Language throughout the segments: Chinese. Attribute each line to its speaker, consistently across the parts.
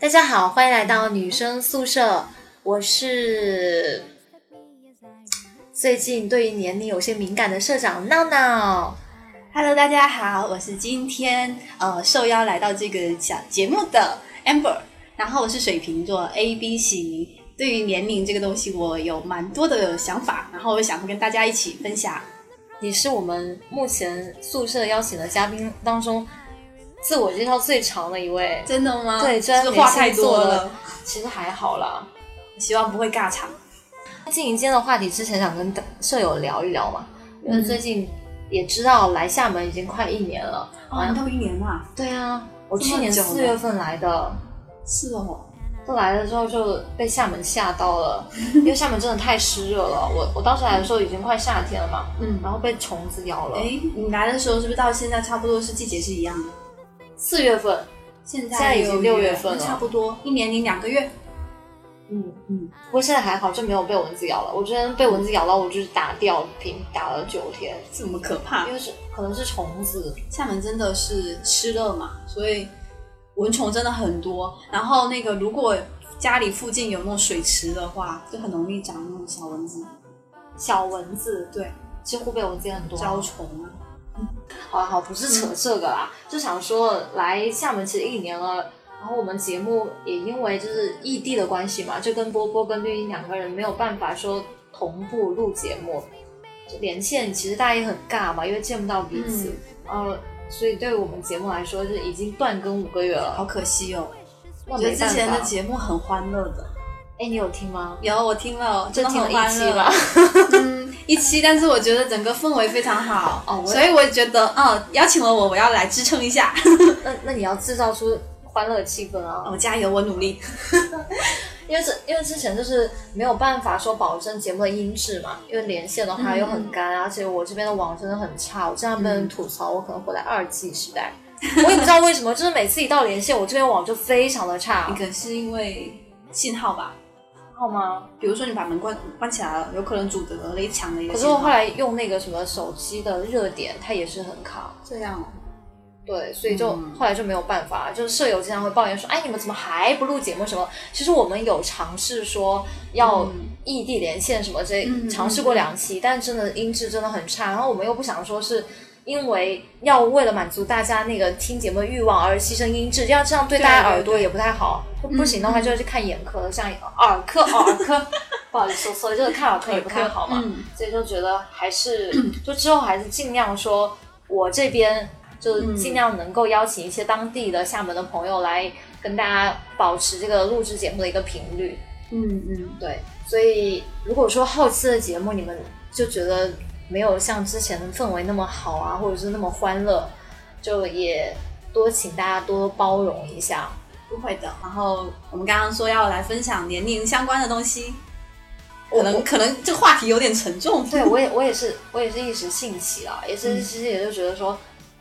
Speaker 1: 大家好，欢迎来到女生宿舍，我是最近对于年龄有些敏感的社长闹闹。
Speaker 2: Hello，大家好，我是今天呃受邀来到这个小节目的 Amber，然后我是水瓶座 A B 型，对于年龄这个东西我有蛮多的想法，然后我想跟大家一起分享。
Speaker 1: 你是我们目前宿舍邀请的嘉宾当中自我介绍最长的一位。
Speaker 2: 真的吗？
Speaker 1: 对
Speaker 2: 这
Speaker 1: 真的
Speaker 2: 话太
Speaker 1: 没
Speaker 2: 多
Speaker 1: 事做了，其实还好啦。
Speaker 2: 希望不会尬场。
Speaker 1: 进迎今天的话题之前，想跟舍友聊一聊嘛，因为
Speaker 2: 嗯
Speaker 1: 最近也知道来厦门已经快一年了。
Speaker 2: 哦，你都一年了，
Speaker 1: 对啊，我
Speaker 2: 这么
Speaker 1: 去年
Speaker 2: 久了
Speaker 1: 四月份来的。
Speaker 2: 是哦。
Speaker 1: 后来了之后就被厦门吓到了，因为厦门真的太湿热了。我我当时来的时候已经快夏天了嘛，
Speaker 2: 嗯
Speaker 1: 然后被虫子咬了。
Speaker 2: 哎，你来的时候是不是到现在差不多是季节是一样的？
Speaker 1: 四月份，
Speaker 2: 现
Speaker 1: 现在已经六月
Speaker 2: 月
Speaker 1: 份了
Speaker 2: 差不多一年零两个月。
Speaker 1: 嗯，
Speaker 2: 嗯，
Speaker 1: 不过现在还好，就没有被蚊子咬了。我之前被蚊子咬到，我就是打吊瓶打了九天，
Speaker 2: 这么可怕
Speaker 1: 因？为是可能是虫子。
Speaker 2: 厦门真的是湿热嘛，所以蚊虫真的很多。然后那个如果家里附近有那种水池的话，就很容易长那种小蚊子，
Speaker 1: 小蚊子，
Speaker 2: 对，
Speaker 1: 其实湖北蚊子也很多啊。
Speaker 2: 招虫啊。
Speaker 1: 好啊好，不是扯这个啦，就想说来厦门其实一年了，然后我们节目也因为就是异地的关系嘛，就跟波波跟绿茵两个人没有办法说同步录节目，就连线其实大家也很尬嘛，因为见不到彼此，呃，所以对我们节目来说就是已经断更五个月了，
Speaker 2: 好可惜哦，
Speaker 1: 那
Speaker 2: 我觉得
Speaker 1: 没
Speaker 2: 之
Speaker 1: 办
Speaker 2: 前的
Speaker 1: 法。
Speaker 2: 节目很欢乐的。
Speaker 1: 哎，你有听吗？
Speaker 2: 有我听了，
Speaker 1: 就
Speaker 2: 真的
Speaker 1: 听了
Speaker 2: 很
Speaker 1: 一
Speaker 2: 欢
Speaker 1: 期
Speaker 2: 乐
Speaker 1: 吧。
Speaker 2: 嗯，一期，但是我觉得整个氛围非常好，
Speaker 1: 哦我也
Speaker 2: 所以我觉得，嗯，邀请了我，我要来支撑 一下。
Speaker 1: 那那你要制造出欢乐的气氛啊！
Speaker 2: 我、加油，我努力。
Speaker 1: 因为这因为之前就是没有办法说保证节目的音质嘛，因为连线的话
Speaker 2: 嗯
Speaker 1: 又很干，而且我这边的网真的很差，我经常被人吐槽我可能活在二 G 时代，我也不知道为什么，就是每次一到连线，我这边网就非常的差
Speaker 2: 你，可能是因为信号吧，
Speaker 1: 好吗？
Speaker 2: 比如说你把门关关起来了，有可能阻隔了一墙的一个
Speaker 1: 可
Speaker 2: 信
Speaker 1: 是
Speaker 2: 号。
Speaker 1: 我后来用那个什么手机的热点，它也是很卡，
Speaker 2: 这样哦，
Speaker 1: 对，所以就
Speaker 2: 嗯
Speaker 1: 后来就没有办法，就是舍友经常会抱怨说，哎，你们怎么还不录节目什么？其实我们有尝试说要
Speaker 2: 嗯
Speaker 1: 异地连线什么这，
Speaker 2: 嗯
Speaker 1: 尝试过两期，但真的音质真的很差。然后我们又不想说是因为要为了满足大家那个听节目的欲望而牺牲音质，要这样对大家
Speaker 2: 对对嗯
Speaker 1: 耳朵也不太好。就不行的话，就要去看眼科，像耳科、 耳科，不好意思，说错了，就是看耳科也不太好嘛。
Speaker 2: 嗯
Speaker 1: 所以就觉得还是就之后还是尽量说，我这边就尽量能够邀请一些当地的厦门的朋友来跟大家保持这个录制节目的一个频率。
Speaker 2: 嗯嗯，
Speaker 1: 对，所以如果说后期的节目你们就觉得没有像之前的氛围那么好啊，或者是那么欢乐，就也多请大家多包容一下。
Speaker 2: 不会的。然后我们刚刚说要来分享年龄相关的东西，可
Speaker 1: 我
Speaker 2: 能可能这个话题有点沉重。
Speaker 1: 对我也我也是我也是一时兴起啦，也
Speaker 2: 嗯
Speaker 1: 是其实也就觉得说，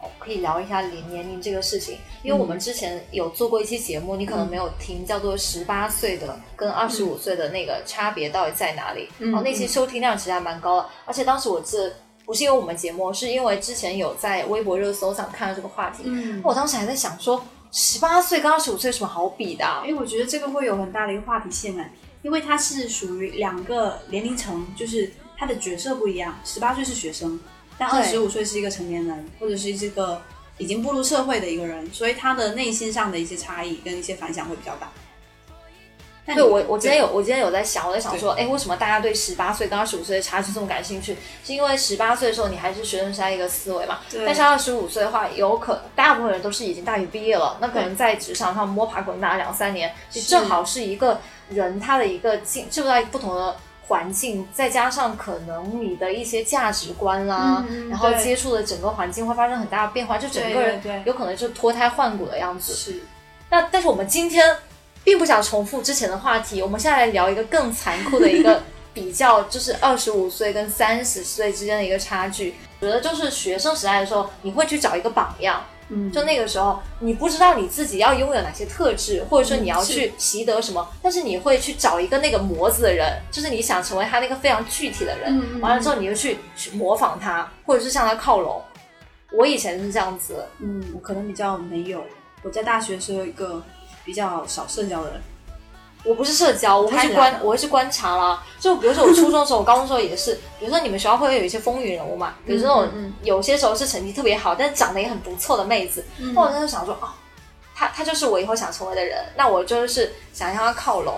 Speaker 1: 哦可以聊一下年年龄这个事情，因为我
Speaker 2: 嗯
Speaker 1: 们之前有做过一期节目，你可能没有听，叫做十八岁的跟二十五岁的那个差别到底在哪里？
Speaker 2: 嗯
Speaker 1: 哦，那期收听量其实还蛮高的，而且当时我是不是因为我们节目，是因为之前有在微博热搜上看到这个话题，
Speaker 2: 嗯，
Speaker 1: 我当时还在想说，十八岁跟二十五岁有什么好比的啊、
Speaker 2: 因为我觉得这个会有很大的一个话题性哎，因为它是属于两个年龄层，就是他的角色不一样。十八岁是学生，但
Speaker 1: 对
Speaker 2: 二十五岁是一个成年人，或者是这个已经步入社会的一个人，所以他的内心上的一些差异跟一些反响会比较大。那你
Speaker 1: 对我，我今天有，我今天有在想，我在想说，哎，为什么大家对十八岁跟二十五岁的差距这么感兴趣？是因为十八岁的时候你还是学生时代一个思维嘛？
Speaker 2: 对
Speaker 1: 但是二十五岁的话，有可大部分人都是已经大学毕业了，那可能在职场上摸爬滚打两三年，就是正好是一个人他的一个进，进入到不同的环境，再加上可能你的一些价值观啦，
Speaker 2: 嗯嗯
Speaker 1: 啊然后
Speaker 2: 对
Speaker 1: 接触的整个环境会发生很大的变化，就整个
Speaker 2: 对
Speaker 1: 人
Speaker 2: 对对
Speaker 1: 有可能就脱胎换骨的样子。
Speaker 2: 是
Speaker 1: 那但是我们今天并不想重复之前的话题，我们现在来聊一个更残酷的一 个比较，就是二十五岁跟三十岁之间的一个差距。我觉得就是学生时代的时候，你会去找一个榜样，
Speaker 2: 嗯，
Speaker 1: 就那个时候你不知道你自己要拥有哪些特质，或者说你要
Speaker 2: 嗯是
Speaker 1: 去习得什么，但是你会去找一个那个模子的人，就是你想成为他那个非常具体的人。
Speaker 2: 嗯嗯
Speaker 1: 完了之后，你就去去模仿他，或者是向他靠拢。我以前是这样子，
Speaker 2: 嗯嗯，我可能比较没有。我在大学的时候有一个比较少社交的人？
Speaker 1: 我不是社交，我会
Speaker 2: 太
Speaker 1: 去
Speaker 2: 懒
Speaker 1: 观，我会去观察啦。就比如说我初中的时候，我高中的时候也是，比如说你们学校会有一些风云人物嘛，比如说那种、
Speaker 2: 嗯
Speaker 1: 有些时候是成绩特别好，但长得也很不错的妹子，
Speaker 2: 嗯
Speaker 1: 那我那时候想说，哦，她她就是我以后想成为的人，那我就是想向她靠拢，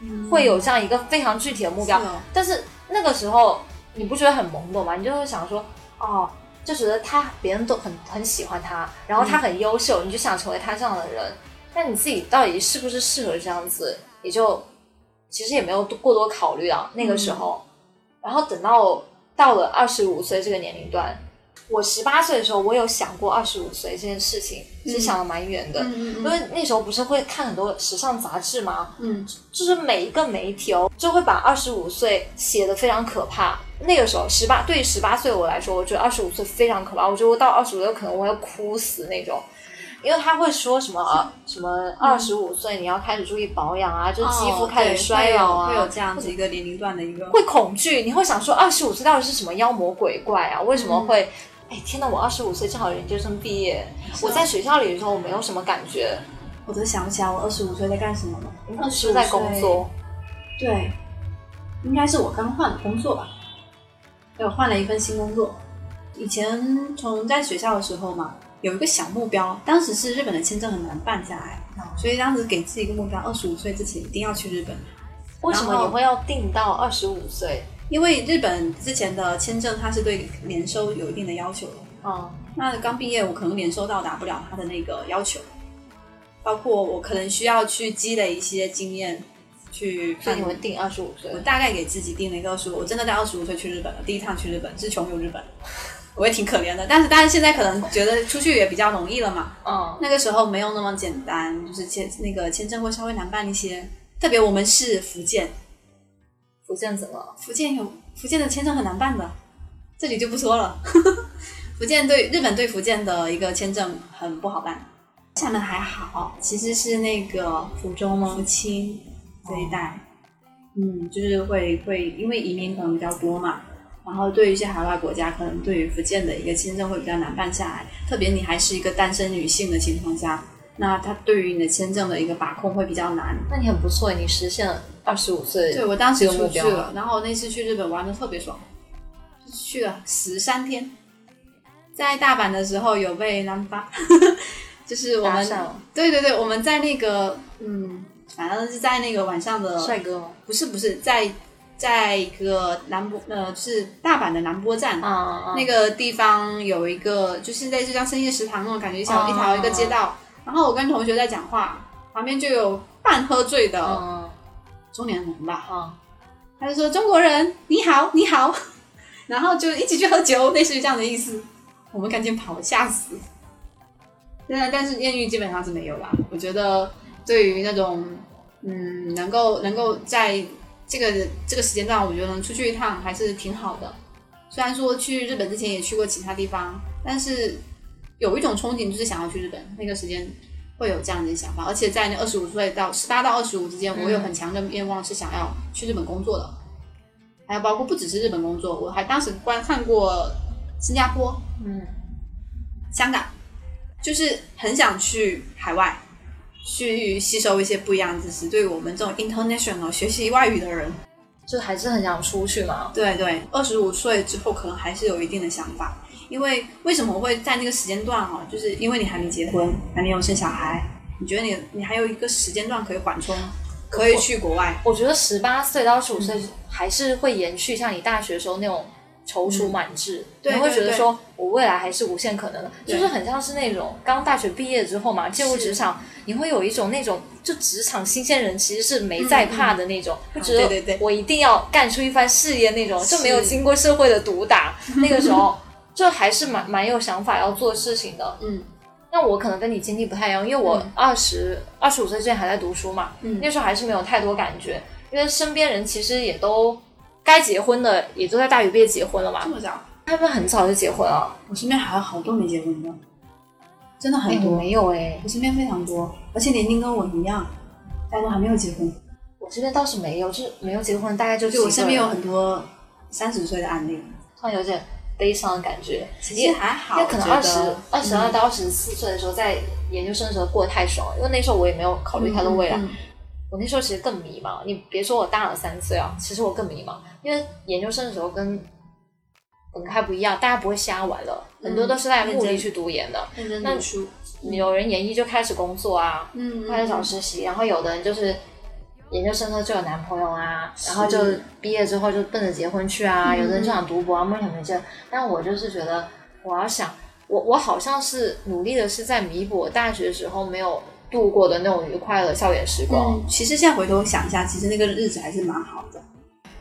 Speaker 2: 嗯
Speaker 1: 会有这样一个非常具体的目标。
Speaker 2: 是哦
Speaker 1: 但是那个时候你不觉得很懵懂吗？你就会想说，哦，就觉得他别人都很很喜欢他，然后他很优秀，你就想成为他这样的人。那你自己到底是不是适合这样子，也就其实也没有多过多考虑啊。那个时候，然后等到到了二十五岁这个年龄段，我十八岁的时候，我有想过二十五岁这件事情，其实想的蛮远的。
Speaker 2: 嗯
Speaker 1: 因为那时候不是会看很多时尚杂志吗？
Speaker 2: 嗯
Speaker 1: 就是每一个媒体哦，就会把二十五岁写的非常可怕。那个时候，十八对于十八岁我来说，我觉得二十五岁非常可怕。我觉得我到二十五岁可能我要哭死那种，因为他会说什么啊，什么
Speaker 2: 嗯
Speaker 1: 二十五岁你要开始注意保养啊，就肌肤开始衰老啊，
Speaker 2: 哦会有这样子一个年龄段的一个，
Speaker 1: 会恐惧，你会想说二十五岁到底是什么妖魔鬼怪啊？为什
Speaker 2: 嗯
Speaker 1: 么会？哎，天哪！我二十五岁正好研究生毕业，
Speaker 2: 啊
Speaker 1: 我在学校里的时候我没有什么感觉，
Speaker 2: 我都想不起来我二十五岁在干什么了。
Speaker 1: 你看是不是在工作，
Speaker 2: 对，应该是我刚换的工作吧，对，我换了一份新工作。以前从在学校的时候嘛，有一个小目标，当时是日本的签证很难办下来，所以当时给自己一个目标，二十五岁之前一定要去日本，
Speaker 1: 为什
Speaker 2: 然
Speaker 1: 么
Speaker 2: 后
Speaker 1: 你会要定到二十五岁？
Speaker 2: 因为日本之前的签证它是对年收有一定的要求的。
Speaker 1: 嗯。
Speaker 2: 那刚毕业，我可能年收到达不了他的那个要求，包括我可能需要去积累一些经验，去
Speaker 1: 所以
Speaker 2: 看
Speaker 1: 你们定二十五岁
Speaker 2: 我，大概给自己定了一个说，我真的在二十五岁去日本了，第一趟去日本是穷游日本， 我也挺可怜的。但是，但是现在可能觉得出去也比较容易了嘛。
Speaker 1: 嗯，
Speaker 2: 那个时候没有那么简单，就是签那个签证会稍微难办一些。特别我们是福建，
Speaker 1: 福建怎么了？
Speaker 2: 福建有福建的签证很难办的，这里就不说了。 福建对日本对福建的一个签证很不好办，厦门还好，其实是那个福州吗？哦福清这一带，嗯，就是会会因为移民可能比较多嘛，然后对于一些海外国家，可能对于福建的一个签证会比较难办下来，特别你还是一个单身女性的情况下，那他对于你的签证的一个把控会比较难。
Speaker 1: 那你很不错，你实现了二十五岁。
Speaker 2: 对，我当时
Speaker 1: 这个
Speaker 2: 出
Speaker 1: 目
Speaker 2: 去
Speaker 1: 标
Speaker 2: 了，然后我那次去日本玩的特别爽，去了十三天，在大阪的时候有被南巴， 就是我
Speaker 1: 搭
Speaker 2: 们
Speaker 1: 讪了
Speaker 2: 对对对，我们在那个嗯，反正是在那个晚上的，
Speaker 1: 帅哥吗？
Speaker 2: 不是不是在在一个南波呃，就是大阪的南波站。
Speaker 1: 啊啊！
Speaker 2: 那个地方有一个，就是类似像深夜食堂那种感觉，小、
Speaker 1: 哦
Speaker 2: 一条一个街道。然后我跟同学在讲话，旁边就有半喝醉的
Speaker 1: 嗯
Speaker 2: 中年人吧，
Speaker 1: 嗯，
Speaker 2: 他就说中国人你好你好， 然后就一起去喝酒，类似于这样的意思。我们赶紧跑，吓死。对啊，但是艳遇基本上是没有啦。我觉得对于那种嗯，能够能够在这个这个时间段，我觉得能出去一趟还是挺好的。虽然说去日本之前也去过其他地方，但是有一种憧憬就是想要去日本，那个时间会有这样的想法。而且在那二十五岁到十八到二十五之间，我有很强的愿望是想要去日本工作的。还有包括不只是日本工作，我还当时观看过新加坡、
Speaker 1: 嗯，
Speaker 2: 香港，就是很想去海外去吸收一些不一样的知识，对于我们这种 international 学习外语的人，
Speaker 1: 就还是很想出去嘛。
Speaker 2: 对对，二十五岁之后可能还是有一定的想法，因为为什么我会在那个时间段哦，就是因为你还没结婚，还没有生小孩，你觉得你你还有一个时间段可以缓冲，可以去国外，
Speaker 1: 我觉得十八岁到二十五
Speaker 2: 嗯
Speaker 1: 岁还是会延续像你大学时候那种踌躇满志，
Speaker 2: 对
Speaker 1: 你会觉
Speaker 2: 嗯对
Speaker 1: 得
Speaker 2: 对
Speaker 1: 说我未来还是无限可能的，
Speaker 2: 对
Speaker 1: 就是很像是那种刚大学毕业之后嘛，进入
Speaker 2: 是
Speaker 1: 职场，你会有一种那种就职场新鲜人其实是没在怕的那种，会觉
Speaker 2: 嗯啊对对
Speaker 1: 得
Speaker 2: 对
Speaker 1: 我一定要干出一番事业那种，
Speaker 2: 是
Speaker 1: 就没有经过社会的毒 打，那个时候就还是蛮蛮有想法要做事情的。
Speaker 2: 嗯
Speaker 1: 那我可能跟你经历不太一样，因为我二十二十五岁之前还在读书嘛，
Speaker 2: 嗯
Speaker 1: 那时候还是没有太多感觉，因为身边人其实也都该结婚的也都在大学毕业结婚了
Speaker 2: 这
Speaker 1: 嘛，
Speaker 2: 么早，
Speaker 1: 他们很早就结婚了，
Speaker 2: 我身边还有好多没结婚的，真的
Speaker 1: 哎
Speaker 2: 很，
Speaker 1: 我
Speaker 2: 多。
Speaker 1: 没有哎，
Speaker 2: 我身边非常多，而且年龄跟我一样，大家都还没有结婚。
Speaker 1: 我这边倒是没有，就是没有结婚，大概就
Speaker 2: 就我
Speaker 1: 几个
Speaker 2: 身边有
Speaker 1: 人
Speaker 2: 很多三十岁的案例，
Speaker 1: 突然有点悲伤的感觉。
Speaker 2: 其实还好，
Speaker 1: 也可能二十
Speaker 2: 我觉得
Speaker 1: 二十二到二十四岁的时候，在研究生的时候过得太爽了，因为那时候我也没有考虑太多未来。
Speaker 2: 嗯嗯
Speaker 1: 我那时候其实更迷茫，你别说我大了三岁啊，其实我更迷茫，因为研究生的时候跟本科不一样，大家不会瞎玩了，很
Speaker 2: 嗯
Speaker 1: 多都是在目的去读研的。
Speaker 2: 认真
Speaker 1: 那
Speaker 2: 读书，
Speaker 1: 有人研一就开始工作啊，
Speaker 2: 嗯
Speaker 1: 开始找实习，然后有的人就是研究生之后就有男朋友啊，然后就是毕业之后就奔着结婚去啊，
Speaker 2: 嗯
Speaker 1: 有的人就想读博啊，梦想成真。但我就是觉得，我要想，我我好像是努力的是在弥补我大学时候没有度过的那种愉快的校园时光。
Speaker 2: 嗯，其实现在回头想一下，其实那个日子还是蛮好的，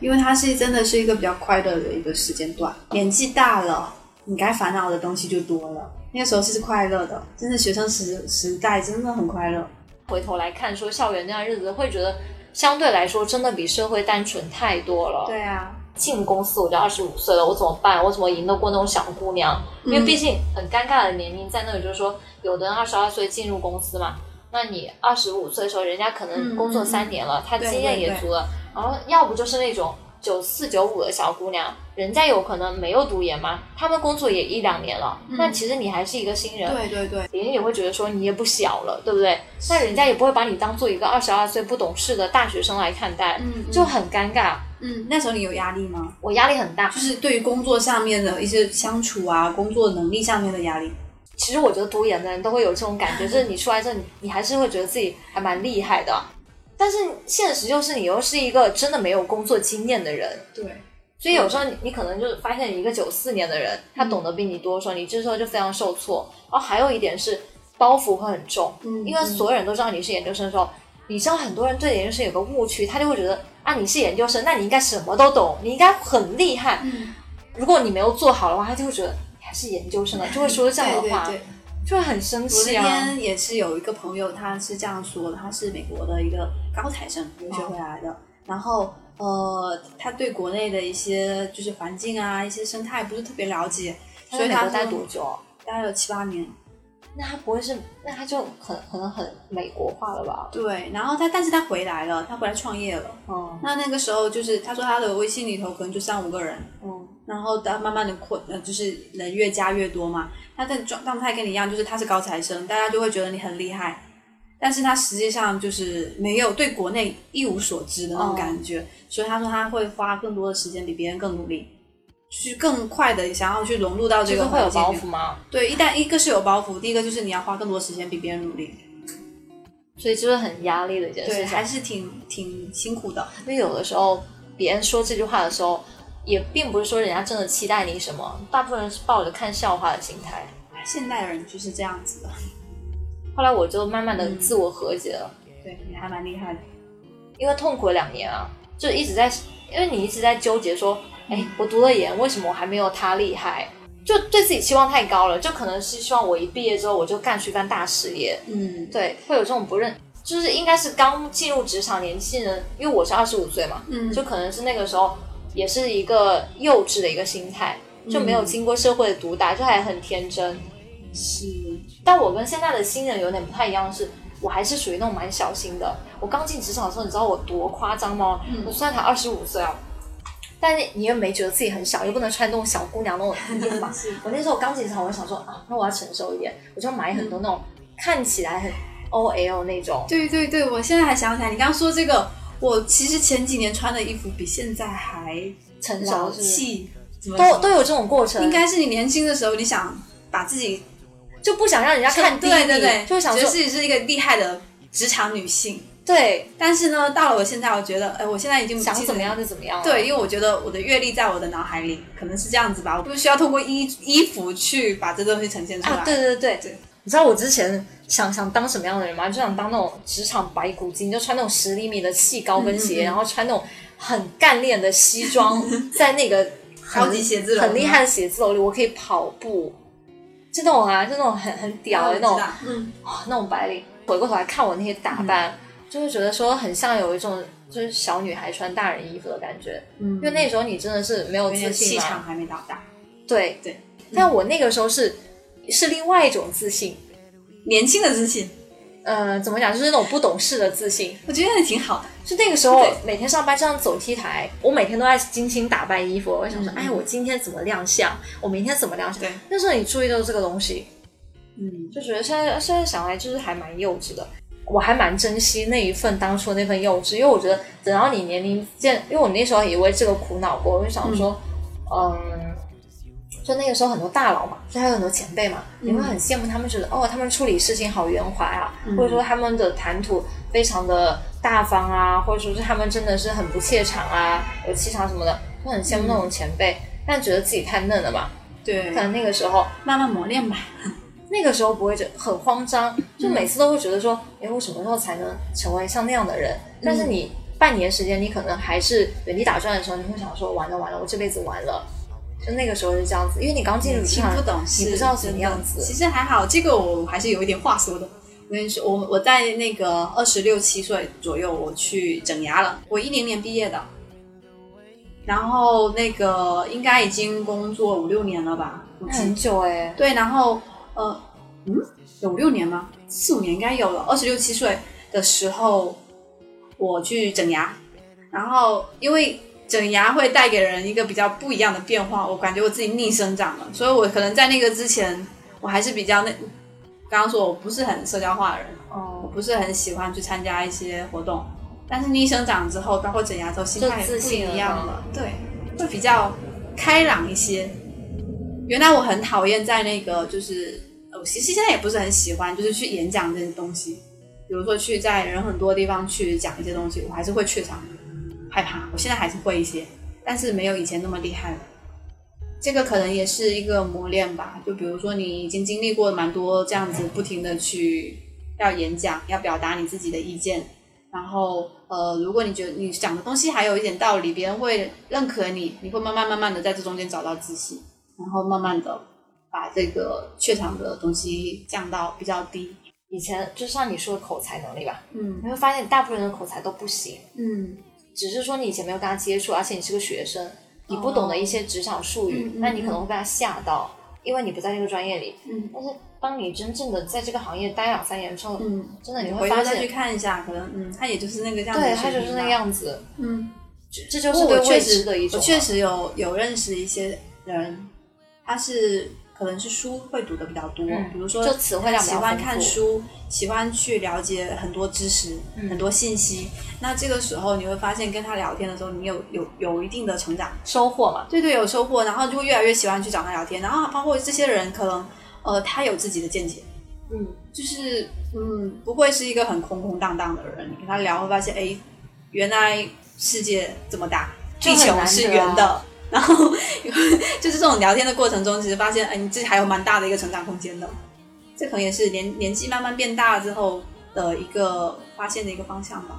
Speaker 2: 因为它是真的是一个比较快乐的一个时间段。年纪大了，你该烦恼的东西就多了。那个时候是快乐的，真的学生时时代真的很快乐。
Speaker 1: 回头来看，说校园那段日子，会觉得相对来说真的比社会单纯太多了。
Speaker 2: 对啊，
Speaker 1: 进公司我就二十五岁了，我怎么办？我怎么赢得过那种小姑娘？
Speaker 2: 嗯
Speaker 1: 因为毕竟很尴尬的年龄在那里，就是说，有的人二十二岁进入公司嘛，那你二十五岁的时候，人家可能工作三年了，他
Speaker 2: 嗯对
Speaker 1: 经验也足了，然后要不就是那种九四九五的小姑娘，人家有可能没有读研嘛，他们工作也一两年了，那其实你还是一个新人。
Speaker 2: 嗯对对对，
Speaker 1: 别人也会觉得说你也不小了，对不对？那人家也不会把你当做一个二十二岁不懂事的大学生来看待，
Speaker 2: 嗯嗯
Speaker 1: 就很尴尬。
Speaker 2: 嗯，那时候你有压力吗？
Speaker 1: 我压力很大，
Speaker 2: 就是对于工作上面的一些相处啊，工作能力上面的压力。
Speaker 1: 其实我觉得读研的人都会有这种感觉，就是你出来之后，你你还是会觉得自己还蛮厉害的，但是现实就是你又是一个真的没有工作经验的人，
Speaker 2: 对，
Speaker 1: 所以有时
Speaker 2: 嗯
Speaker 1: 候你你可能就是发现一个九四年的人，他懂得比你多的时候，你这时候就非常受挫。然后还有一点是包袱会很重，
Speaker 2: 嗯
Speaker 1: 因为所有人都知道你是研究生的时候，你知道很多人对研究生有个误区，他就会觉得啊你是研究生，那你应该什么都懂，你应该很厉害。
Speaker 2: 嗯，
Speaker 1: 如果你没有做好的话，他就会觉得你还是研究 生啊，就会说这样的
Speaker 2: 对
Speaker 1: 话。
Speaker 2: 对对。
Speaker 1: 就会很生
Speaker 2: 我
Speaker 1: 气
Speaker 2: 那
Speaker 1: 啊。
Speaker 2: 天也是有一个朋友，他是这样说的，他是美国的一个高材生留学回来
Speaker 1: 哦
Speaker 2: 的，然后呃，他对国内的一些就是环境啊、一些生态不是特别了解，所以
Speaker 1: 美
Speaker 2: 他
Speaker 1: 国待
Speaker 2: 说
Speaker 1: 多久？啊
Speaker 2: 待了七八年。
Speaker 1: 那他不会是，那他就很可能很美国化了吧？
Speaker 2: 对，然后他但是他回来了，他回来创业了。
Speaker 1: 嗯
Speaker 2: 那那个时候就是他说他的微信里头可能就三五个人，
Speaker 1: 嗯
Speaker 2: 然后他慢慢的扩，呃，就是人越加越多嘛。他的状状态跟你一样，就是他是高材生，大家就会觉得你很厉害，但是他实际上就是没有对国内一无所知的那种感
Speaker 1: 哦
Speaker 2: 觉。所以他说他会花更多的时间比别人更努力，去更快的想要去融入到这
Speaker 1: 就是
Speaker 2: 个
Speaker 1: 会有
Speaker 2: 环境里
Speaker 1: 包
Speaker 2: 面。
Speaker 1: 袱吗？
Speaker 2: 对，一旦一个是有包袱，第一个就是你要花更多时间比别人努力，
Speaker 1: 所以就是很压力的一件
Speaker 2: 对，
Speaker 1: 事情
Speaker 2: 还。是挺挺辛苦的。
Speaker 1: 因为有的时候别人说这句话的时候，也并不是说人家真的期待你什么，大部分人是抱着看笑话的心态。
Speaker 2: 现代人就是这样子的，
Speaker 1: 后来我就慢慢的自我和解了，
Speaker 2: 对你还蛮厉害的。
Speaker 1: 因为痛苦了两年啊，就一直在，因为你一直在纠结说，哎，我读了研，为什么我还没有他厉害？就对自己期望太高了，就可能是希望我一毕业之后我就干出一番大事业，
Speaker 2: 嗯，
Speaker 1: 对，会有这种不认，就是应该是刚进入职场年轻人，因为我是二十五岁嘛，
Speaker 2: 嗯
Speaker 1: 就可能是那个时候也是一个幼稚的一个心态，就没有经过社会的毒打，就还很天真。
Speaker 2: 嗯是。
Speaker 1: 但我跟现在的新人有点不太一样的是，我还是属于那种蛮小心的。我刚进职场的时候，你知道我多夸张吗？
Speaker 2: 嗯
Speaker 1: 我虽然才二十五岁啊，但是你也没觉得自己很小，又不能穿那种小姑娘那种衣服嘛
Speaker 2: 是。
Speaker 1: 我那时候刚进职场，我就想说啊，那我要成熟一点，我就买很
Speaker 2: 嗯
Speaker 1: 多那种、看起来很 OL 那种。
Speaker 2: 对对对，我现在还想起来，你刚刚说这个，我其实前几年穿的衣服比现在还
Speaker 1: 成
Speaker 2: 老
Speaker 1: 熟是不是
Speaker 2: 气，怎么
Speaker 1: 都
Speaker 2: 说
Speaker 1: 都有这种过程，
Speaker 2: 应该是你年轻的时候，你想把自己
Speaker 1: 就不想让人家看低你，
Speaker 2: 对对对，
Speaker 1: 就会想
Speaker 2: 觉
Speaker 1: 说
Speaker 2: 得自己是一个厉害的职场女性。
Speaker 1: 对，
Speaker 2: 但是呢，到了我现在，我觉得，哎，我现在已经
Speaker 1: 想
Speaker 2: 其实
Speaker 1: 怎么样就怎么样。，啊
Speaker 2: 对，因为我觉得我的阅历在我的脑海里可能是这样子吧，我不需要通过衣衣服去把这东西呈现出来。
Speaker 1: 啊，对对对
Speaker 2: 对
Speaker 1: 你知道我之前想想当什么样的人吗？就想当那种职场白骨精，就穿那种十厘米的细高跟
Speaker 2: 嗯
Speaker 1: 鞋，然后穿那种很干练的西 装，在那个很
Speaker 2: 高级写字楼
Speaker 1: 很厉害的写字楼里，我可以跑步，就那种啊，就那种很很屌
Speaker 2: 我
Speaker 1: 的
Speaker 2: 知
Speaker 1: 那种
Speaker 2: 道，嗯，
Speaker 1: 啊那种白领。回过头来看我那些打扮，就会觉得说很像有一种就是小女孩穿大人衣服的感觉。
Speaker 2: 嗯
Speaker 1: 因为那时候你真的是没有
Speaker 2: 有
Speaker 1: 自
Speaker 2: 点气
Speaker 1: 信嘛，
Speaker 2: 场还没到达，
Speaker 1: 对
Speaker 2: 对。
Speaker 1: 但我那个时候是是另外一种自信，
Speaker 2: 年轻的自信，
Speaker 1: 呃，怎么讲，就是那种不懂事的自信。
Speaker 2: 我觉得挺好的。
Speaker 1: 就那个时候
Speaker 2: 对，
Speaker 1: 每天上班上走 T 台，我每天都在精心打扮衣服。我想说，
Speaker 2: 嗯
Speaker 1: 哎，我今天怎么亮相？我明天怎么亮相
Speaker 2: 对？
Speaker 1: 那时候你注意到这个东西，
Speaker 2: 嗯，
Speaker 1: 就觉得现在现在想来就是还蛮幼稚的。我还蛮珍惜那一份当初那份幼稚，因为我觉得等到你年龄渐，因为我那时候也为这个苦恼过，我就想说，嗯。就那个时候很多大佬嘛，就还有很多前辈嘛，你会很羡慕他们，觉得哦，他们处理事情好圆滑啊，或者说他们的谈吐非常的大方啊，或者说是他们真的是很不怯场啊，有气场什么的，我很羡慕那种前辈，但觉得自己太嫩了嘛，
Speaker 2: 对
Speaker 1: 可，能那个时候
Speaker 2: 慢慢磨练吧。
Speaker 1: 那个时候不会觉得很慌张，就每次都会觉得说，哎、我什么时候才能成为像那样的人？但
Speaker 2: 嗯
Speaker 1: 是你半年时间，你可能还是原地打转的时候，你会想说，完了完了，我这辈子完了。就那个时候是这样子，因为你刚进入职
Speaker 2: 情
Speaker 1: 场，
Speaker 2: 不懂事，
Speaker 1: 你不知道什么样
Speaker 2: 真的其
Speaker 1: 子。
Speaker 2: 实还好，这个我还是有一点话说的。我跟你说，我我在那个二十六七岁左右，我去整牙了。我一零年毕业的，然后那个应该已经工作五六年了吧，估
Speaker 1: 那
Speaker 2: 计。
Speaker 1: 很久哎、
Speaker 2: 对，然后呃，嗯，有五六年吗？四五年应该有了。二十六七岁的时候，我去整牙，然后因为整牙会带给人一个比较不一样的变化，我感觉我自己逆生长了，所以我可能在那个之前，我还是比较那，刚刚说我不是很社交化的人，我
Speaker 1: 哦，
Speaker 2: 不是很喜欢去参加一些活动，但是逆生长之后，包括整牙之后，心态也
Speaker 1: 就自
Speaker 2: 不
Speaker 1: 信了
Speaker 2: 一样
Speaker 1: 吗
Speaker 2: 了，对，会比较开朗一些。原来我很讨厌在那个，就是呃我其实现在也不是很喜欢，就是去演讲这些东西，比如说去在人很多地方去讲一些东西，我还是会怯场的，害怕。我现在还是会一些，但是没有以前那么厉害了。这个可能也是一个磨练吧，就比如说你已经经历过蛮多这样子，不停的去要演讲，要表达你自己的意见，然后呃，如果你觉得你讲的东西还有一点道理，别人会认可你，你会慢慢慢慢的在这中间找到自信，然后慢慢的把这个怯场的东西降到比较低。
Speaker 1: 以前就像你说的口才能力吧，
Speaker 2: 嗯
Speaker 1: 你会发现大部分人的口才都不行，
Speaker 2: 嗯
Speaker 1: 只是说你以前没有跟他接触，而且你是个学生，你不懂得一些职场术语
Speaker 2: 哦嗯，嗯
Speaker 1: 那你可能会被他吓到，因为你不在这个专业里。
Speaker 2: 嗯
Speaker 1: 但是当你真正的在这个行业待两三年之后，
Speaker 2: 嗯，
Speaker 1: 真的你会
Speaker 2: 回
Speaker 1: 发
Speaker 2: 头再去
Speaker 1: 现，
Speaker 2: 看一下，可能嗯，他也就是那个这样子
Speaker 1: 对
Speaker 2: 的
Speaker 1: 他
Speaker 2: 水平吧。
Speaker 1: 就是那个样子，
Speaker 2: 嗯。
Speaker 1: 这这就
Speaker 2: 不
Speaker 1: 是
Speaker 2: 过
Speaker 1: 对
Speaker 2: 我确
Speaker 1: 未知
Speaker 2: 实
Speaker 1: 的一种
Speaker 2: 我
Speaker 1: 啊。
Speaker 2: 确实有有认识一些人，他是可能是书会读的比较多，
Speaker 1: 嗯
Speaker 2: 比如说
Speaker 1: 就词汇量比
Speaker 2: 喜
Speaker 1: 较
Speaker 2: 欢
Speaker 1: 丰
Speaker 2: 看
Speaker 1: 富
Speaker 2: 书，喜欢去了解很多知识、
Speaker 1: 嗯
Speaker 2: 很多信息。那这个时候你会发现，跟他聊天的时候，你有有有一定的成长，
Speaker 1: 收获嘛，
Speaker 2: 对对，有收获，然后就会越来越喜欢去找他聊天，然后包括这些人可能呃他有自己的见解。
Speaker 1: 嗯，
Speaker 2: 就是嗯，不会是一个很空空荡荡的人。你跟他聊，会发现，哎，原来世界这么大，
Speaker 1: 就
Speaker 2: 地
Speaker 1: 很
Speaker 2: 球
Speaker 1: 难
Speaker 2: 是
Speaker 1: 得啊
Speaker 2: 圆的。 然后就是这种聊天的过程中，其实发现，哎，你自己还有蛮大的一个成长空间的。这可能也是年年纪慢慢变大之后的一个发现的一个方向吧。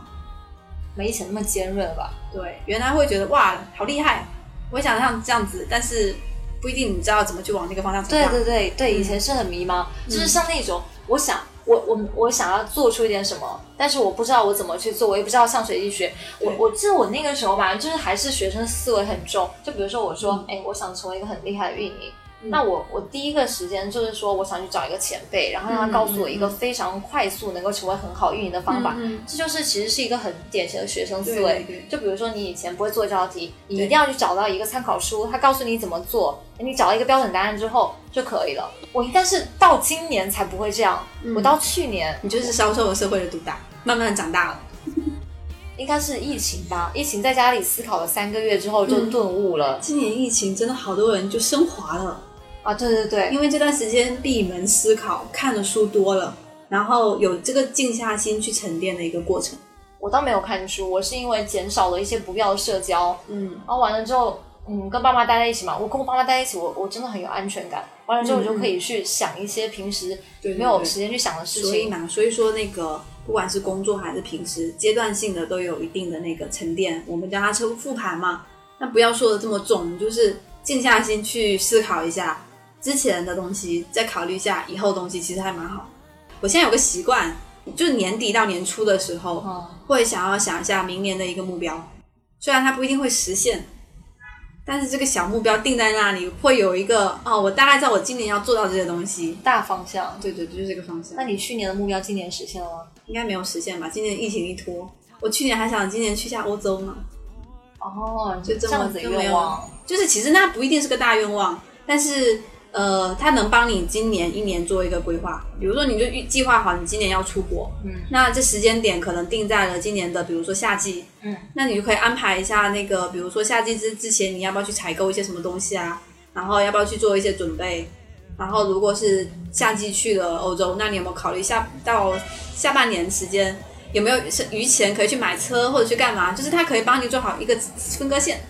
Speaker 1: 没以前那么尖锐了吧？
Speaker 2: 对，原来会觉得哇，好厉害，我也想像这样子，但是不一定你知道怎么去往那个方向成
Speaker 1: 对
Speaker 2: 长。
Speaker 1: 对对对，
Speaker 2: 嗯
Speaker 1: 以前是很迷茫，就是像那种我想我我我想要做出一点什么，但是我不知道我怎么去做，我也不知道上谁去学。我
Speaker 2: 对
Speaker 1: 我记得我那个时候吧，就是还是学生思维很重，就比如说我说，哎、我想成为一个很厉害的运营。
Speaker 2: 嗯
Speaker 1: 那我我第一个时间就是说，我想去找一个前辈，然后让他
Speaker 2: 嗯
Speaker 1: 告诉我一个
Speaker 2: 嗯嗯
Speaker 1: 非常快速能够成为很好运营的方
Speaker 2: 嗯，
Speaker 1: 法。
Speaker 2: 嗯
Speaker 1: 这就是其实是一个很典型的学生思
Speaker 2: 对
Speaker 1: 维
Speaker 2: 对对。
Speaker 1: 就比如说你以前不会做这道题，你一
Speaker 2: 对
Speaker 1: 定要去找到一个参考书，它告诉你怎么做，你找到一个标准答案之后就可以了。我但是到今年才不会这样，
Speaker 2: 嗯
Speaker 1: 我到去年
Speaker 2: 你就是遭受了社会的毒打，慢慢地长大了。
Speaker 1: 应该是疫情吧，疫情在家里思考了三个月之后就
Speaker 2: 嗯
Speaker 1: 顿悟了、
Speaker 2: 今年疫情真的好多人就升华了，
Speaker 1: 啊！对对对，
Speaker 2: 因为这段时间闭门思考，看的书多了，然后有这个静下心去沉淀的一个过程。
Speaker 1: 我倒没有看书，我是因为减少了一些不必要的社交，
Speaker 2: 嗯，
Speaker 1: 然后完了之后，嗯，跟爸妈待在一起嘛，我跟我爸妈待在一起，我我真的很有安全感。完了之后，我就可以去想一些平时
Speaker 2: 嗯对对
Speaker 1: 没有
Speaker 2: 对
Speaker 1: 时间去想的事
Speaker 2: 所以
Speaker 1: 情。
Speaker 2: 嘛，所以说那个不管是工作还是平时，阶段性的都有一定的那个沉淀，我们叫它称复盘嘛。那不要说的这么重，就是静下心去思考一下之前的东西，再考虑一下以后的东西，其实还蛮好。我现在有个习惯，就是年底到年初的时候，
Speaker 1: 嗯，
Speaker 2: 会想要想一下明年的一个目标，虽然它不一定会实现，但是这个小目标定在那里，会有一个哦，我大概知道我今年要做到这些东西。
Speaker 1: 大方向。
Speaker 2: 对对，对就是这个方向
Speaker 1: 那。你去年的目标今年实现了吗？
Speaker 2: 应该没有实现吧？今年疫情一拖，我去年还想今年去一下欧洲嘛，
Speaker 1: 哦，
Speaker 2: 就这
Speaker 1: 这
Speaker 2: 么
Speaker 1: 样子的
Speaker 2: 就没
Speaker 1: 愿
Speaker 2: 有
Speaker 1: 望。
Speaker 2: 就是其实那不一定是个大愿望，但是呃，它能帮你今年一年做一个规划。比如说，你就预计划好你今年要出国，
Speaker 1: 嗯
Speaker 2: 那这时间点可能定在了今年的，比如说夏季，
Speaker 1: 嗯，
Speaker 2: 那你就可以安排一下那个，比如说夏季之之前你要不要去采购一些什么东西啊，然后要不要去做一些准备，然后如果是夏季去了欧洲，那你有没有考虑一下到下半年时间有没有是余钱可以去买车或者去干嘛？就是它可以帮你做好一个分割线，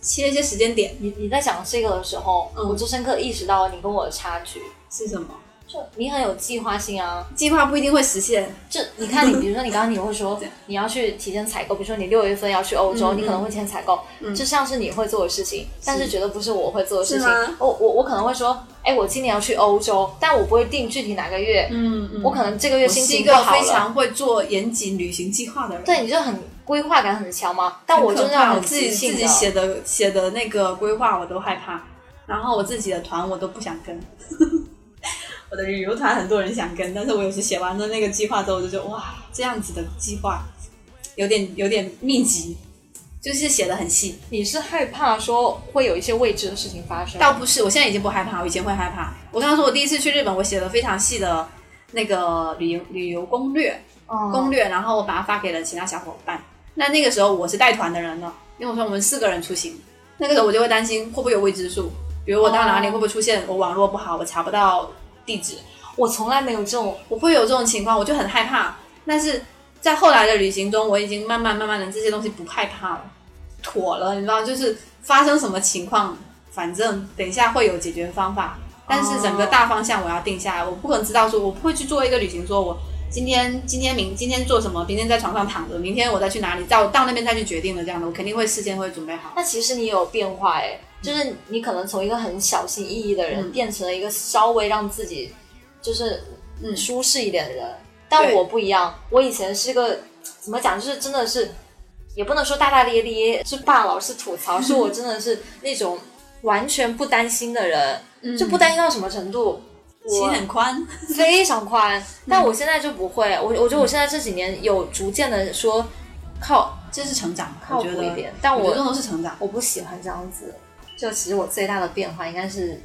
Speaker 2: 切一些时间点
Speaker 1: 你你在讲这个的时候，
Speaker 2: 嗯
Speaker 1: 我就深刻意识到你跟我的差距。
Speaker 2: 是什么？
Speaker 1: 就你很有计划性啊！
Speaker 2: 计划不一定会实现，
Speaker 1: 就你看你，比如说你刚刚你会 说你要去提前采购，比如说你六月份要去欧洲，
Speaker 2: 嗯
Speaker 1: 你可能会提前采购，就像是你会做的事情，但是绝对不是我会做的事
Speaker 2: 是
Speaker 1: 情
Speaker 2: 吗。
Speaker 1: 我我我可能会说，哎，我今年要去欧洲，但我不会定具体哪个月，
Speaker 2: 嗯嗯
Speaker 1: 我可能这个月心
Speaker 2: 是一
Speaker 1: 情不
Speaker 2: 个
Speaker 1: 好
Speaker 2: 非
Speaker 1: 了，
Speaker 2: 常会做严谨旅行计划的人。
Speaker 1: 对，你就很规划感很强嘛。但我
Speaker 2: 很
Speaker 1: 就
Speaker 2: 可
Speaker 1: 是那
Speaker 2: 怕，
Speaker 1: 种
Speaker 2: 我
Speaker 1: 很
Speaker 2: 自己
Speaker 1: 即兴
Speaker 2: 自
Speaker 1: 的
Speaker 2: 己写的写的那个规划我都害怕，然后我自己的团我都不想跟。 我的旅游团很多人想跟，但是我有时写完了那个计划之后，我就觉得哇，这样子的计划有点有点密集，就是写的很细。
Speaker 1: 你是害怕说会有一些未知的事情发生，
Speaker 2: 倒不是，我现在已经不害怕，我以前会害怕。我刚刚说我第一次去日本，我写了非常细的那个旅游旅游攻略，攻
Speaker 1: 嗯，
Speaker 2: 略，然后我把它发给了其他小伙伴。那那个时候我是带团的人了，因为我说我们四个人出行，那个时候我就会担心会不会有未知数，比如我到哪里
Speaker 1: 哦
Speaker 2: 会不会出现我网络不好，我查不到地址，
Speaker 1: 我从来没有这种
Speaker 2: 我会有这种情况，我就很害怕。但是在后来的旅行中，我已经慢慢慢慢的这些东西不害怕了，妥了，你知道，就是发生什么情况，反正等一下会有解决方法。但是整个大方向我要定下来，我不可能知道说我不会去做一个旅行，说我今天今天明今天做什么，明天在床上躺着，明天我再去哪里，到到那边再去决定的这样的，我肯定会事先会准备好。
Speaker 1: 那其实你有变化哎，就是你可能从一个很小心翼翼的人，
Speaker 2: 嗯
Speaker 1: 变成了一个稍微让自己就是
Speaker 2: 嗯
Speaker 1: 舒适一点的人。但
Speaker 2: 对
Speaker 1: 我不一样，我以前是个怎么讲，就是真的是，也不能说大大咧咧，是霸老是吐槽，是我真的是那种完全不担心的人，
Speaker 2: 嗯
Speaker 1: 就不担心到什么程度。
Speaker 2: 心
Speaker 1: 我
Speaker 2: 很宽，
Speaker 1: 非常宽，但我现在就不会，我我觉得我现在这几年有逐渐的说靠
Speaker 2: 这是成长，
Speaker 1: 靠
Speaker 2: 我
Speaker 1: 谱
Speaker 2: 觉得
Speaker 1: 一点，但
Speaker 2: 我觉
Speaker 1: 我
Speaker 2: 得这都是成长。
Speaker 1: 我不喜欢这样子。就其实我最大的变化应该是，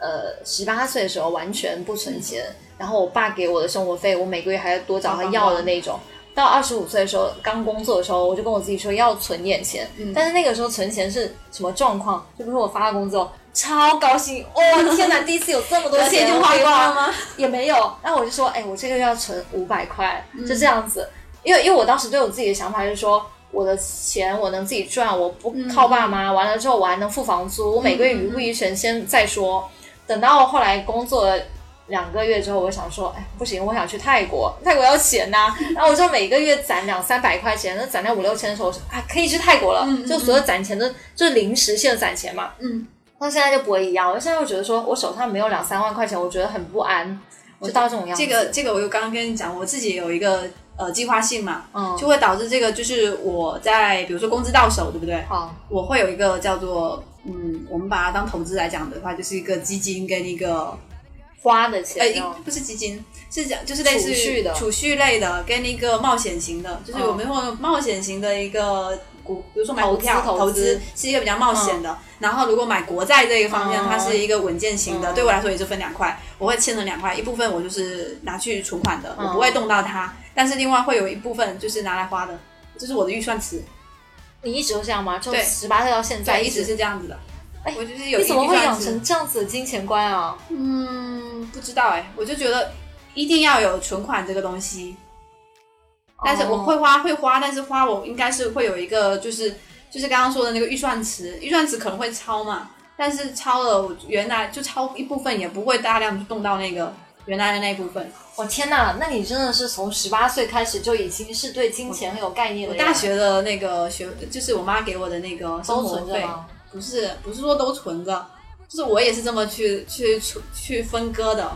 Speaker 1: 呃，十八岁的时候完全不存钱，然后我爸给我的生活费，我每个月还要多找他要的那种。到二十五岁的时候，刚工作的时候，我就跟我自己说要存点钱。
Speaker 2: 嗯
Speaker 1: 但是那个时候存钱是什么状况？就比如说我发了工资后，哦超高兴，哇、 天哪，第一次有这么多
Speaker 2: 而且
Speaker 1: 钱
Speaker 2: 就花光了
Speaker 1: 光，
Speaker 2: 吗？
Speaker 1: 也没有。那我就说，哎，我这个月要存五百块，
Speaker 2: 嗯
Speaker 1: 就这样子。因为因为我当时对我自己的想法是说，我的钱我能自己赚，我不
Speaker 2: 嗯
Speaker 1: 靠爸妈。完了之后，我还能付房租，我每个月余不余钱先再说。等到后来工作了两个月之后，我想说，哎，不行，我想去泰国，泰国要钱呐、然后我就每个月攒两三百块钱，那攒到五六千的时候，我说啊，可以去泰国了。
Speaker 2: 嗯嗯
Speaker 1: 就所有攒钱都就是临时性的攒钱嘛。
Speaker 2: 嗯，
Speaker 1: 那现在就不会一样，我现在就觉得说我手上没有两三万块钱，我觉得很不安，就到这种样子。
Speaker 2: 这个这个，我又刚刚跟你讲，我自己有一个呃计划性嘛，
Speaker 1: 嗯，
Speaker 2: 就会导致这个就是我在比如说工资到手，对不对？
Speaker 1: 好，
Speaker 2: 我会有一个叫做嗯，我们把它当投资来讲的话，就是一个基金跟一个
Speaker 1: 花的
Speaker 2: 呃，
Speaker 1: 钱
Speaker 2: 一
Speaker 1: 哦，
Speaker 2: 不是基金，是讲就是类似于
Speaker 1: 储蓄的
Speaker 2: 储蓄类的，跟一个冒险型的，就是
Speaker 1: 嗯
Speaker 2: 我们会有冒险型的一个股，比如说买股票
Speaker 1: 投资
Speaker 2: 投
Speaker 1: 投资
Speaker 2: 资是一个比较冒险的。然后如果买国债这一方面，
Speaker 1: 嗯
Speaker 2: 它是一个稳健型的，
Speaker 1: 嗯
Speaker 2: 对我来说也是分两块，我会切成两块，一部分我就是拿去存款的，
Speaker 1: 嗯
Speaker 2: 我不会动到它，但是另外会有一部分就是拿来花的，这是我的预算池，
Speaker 1: 你一直都这样吗？就
Speaker 2: 对
Speaker 1: 十八岁到现在
Speaker 2: 对，一直是这样子的。
Speaker 1: 哎
Speaker 2: 我就是有
Speaker 1: 你
Speaker 2: 一
Speaker 1: 怎么会
Speaker 2: 预算
Speaker 1: 养
Speaker 2: 池
Speaker 1: 成这样子的金钱观啊？
Speaker 2: 嗯，不知道哎、我就觉得一定要有存款这个东西，但是我
Speaker 1: 哦
Speaker 2: 会花会花，但是花我应该是会有一个就是就是刚刚说的那个预算池，预算池可能会超嘛，但是超了我原来就超一部分，也不会大量动到那个原来的那一部分。
Speaker 1: 我、哦天哪，那你真的是从十八岁开始就已经是对金钱很有概念
Speaker 2: 我
Speaker 1: 的
Speaker 2: 大学的那个学就是我妈给我的那个生
Speaker 1: 都
Speaker 2: 活
Speaker 1: 存着
Speaker 2: 费，
Speaker 1: 吗？
Speaker 2: 不是不是说都存着，就是我也是这么去去去分割的。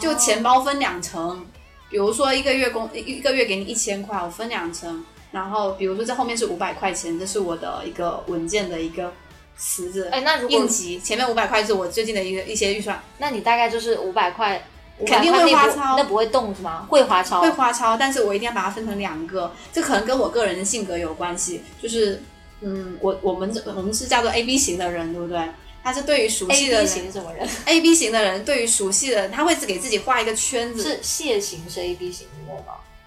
Speaker 2: 就
Speaker 1: 哦
Speaker 2: 钱包分两层，比如说一个月工一一个月给你一千块，我分两层，然后比如说这后面是五百块钱，这是我的一个文件的一个池子，
Speaker 1: 哎，那如
Speaker 2: 应
Speaker 1: 果
Speaker 2: 急。前面五百块是我最近的一个一些预算，
Speaker 1: 那你大概就是五百块，500
Speaker 2: 肯定会
Speaker 1: 块那
Speaker 2: 花
Speaker 1: 不
Speaker 2: 超
Speaker 1: 那不会动是吗？会花超
Speaker 2: 会，花超，但是我一定要把它分成两个，这可能跟我个人的性格有关系，就是嗯，我我们我们是叫做 A B 型的人，对不对？他是对于熟
Speaker 1: A
Speaker 2: 悉的
Speaker 1: B
Speaker 2: 人
Speaker 1: 型是什么人？
Speaker 2: A B 型的人对于熟悉的人，他会只给自己画一个圈子，
Speaker 1: 是蟹型是 A B 型的吗？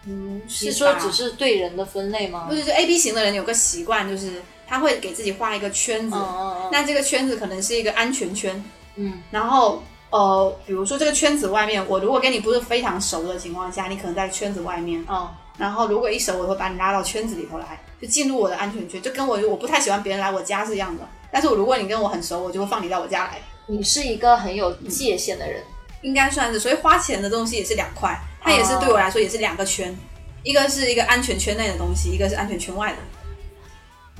Speaker 2: 嗯，
Speaker 1: 你
Speaker 2: 是
Speaker 1: 说
Speaker 2: 吧
Speaker 1: 只是对人的分类吗
Speaker 2: 不？是就 A B 型的人有个习惯，就是他会给自己画一个圈子，
Speaker 1: 嗯嗯
Speaker 2: 那这个圈子可能是一个安全圈，
Speaker 1: 嗯
Speaker 2: 然后呃，比如说这个圈子外面，我如果跟你不是非常熟的情况下，你可能在圈子外面，
Speaker 1: 嗯
Speaker 2: 然后如果一熟，我会把你拉到圈子里头来，就进入我的安全圈，就跟我我不太喜欢别人来我家是一样的，但是我如果你跟我很熟，我就会放你到我家来，
Speaker 1: 你是一个很有界限的人，
Speaker 2: 应该算是，所以花钱的东西也是两块，它也是对我来说也是两个圈，一个是一个安全圈内的东西，一个是安全圈外的。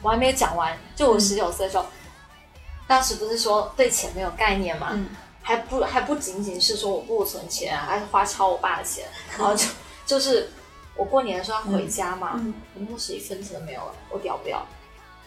Speaker 1: 我还没有讲完。就我十九岁的时候，当时不是说对钱没有概念嘛，
Speaker 2: 嗯
Speaker 1: 还不还不仅仅是说我不存钱，还花超我爸的钱，然后就就是我过年的时候要回家嘛，
Speaker 2: 嗯
Speaker 1: 我那时候一分钱都没有了，我屌不屌？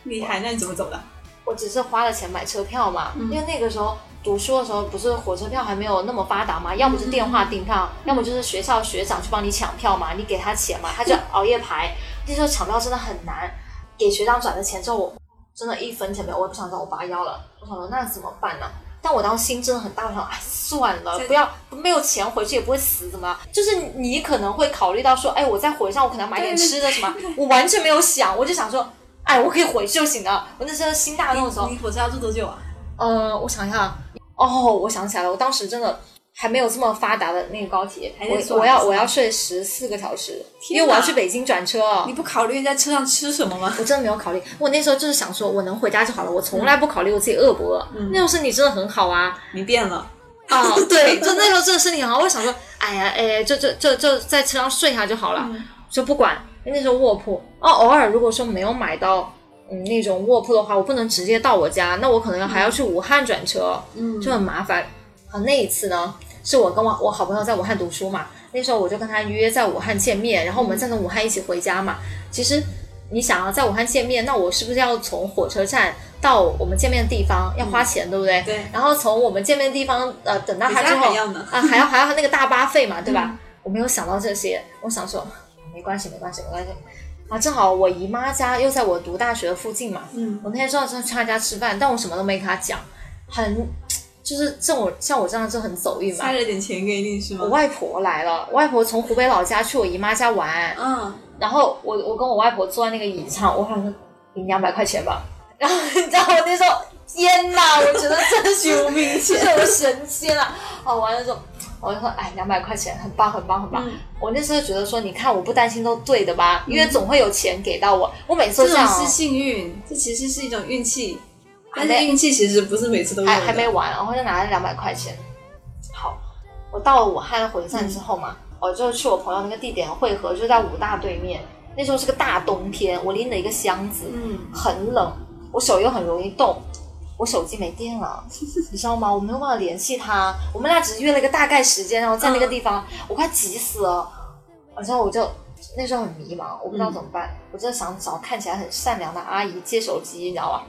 Speaker 2: 厉害，那你怎么走的？
Speaker 1: 我只是花了钱买车票嘛，
Speaker 2: 嗯
Speaker 1: 因为那个时候读书的时候，不是火车票还没有那么发达
Speaker 2: 嗯
Speaker 1: 嘛，要么就电话订票，要么就是学校学长去帮你抢票嘛，你给他钱嘛，他就熬夜排。那时候抢票真的很难，给学长转了钱之后，我真的一分钱没有，我也不想找我爸要了，我想说那怎么办呢、但我当时心真的很大，我想，哎，算了，
Speaker 2: 这
Speaker 1: 不要，没有钱回去也不会死，怎么样？就是你可能会考虑到说，哎，我在火车上我可能要买点
Speaker 2: 对
Speaker 1: 吃的什么，我完全没有想，我就想说，哎，我可以回去就行了。我那时候心大怒的时候，
Speaker 2: 你火车要坐多久啊？
Speaker 1: 呃，我想一下，哦，我想起来了，我当时真的还没有这么发达的那个高铁，
Speaker 2: 还在
Speaker 1: 我
Speaker 2: 转
Speaker 1: 我要
Speaker 2: 是吗
Speaker 1: 我要睡十四个小时，
Speaker 2: 天
Speaker 1: 因为我要
Speaker 2: 哪
Speaker 1: 去北京转车哦
Speaker 2: 你。不考虑在车上吃什么吗？
Speaker 1: 我真的没有考虑，我那时候就是想说，我能回家就好了，我从来不考虑我自己饿不饿。那时候身体真的很好啊，
Speaker 2: 你变了，
Speaker 1: 啊，对，就那时候真的身体很好，我想说，哎呀，哎，就就就就在车上睡下就好了，就不管。那时候卧铺，哦，偶尔如果说没有买到嗯那种卧铺的话，我不能直接到我家，那我可能还要去武汉转车，
Speaker 2: 嗯
Speaker 1: 就很麻烦。啊，那一次呢，是我跟我我好朋友在武汉读书嘛，那时候我就跟他约在武汉见面，然后我们再从武汉一起回家嘛。其实你想要啊在武汉见面，那我是不是要从火车站到我们见面的地方要花钱，对不对？
Speaker 2: 对，
Speaker 1: 然后从我们见面的地方，呃，等到他
Speaker 2: 比
Speaker 1: 之
Speaker 2: 家
Speaker 1: 后
Speaker 2: 还要嗯呢
Speaker 1: 啊，还 要还要那个大巴费嘛，对吧？我没有想到这些，我想说没关系，没关系，没关系。啊，正好我姨妈家又在我读大学的附近嘛，
Speaker 2: 嗯，
Speaker 1: 我那天知道是去她家吃饭，但我什么都没跟她讲，很就是这种像我这样就很走运嘛
Speaker 2: 塞。了点钱给你是
Speaker 1: 我
Speaker 2: 吗？
Speaker 1: 外婆来了，我外婆从湖北老家去我姨妈家玩，
Speaker 2: 嗯，
Speaker 1: 然后我我跟我外婆坐在那个椅子上，我想说领两百块钱吧，然后你知道我那时候天哪，我觉得真 是
Speaker 2: 救命
Speaker 1: 这
Speaker 2: 钱！
Speaker 1: 种神仙啊！哦，完了之后，我就说，哎，两百块钱，很棒，很棒，很棒。
Speaker 2: 嗯
Speaker 1: 我那时候觉得说，你看我不担心都对的吧，因为总会有钱给到我。我每次都
Speaker 2: 这
Speaker 1: 这样
Speaker 2: 种
Speaker 1: 哦、
Speaker 2: 是幸运，这其实是一种运气，
Speaker 1: 还
Speaker 2: 但
Speaker 1: 没
Speaker 2: 是运气其实不是每次都有的
Speaker 1: 哎还还没完，然后就拿了两百块钱。好，我到了武汉回站之后
Speaker 2: 嗯
Speaker 1: 嘛，我就去我朋友那个地点汇合，就在武大对面。那时候是个大冬天，我拎了一个箱子，
Speaker 2: 嗯，
Speaker 1: 很冷，我手又很容易冻，我手机没电 了，你知道吗？我没有办法联系他，我们俩只是约了一个大概时间，然后在那
Speaker 2: 嗯
Speaker 1: 个地方，我快急死了。然后我就那时候很迷茫，我不知道怎么
Speaker 2: 嗯
Speaker 1: 办，我就想找看起来很善良的阿姨借手机，你知道吧？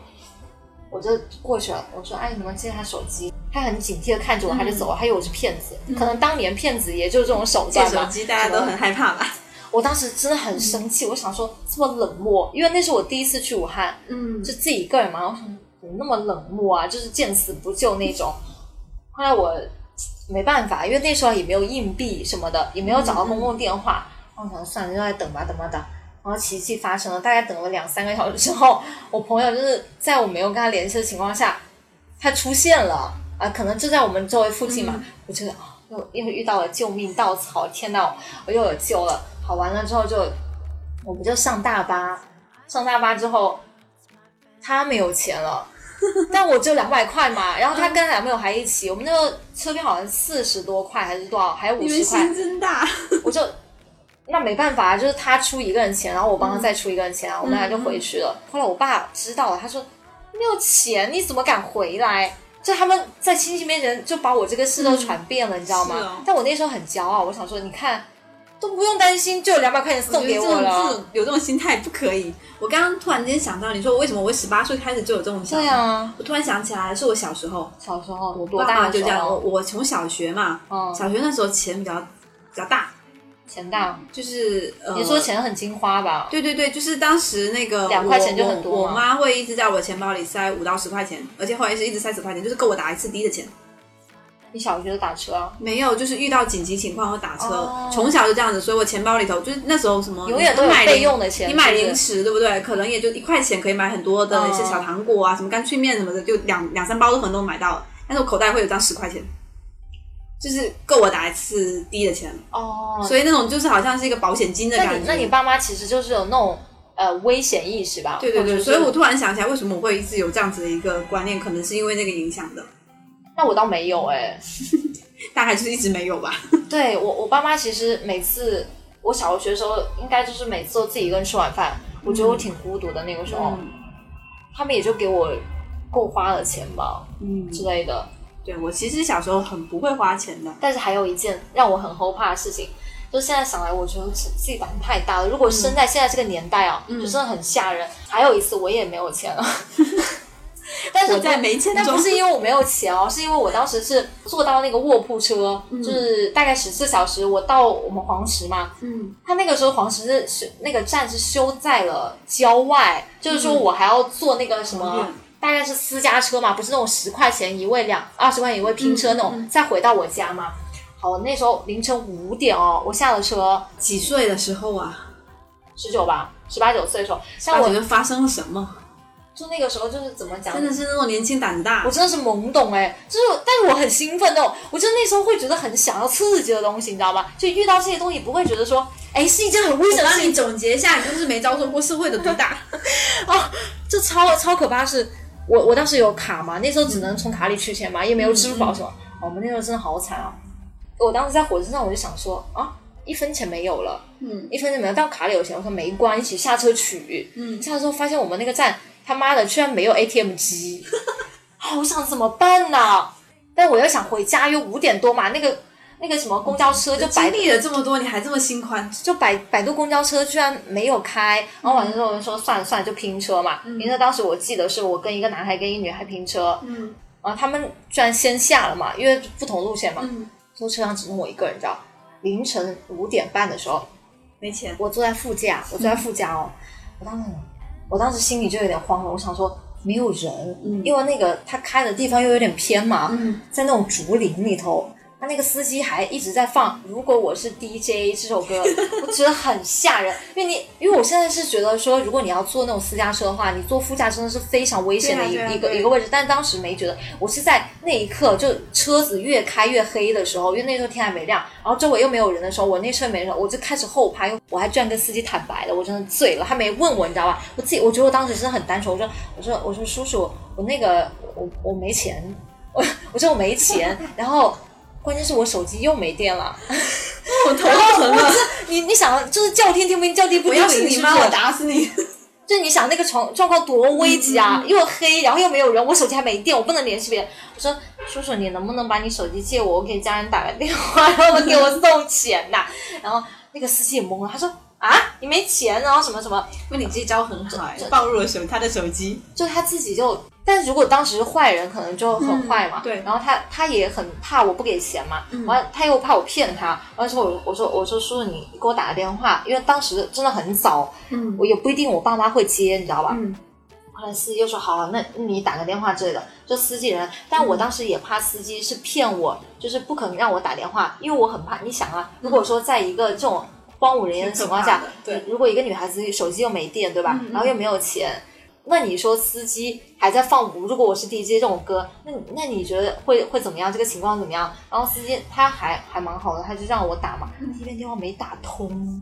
Speaker 1: 我就过去了，我说：“哎，你们借他手机。”他很警惕的看着我，他就
Speaker 2: 嗯
Speaker 1: 走了，他以为我是骗子。可能当年骗子也就这种手
Speaker 2: 借
Speaker 1: 段吧。
Speaker 2: 手机大家都很害嗯怕吧？
Speaker 1: 我当时真的很生气，我想说这么冷漠，因为那是我第一次去武汉，
Speaker 2: 嗯
Speaker 1: 就 自己一个人嘛，我想怎么那么冷漠啊，就是见死不救那种。后来我没办法，因为那时候也没有硬币什么的，也没有找到公共电话，我想算了，就在等吧，等吧等。然后奇迹发生了，大概等了两三个小时之后，我朋友就是在我没有跟他联系的情况下，他出现了啊，可能就在我们周围附近嘛。我觉得啊，又又遇到了救命稻草，天哪，我又有救了。好，完了之后就我们就上大巴，上大巴之后他没有钱 了，但我只有两百块嘛。然后
Speaker 2: 嗯
Speaker 1: 他跟男朋友还一起，我们那时候车票好像四十多块还是多少，还有五
Speaker 2: 你们
Speaker 1: 十块
Speaker 2: 心，真大，
Speaker 1: 我 就。那没办法，就是他出一个人钱，然后我
Speaker 2: 嗯
Speaker 1: 帮他再出一个人钱，啊，我们俩就回去了。后来我爸知道了，他说没有钱，你怎么敢回来？就他们在亲戚面前就把我这个事都传遍了，你知道吗？
Speaker 2: 嗯是哦
Speaker 1: 但我那时候很骄傲，我想说，你看，都不用担心，就有两百块钱送给我
Speaker 2: 我觉得这种这
Speaker 1: 了。
Speaker 2: 种有这种心态不可以。我刚刚突然间想到，你说我为什么我十八岁开始就有这种想
Speaker 1: 对
Speaker 2: 法？
Speaker 1: 啊，
Speaker 2: 我突然想起来，是我小时候，
Speaker 1: 小时候
Speaker 2: 我
Speaker 1: 多
Speaker 2: 爸
Speaker 1: 大
Speaker 2: 妈
Speaker 1: 的
Speaker 2: 就
Speaker 1: 时
Speaker 2: 这样。我
Speaker 1: 候
Speaker 2: 我从小学嘛，
Speaker 1: 嗯，
Speaker 2: 小学那时候钱比较比较大，
Speaker 1: 钱大，
Speaker 2: 就是呃，
Speaker 1: 你说钱很金花吧？
Speaker 2: 对对对，就是当时那个
Speaker 1: 两块钱就很多
Speaker 2: 我我我
Speaker 1: 吗
Speaker 2: 妈会一直在我钱包里塞五到十块钱，而且后来是一直塞十块钱，就是够我打一次的的钱。
Speaker 1: 你小学就打车啊，
Speaker 2: 没有，就是遇到紧急情况或打车，
Speaker 1: 哦
Speaker 2: 从小就这样子，所以我钱包里头就是那时候什么
Speaker 1: 永远都有
Speaker 2: 买
Speaker 1: 备
Speaker 2: 零
Speaker 1: 用的钱。
Speaker 2: 嗯你买
Speaker 1: 是不是
Speaker 2: 零食对不对？可能也就一块钱可以买很多的
Speaker 1: 嗯
Speaker 2: 一些小糖果啊，什么干脆面什么的，就两两三包都可能都买到了。但是我口袋会有张十块钱，就是够我打一次的的钱，
Speaker 1: 哦，
Speaker 2: 所以那种就是好像是一个保险金的
Speaker 1: 那
Speaker 2: 感
Speaker 1: 你
Speaker 2: 觉。
Speaker 1: 那你爸妈其实就是有那种呃危险意识吧？
Speaker 2: 对对
Speaker 1: 或
Speaker 2: 对，
Speaker 1: 者是
Speaker 2: 所以我突然想起来，为什么我会一直有这样子的一个观念，可能是因为那个影响的，
Speaker 1: 那我倒没有哎、
Speaker 2: 大概就是一直没有吧。
Speaker 1: 对我我爸妈其实每次我小学的时候，应该就是每次都自己一个人吃晚饭，我觉得我挺孤独的那
Speaker 2: 嗯
Speaker 1: 个时候，他们也就给我够花了钱吧
Speaker 2: 嗯，
Speaker 1: 之类的。
Speaker 2: 对我其实小时候很不会花钱的，
Speaker 1: 但是还有一件让我很后怕的事情，就现在想来，我觉得自自己胆太大了。如果
Speaker 2: 嗯
Speaker 1: 生在现在这个年代啊，就真的很吓人。还有一次我也没有钱 了，但是
Speaker 2: 我在没钱
Speaker 1: 但
Speaker 2: 中
Speaker 1: 不，是因为我没有钱哦，是因为我当时是坐到那个卧铺车，就是大概十四小时，我到我们黄石嘛，
Speaker 2: 嗯，
Speaker 1: 他那个时候黄石是是那个站是修在了郊外，就是说我还要坐那个什么，
Speaker 2: 嗯
Speaker 1: 大概是私家车嘛，不是那种十块钱一位两二十块钱一位拼车那
Speaker 2: 嗯
Speaker 1: 种，再回到我家嘛。好，那时候凌晨五点哦，我下了车，
Speaker 2: 几岁的时候啊，
Speaker 1: 十九吧，十八九岁的时候，像我
Speaker 2: 我觉得发生了什么？
Speaker 1: 就那个时候就是怎么讲，
Speaker 2: 真的是那种年轻胆大
Speaker 1: 我，真的是懵懂哎、就是我但是我很兴奋哦，我就那时候会觉得很想要刺激的东西，你知道吗？就遇到这些东西不会觉得说，哎，是一件很危
Speaker 2: 我
Speaker 1: 险的事
Speaker 2: 帮
Speaker 1: 情
Speaker 2: 你，总结一下，你就是没遭受过社会的毒 打。
Speaker 1: 这超超可怕是。我我当时有卡嘛，那时候只能从卡里取钱嘛，也没有支付宝什么。哦我们那时候真的好惨啊！我当时在火车上，我就想说啊，一分钱没有了，
Speaker 2: 嗯
Speaker 1: 一分钱没有，但我卡里有钱。我说没关系，下车取。
Speaker 2: 嗯，
Speaker 1: 下车之后发现我们那个站他妈的居然没有 ATM 机，啊，我想怎么办呢、但我又想回家，又五点多嘛，那个那个什么公交车就白
Speaker 2: 经历了这么多，你还这么心宽，
Speaker 1: 就百百度公交车居然没有开，然后晚
Speaker 2: 嗯
Speaker 1: 上之后我就说算了算了，就拼车嘛。拼车当时我记得是我跟一个男孩跟一个女孩拼车，
Speaker 2: 嗯
Speaker 1: 然后他们居然先下了嘛，因为不同路线嘛，
Speaker 2: 嗯，
Speaker 1: 坐车上只剩我一个人，你知道。凌晨五点半的时候，
Speaker 2: 没钱，
Speaker 1: 我坐在副驾，我坐
Speaker 2: 嗯
Speaker 1: 在副驾哦，我当时我当时心里就有点慌了，我想说没有人，因为那个他开的地方又有点偏嘛，
Speaker 2: 嗯
Speaker 1: 在那种竹林里头，他那个司机还一直在放《如果我是 DJ》这首歌，我觉得很吓人。因为你，因为我现在是觉得说，如果你要坐那种私家车的话，你坐副驾真的是非常危险的一、
Speaker 2: 对啊对啊
Speaker 1: 一个
Speaker 2: 对
Speaker 1: 一个位置。但当时没觉得，我是在那一刻就车子越开越黑的时候，因为那时候天还没亮，然后周围又没有人的时候，我那车没人的时候，我就开始后怕，因为我还居然跟司机坦白了，我真的醉了，他没问我，你知道吧？我自己我觉得我当时真的很单纯，我说我说我说叔叔，我那个我我没钱，我 我说我没钱， 然后关键是我手机又没电了。
Speaker 2: 我头都疼了。
Speaker 1: 你你想，就是叫天天不应，叫地不
Speaker 2: 我
Speaker 1: 灵，
Speaker 2: 要是你妈，
Speaker 1: 不
Speaker 2: 我打死 你。
Speaker 1: 就是你想那个状状况多危急啊！
Speaker 2: 嗯
Speaker 1: 又黑，然后又没有人，我手机还没电，我不能联系别人。我说叔叔，你能不能把你手机借我？我给家人打个电话，然后给我送钱呐、 然后那个司机也懵了，他说啊，你没钱，然后什么什么，
Speaker 2: 问你这招很好、哎
Speaker 1: 这这
Speaker 2: 暴露了手他的手机。
Speaker 1: 就他自己就。但是如果当时是坏人，可能就很坏嘛。
Speaker 2: 嗯对嗯
Speaker 1: 然后他他也很怕我不给钱嘛，然后他又怕我骗他，然后说我我说我说叔叔你给我打个电话，因为当时真的很早，
Speaker 2: 嗯
Speaker 1: 我也不一定我爸妈会接，你知道吧？
Speaker 2: 嗯
Speaker 1: 后来司机就说好，那你打个电话之类的，就司机人。但
Speaker 2: 嗯
Speaker 1: 我当时也怕司机是骗我，就是不肯让我打电话，因为我很怕。你想啊，如果说在一个这种荒无人烟的情况下
Speaker 2: 嗯挺可怕的，对
Speaker 1: 如果一个女孩子手机又没电，对吧？
Speaker 2: 嗯
Speaker 1: 然后又没有钱，那你说司机还在放《如果我是 DJ》这种歌，那你那你觉得会会怎么样？这个情况怎么样？然后司机他还还蛮好的，他就让我打嘛，
Speaker 2: 嗯
Speaker 1: 那边电话没打通。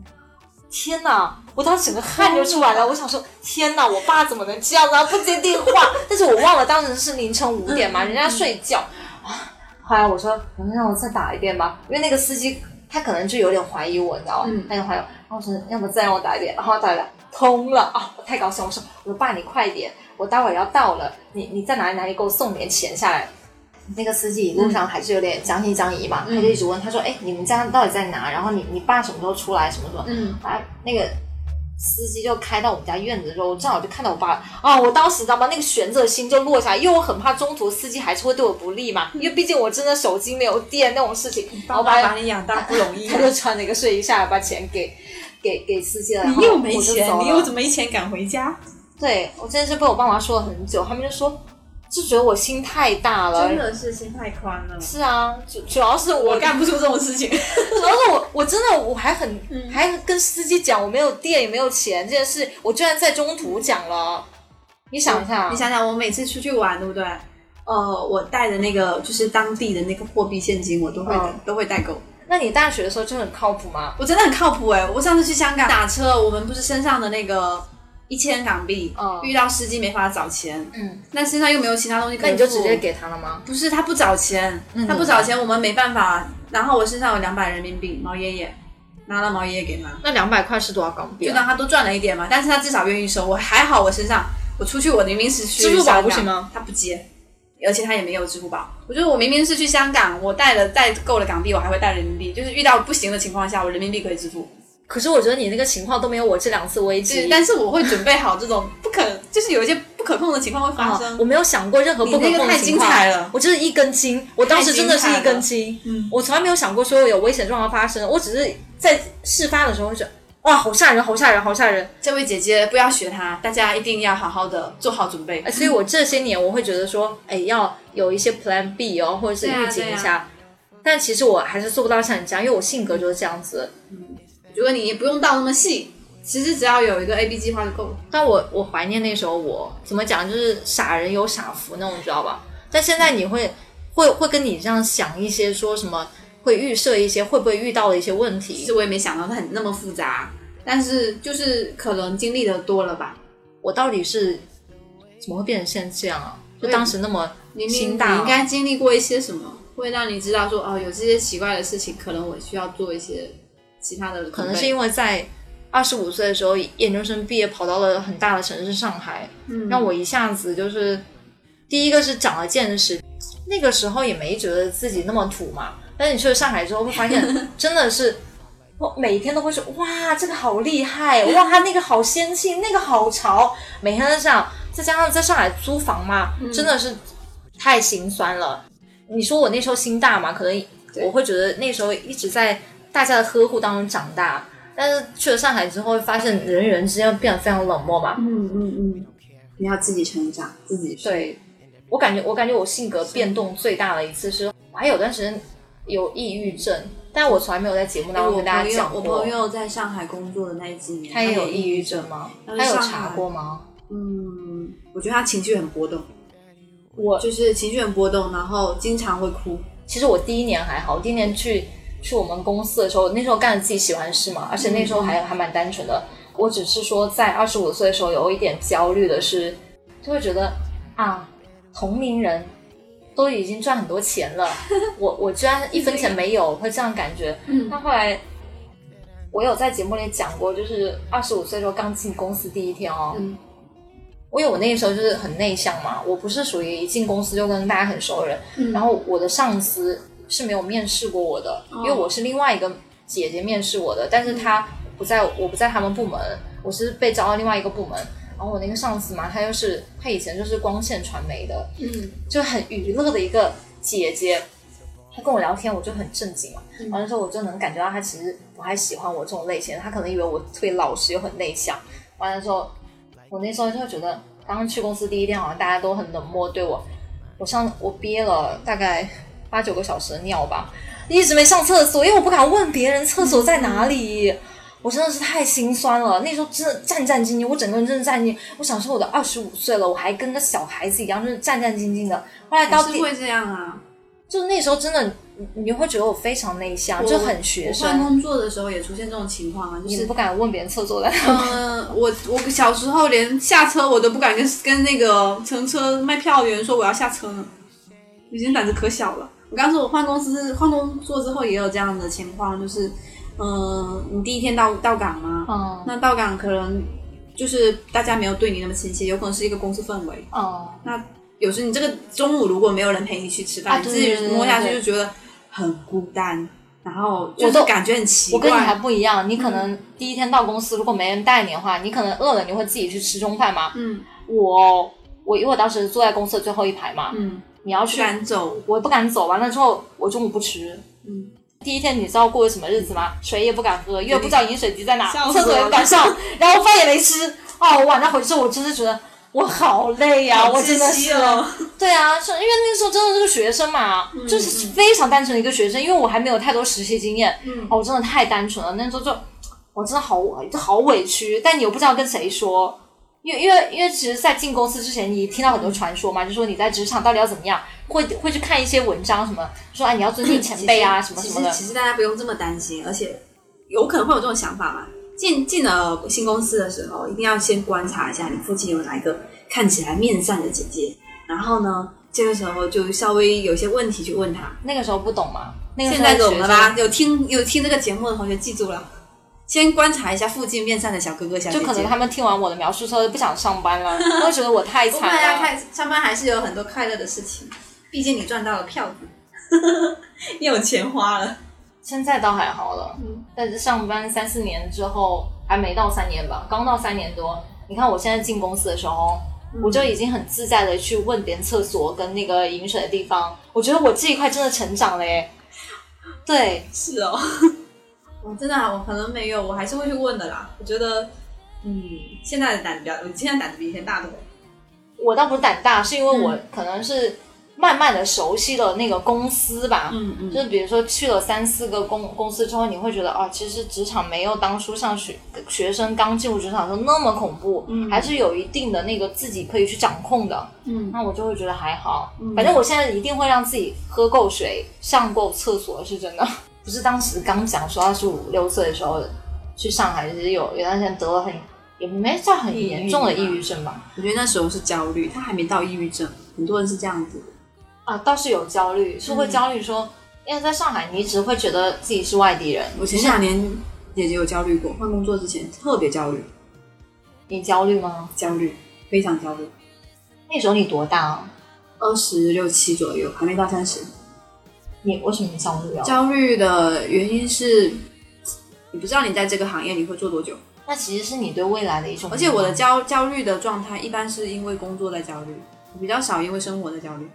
Speaker 1: 天哪！我当时整个汗就出来了，我想说，天哪，我爸怎么能这样呢？不接电话，但是我忘了当时是凌晨五点
Speaker 2: 嗯
Speaker 1: 嘛，人家睡觉。啊后来我说，能不能让我再打一遍吧？因为那个司机他可能就有点怀疑我，你知道吗？
Speaker 2: 嗯
Speaker 1: 他就怀疑我，然后我说，要不再让我打一遍，然后打一遍通了啊！我太高兴了，我说，我说爸你快点，我待会儿要到了，你你在哪里哪里给我送点钱下来。那个司机一路上还是有点将信将疑嘛，他就一直问他说：“哎，你们家到底在哪？然后你你爸什么时候出来？什么什么？”
Speaker 2: 嗯，
Speaker 1: 啊，那个司机就开到我们家院子的时候，我正好就看到我爸了啊！我当时知道吗？那个悬着心就落下来，因为我很怕中途司机还是会对我不利嘛，因为毕竟我真的手机没有电那种事情。然
Speaker 3: 爸
Speaker 1: 后
Speaker 3: 爸
Speaker 1: 把
Speaker 3: 把你养大不容易
Speaker 1: 他
Speaker 3: 啊，
Speaker 1: 就穿着一个睡衣下来，把钱给给给司机了。然后
Speaker 2: 你又没
Speaker 1: 我就
Speaker 2: 钱，
Speaker 1: 走
Speaker 2: 你又
Speaker 1: 了
Speaker 2: 怎么没钱赶 回家？
Speaker 1: 对我真的是被我爸妈说了很久，他们就说就觉得我心太大了。
Speaker 3: 真的是心太宽了。
Speaker 1: 是啊，主主要是我
Speaker 2: 我干不出这种事情。
Speaker 1: 主要是我，我真的我还很、
Speaker 2: 嗯
Speaker 1: 还跟司机讲我没有电也没有钱这件事，我居然在中途讲了。你 想一下，啊
Speaker 2: 嗯你想想，我每次出去玩，对不对？呃，我带的那个就是当地的那个货币现金，我都会、
Speaker 1: 嗯
Speaker 2: 都会带够。
Speaker 1: 那你大学的时候就很靠谱吗？
Speaker 2: 我真的很靠谱哎、我上次去香港打车，我们不是身上的那个一千港币，
Speaker 1: 嗯
Speaker 2: 遇到司机没法找钱，
Speaker 1: 嗯，
Speaker 2: 那身上又没有其他东西可
Speaker 1: 那
Speaker 2: 以，
Speaker 1: 你就直接。给他了吗？
Speaker 2: 不是他不找钱，他不找钱，我们没办法。然后我身上有两百人民币，毛爷爷拿了毛爷爷给他，
Speaker 1: 那两百块是多少港币
Speaker 2: 就当他多赚了一点嘛。但是他至少愿意收，我还好，我身上我出去我明明是去
Speaker 1: 支付宝不行
Speaker 2: 香港
Speaker 1: 吗？
Speaker 2: 他不接，而且他也没有支付宝。我觉得我明明是去香港，我带了带够了港币，我还会带人民币，就是遇到不行的情况下，我人民币可以支付。
Speaker 1: 可是我觉得你那个情况都没有我这两次危
Speaker 2: 对，
Speaker 1: 机。
Speaker 2: 但是我会准备好这种不可，就是有一些不可控的情况会发
Speaker 1: 啊
Speaker 2: 生。
Speaker 1: 我没有想过任何不可
Speaker 2: 你那
Speaker 1: 控
Speaker 2: 个
Speaker 1: 的
Speaker 2: 太
Speaker 1: 情况，
Speaker 2: 精彩了
Speaker 1: 我就是一根筋，我当时真的是一根筋，
Speaker 2: 嗯，
Speaker 1: 我从来没有想过说有危险状况发生，我只是在事发的时候会觉得哇，好吓人，好吓人，好吓人。
Speaker 2: 这位姐姐不要学她，大家一定要好好的做好准备
Speaker 1: 哎，。所以我这些年我会觉得说，哎，要有一些 Plan B 哦，或者是预警一
Speaker 2: 对啊
Speaker 1: 下。但其实我还是做不到像你这样，因为我性格就是这样子。
Speaker 2: 如果你也不用到那么细，其实只要有一个 A B 计划就够了。
Speaker 1: 但我我怀念那时候我怎么讲，就是傻人有傻福那种，你知道吧？但现在你会会会跟你这样想一些说什么，会预设一些会不会遇到的一些问
Speaker 2: 其
Speaker 1: 题。
Speaker 2: 实我也没想到它很那么复杂，但是就是可能经历的多了吧。
Speaker 1: 我到底是怎么会变成现在这样啊？就
Speaker 2: 对
Speaker 1: 当时那么
Speaker 2: 明明
Speaker 1: 心
Speaker 2: 你
Speaker 1: 大哦、
Speaker 2: 应该经历过一些什么，会让你知道说哦，有这些奇怪的事情，可能我需要做一些其他的准备。
Speaker 1: 可能是因为在二十五岁的时候，研究生毕业跑到了很大的城市上海，
Speaker 2: 嗯
Speaker 1: 让我一下子就是第一个是长了见识，那个时候也没觉得自己那么土嘛，但是你去了上海之后，会发现真的是。我每天都会说哇，这个好厉害，哇，那个好仙气，那个好潮，每天都这样。再加上在上海租房嘛，真的是太心酸了。你说我那时候心大嘛，可能我会觉得那时候一直在大家的呵护当中长大，但是去了上海之后，会发现人与人之间变得非常冷漠嘛。
Speaker 2: 嗯嗯嗯，你要自己成长，自己去
Speaker 1: 对，我感觉我感觉我性格变动最大的一次是，我还有段时间有抑郁症，但我从来没有在节目当中
Speaker 2: 哎我
Speaker 1: 跟大
Speaker 2: 朋
Speaker 1: 家
Speaker 2: 友，
Speaker 1: 讲
Speaker 2: 我
Speaker 1: 过
Speaker 2: 朋。友在上海工作的那几年，
Speaker 1: 他也有抑
Speaker 2: 抑
Speaker 1: 郁
Speaker 2: 郁
Speaker 1: 症。吗？
Speaker 2: 他
Speaker 1: 他
Speaker 2: 在
Speaker 1: 有
Speaker 2: 上
Speaker 1: 查
Speaker 2: 海
Speaker 1: 过吗？
Speaker 2: 嗯，我觉得他情绪很波动，
Speaker 1: 我
Speaker 2: 就是情绪很波动，然后经常会哭。
Speaker 1: 其实我第一年还好，第一年去去我们公司的时候，那时候干着自己喜欢的事嘛，而且那时候还、
Speaker 2: 嗯
Speaker 1: 还蛮单纯的。我只是说，在二十五岁的时候有一点焦虑的是，就会觉得啊，同龄人都已经赚很多钱 了，我我居然一分钱没有，会这样感觉。
Speaker 2: 嗯
Speaker 1: 但后来我有在节目里讲过，就是二十五岁的时候刚进公司第一天哦，
Speaker 2: 嗯
Speaker 1: 因为我那个时候就是很内向嘛，我不是属于一进公司就跟大家很熟的人，
Speaker 2: 嗯
Speaker 1: 然后我的上司是没有面试过我的，因为我是另外一个姐姐面试我的，但是她不在，我不在他们部门，我是被招到另外一个部门。然后我那个上司嘛，她又是她以前就是光线传媒的，
Speaker 2: 嗯
Speaker 1: 就很娱乐的一个姐姐，她跟我聊天，我就很震惊嘛。完了之后，我就能感觉到她其实不太喜欢我这种类型，她可能以为我特别老实又很内向。完了之后，我那时候就会觉得，刚刚去公司第一天，好像大家都很冷漠对我。我上我憋了大概八九个小时的尿吧，一直没上厕所，因为我不敢问别人厕所在哪里。我真的是太心酸了，那时候真的战战兢兢，我整个人真的战兢。我想说，我都二十五岁了，我还跟个小孩子一样，就是战战兢兢的。后来到
Speaker 2: 是
Speaker 1: 第，
Speaker 2: 会这样啊。
Speaker 1: 就那时候真的，你你会觉得我非常内向，啊
Speaker 2: 我
Speaker 1: 就很学
Speaker 2: 我换
Speaker 1: 生，
Speaker 2: 工作的时候也出现这种情况啊，就
Speaker 1: 你
Speaker 2: 是
Speaker 1: 不敢问别人厕 所在哪。
Speaker 2: 嗯，我我小时候连下车我都不敢跟跟那个乘车卖票员说我要下车呢，已经胆子可小了。我刚说我换公司换工作之后也有这样的情况，就是嗯，你第一天到到岗嘛，
Speaker 1: 嗯
Speaker 2: 那到岗可能就是大家没有对你那么亲切，有可能是一个公司氛围。
Speaker 1: 嗯
Speaker 2: 那有时你这个中午如果没有人陪你去吃饭，
Speaker 1: 啊
Speaker 2: 你
Speaker 1: 对
Speaker 2: 自己
Speaker 1: 对对对
Speaker 2: 摸下去
Speaker 1: 对
Speaker 2: 就觉得很孤单，然
Speaker 1: 我
Speaker 2: 后就
Speaker 1: 都
Speaker 2: 是感觉很奇
Speaker 1: 我跟你还
Speaker 2: 怪。嗯
Speaker 1: 不一样，你可能第一天到公司，如果没人带你的话，你可能饿了，你会自己去吃中饭嘛。
Speaker 2: 嗯
Speaker 1: 我我因为我当时坐在公司的最后一排嘛，
Speaker 2: 嗯，
Speaker 1: 你要
Speaker 2: 不
Speaker 1: 去，
Speaker 2: 敢走。
Speaker 1: 我不敢走。完了之后，我中午不吃。
Speaker 2: 嗯，
Speaker 1: 第一天你知道过什么日子吗？水也不敢喝，又不知道饮水机在哪，
Speaker 2: 笑死
Speaker 1: 厕所也不敢 上，然后饭也没吃。哦，我晚上回去之后，我真是觉得我好累呀、我真的
Speaker 2: 好
Speaker 1: 是。
Speaker 2: 窒息哦
Speaker 1: 对啊，是因为那个时候真的是个学生嘛，
Speaker 2: 嗯
Speaker 1: 就是非常单纯的一个学生，因为我还没有太多实习经验，
Speaker 2: 嗯
Speaker 1: 哦，我真的太单纯了，那时候就我真的好就好委屈，但你又不知道跟谁说，因为因为因为其实，在进公司之前，你听到很多传说
Speaker 2: 嗯
Speaker 1: 嘛，就说你在职场到底要怎么样，会会去看一些文章什么，说哎你要尊敬前辈啊什么
Speaker 2: 其
Speaker 1: 什
Speaker 2: 实
Speaker 1: 么的，
Speaker 2: 其实大家不用这么担心，而且有可能会有这种想法嘛。进进了新公司的时候，一定要先观察一下你附近有哪一个看起来面善的姐姐，然后呢，这个时候就稍微有些问题去问她。
Speaker 1: 那个时候不懂嘛，那个时
Speaker 2: 现
Speaker 1: 候
Speaker 2: 在懂了
Speaker 1: 学
Speaker 2: 吧
Speaker 1: 生？？
Speaker 2: 有听有听这个节目的同学记住了，先观察一下附近面善的小哥哥小姐
Speaker 1: 就
Speaker 2: 姐。
Speaker 1: 可能他们听完我的描述之后就不想上班 了，我会觉得我太
Speaker 2: 不
Speaker 1: 惨
Speaker 2: 过大家
Speaker 1: 了。
Speaker 2: 看上班还是有很多快乐的事情，毕竟你赚到了票子， 你有钱花了。
Speaker 1: 现在倒还好了，
Speaker 2: 嗯
Speaker 1: 但是上班三四年之后，还没到三年吧，刚到三年多。你看我现在进公司的时候，
Speaker 2: 嗯
Speaker 1: 我就已经很自在的去问别人厕所跟那个饮水的地方，我觉得我这一块真的成长了耶。对，
Speaker 2: 是哦， 我真的、啊、我可能没有，我还是会去问的啦。我觉得，嗯，现在的胆比较，我现在胆子比以前大多了。
Speaker 1: 我倒不是胆大，是因为我
Speaker 2: 嗯
Speaker 1: 可能是慢慢的熟悉了那个公司吧。
Speaker 2: 嗯嗯
Speaker 1: 就是比如说去了三四个公公司之后，你会觉得哦，其实职场没有当初上学学生刚进入职场的时候那么恐怖，
Speaker 2: 嗯
Speaker 1: 还是有一定的那个自己可以去掌控的。
Speaker 2: 嗯，
Speaker 1: 那我就会觉得还好，
Speaker 2: 嗯
Speaker 1: 反正我现在一定会让自己喝够水、上够厕所，是真的。 不是当时刚讲说二十五六岁的时候去上海，就是有有段时间得了很也没叫很
Speaker 2: 抑郁
Speaker 1: 严重的
Speaker 2: 吧
Speaker 1: 抑郁症吧？
Speaker 2: 我觉得那时候是焦虑，他还没到抑郁症，很多人是这样子的。
Speaker 1: 啊，倒是有焦虑，是会焦虑说，因为在上海你只会觉得自己是外地人，
Speaker 2: 我前两年也有焦虑过，换工作之前特别焦虑，
Speaker 1: 你焦虑吗？
Speaker 2: 焦虑，非常焦虑。
Speaker 1: 那时候你多大啊？
Speaker 2: 二十六七左右，还没到三十。
Speaker 1: 你为什么焦虑啊？
Speaker 2: 焦虑的原因是，你不知道你在这个行业你会做多久，
Speaker 1: 那其实是你对未来的一种迷茫，
Speaker 2: 而且我的焦焦虑的状态一般是因为工作在焦虑，比较少因为生活的焦虑。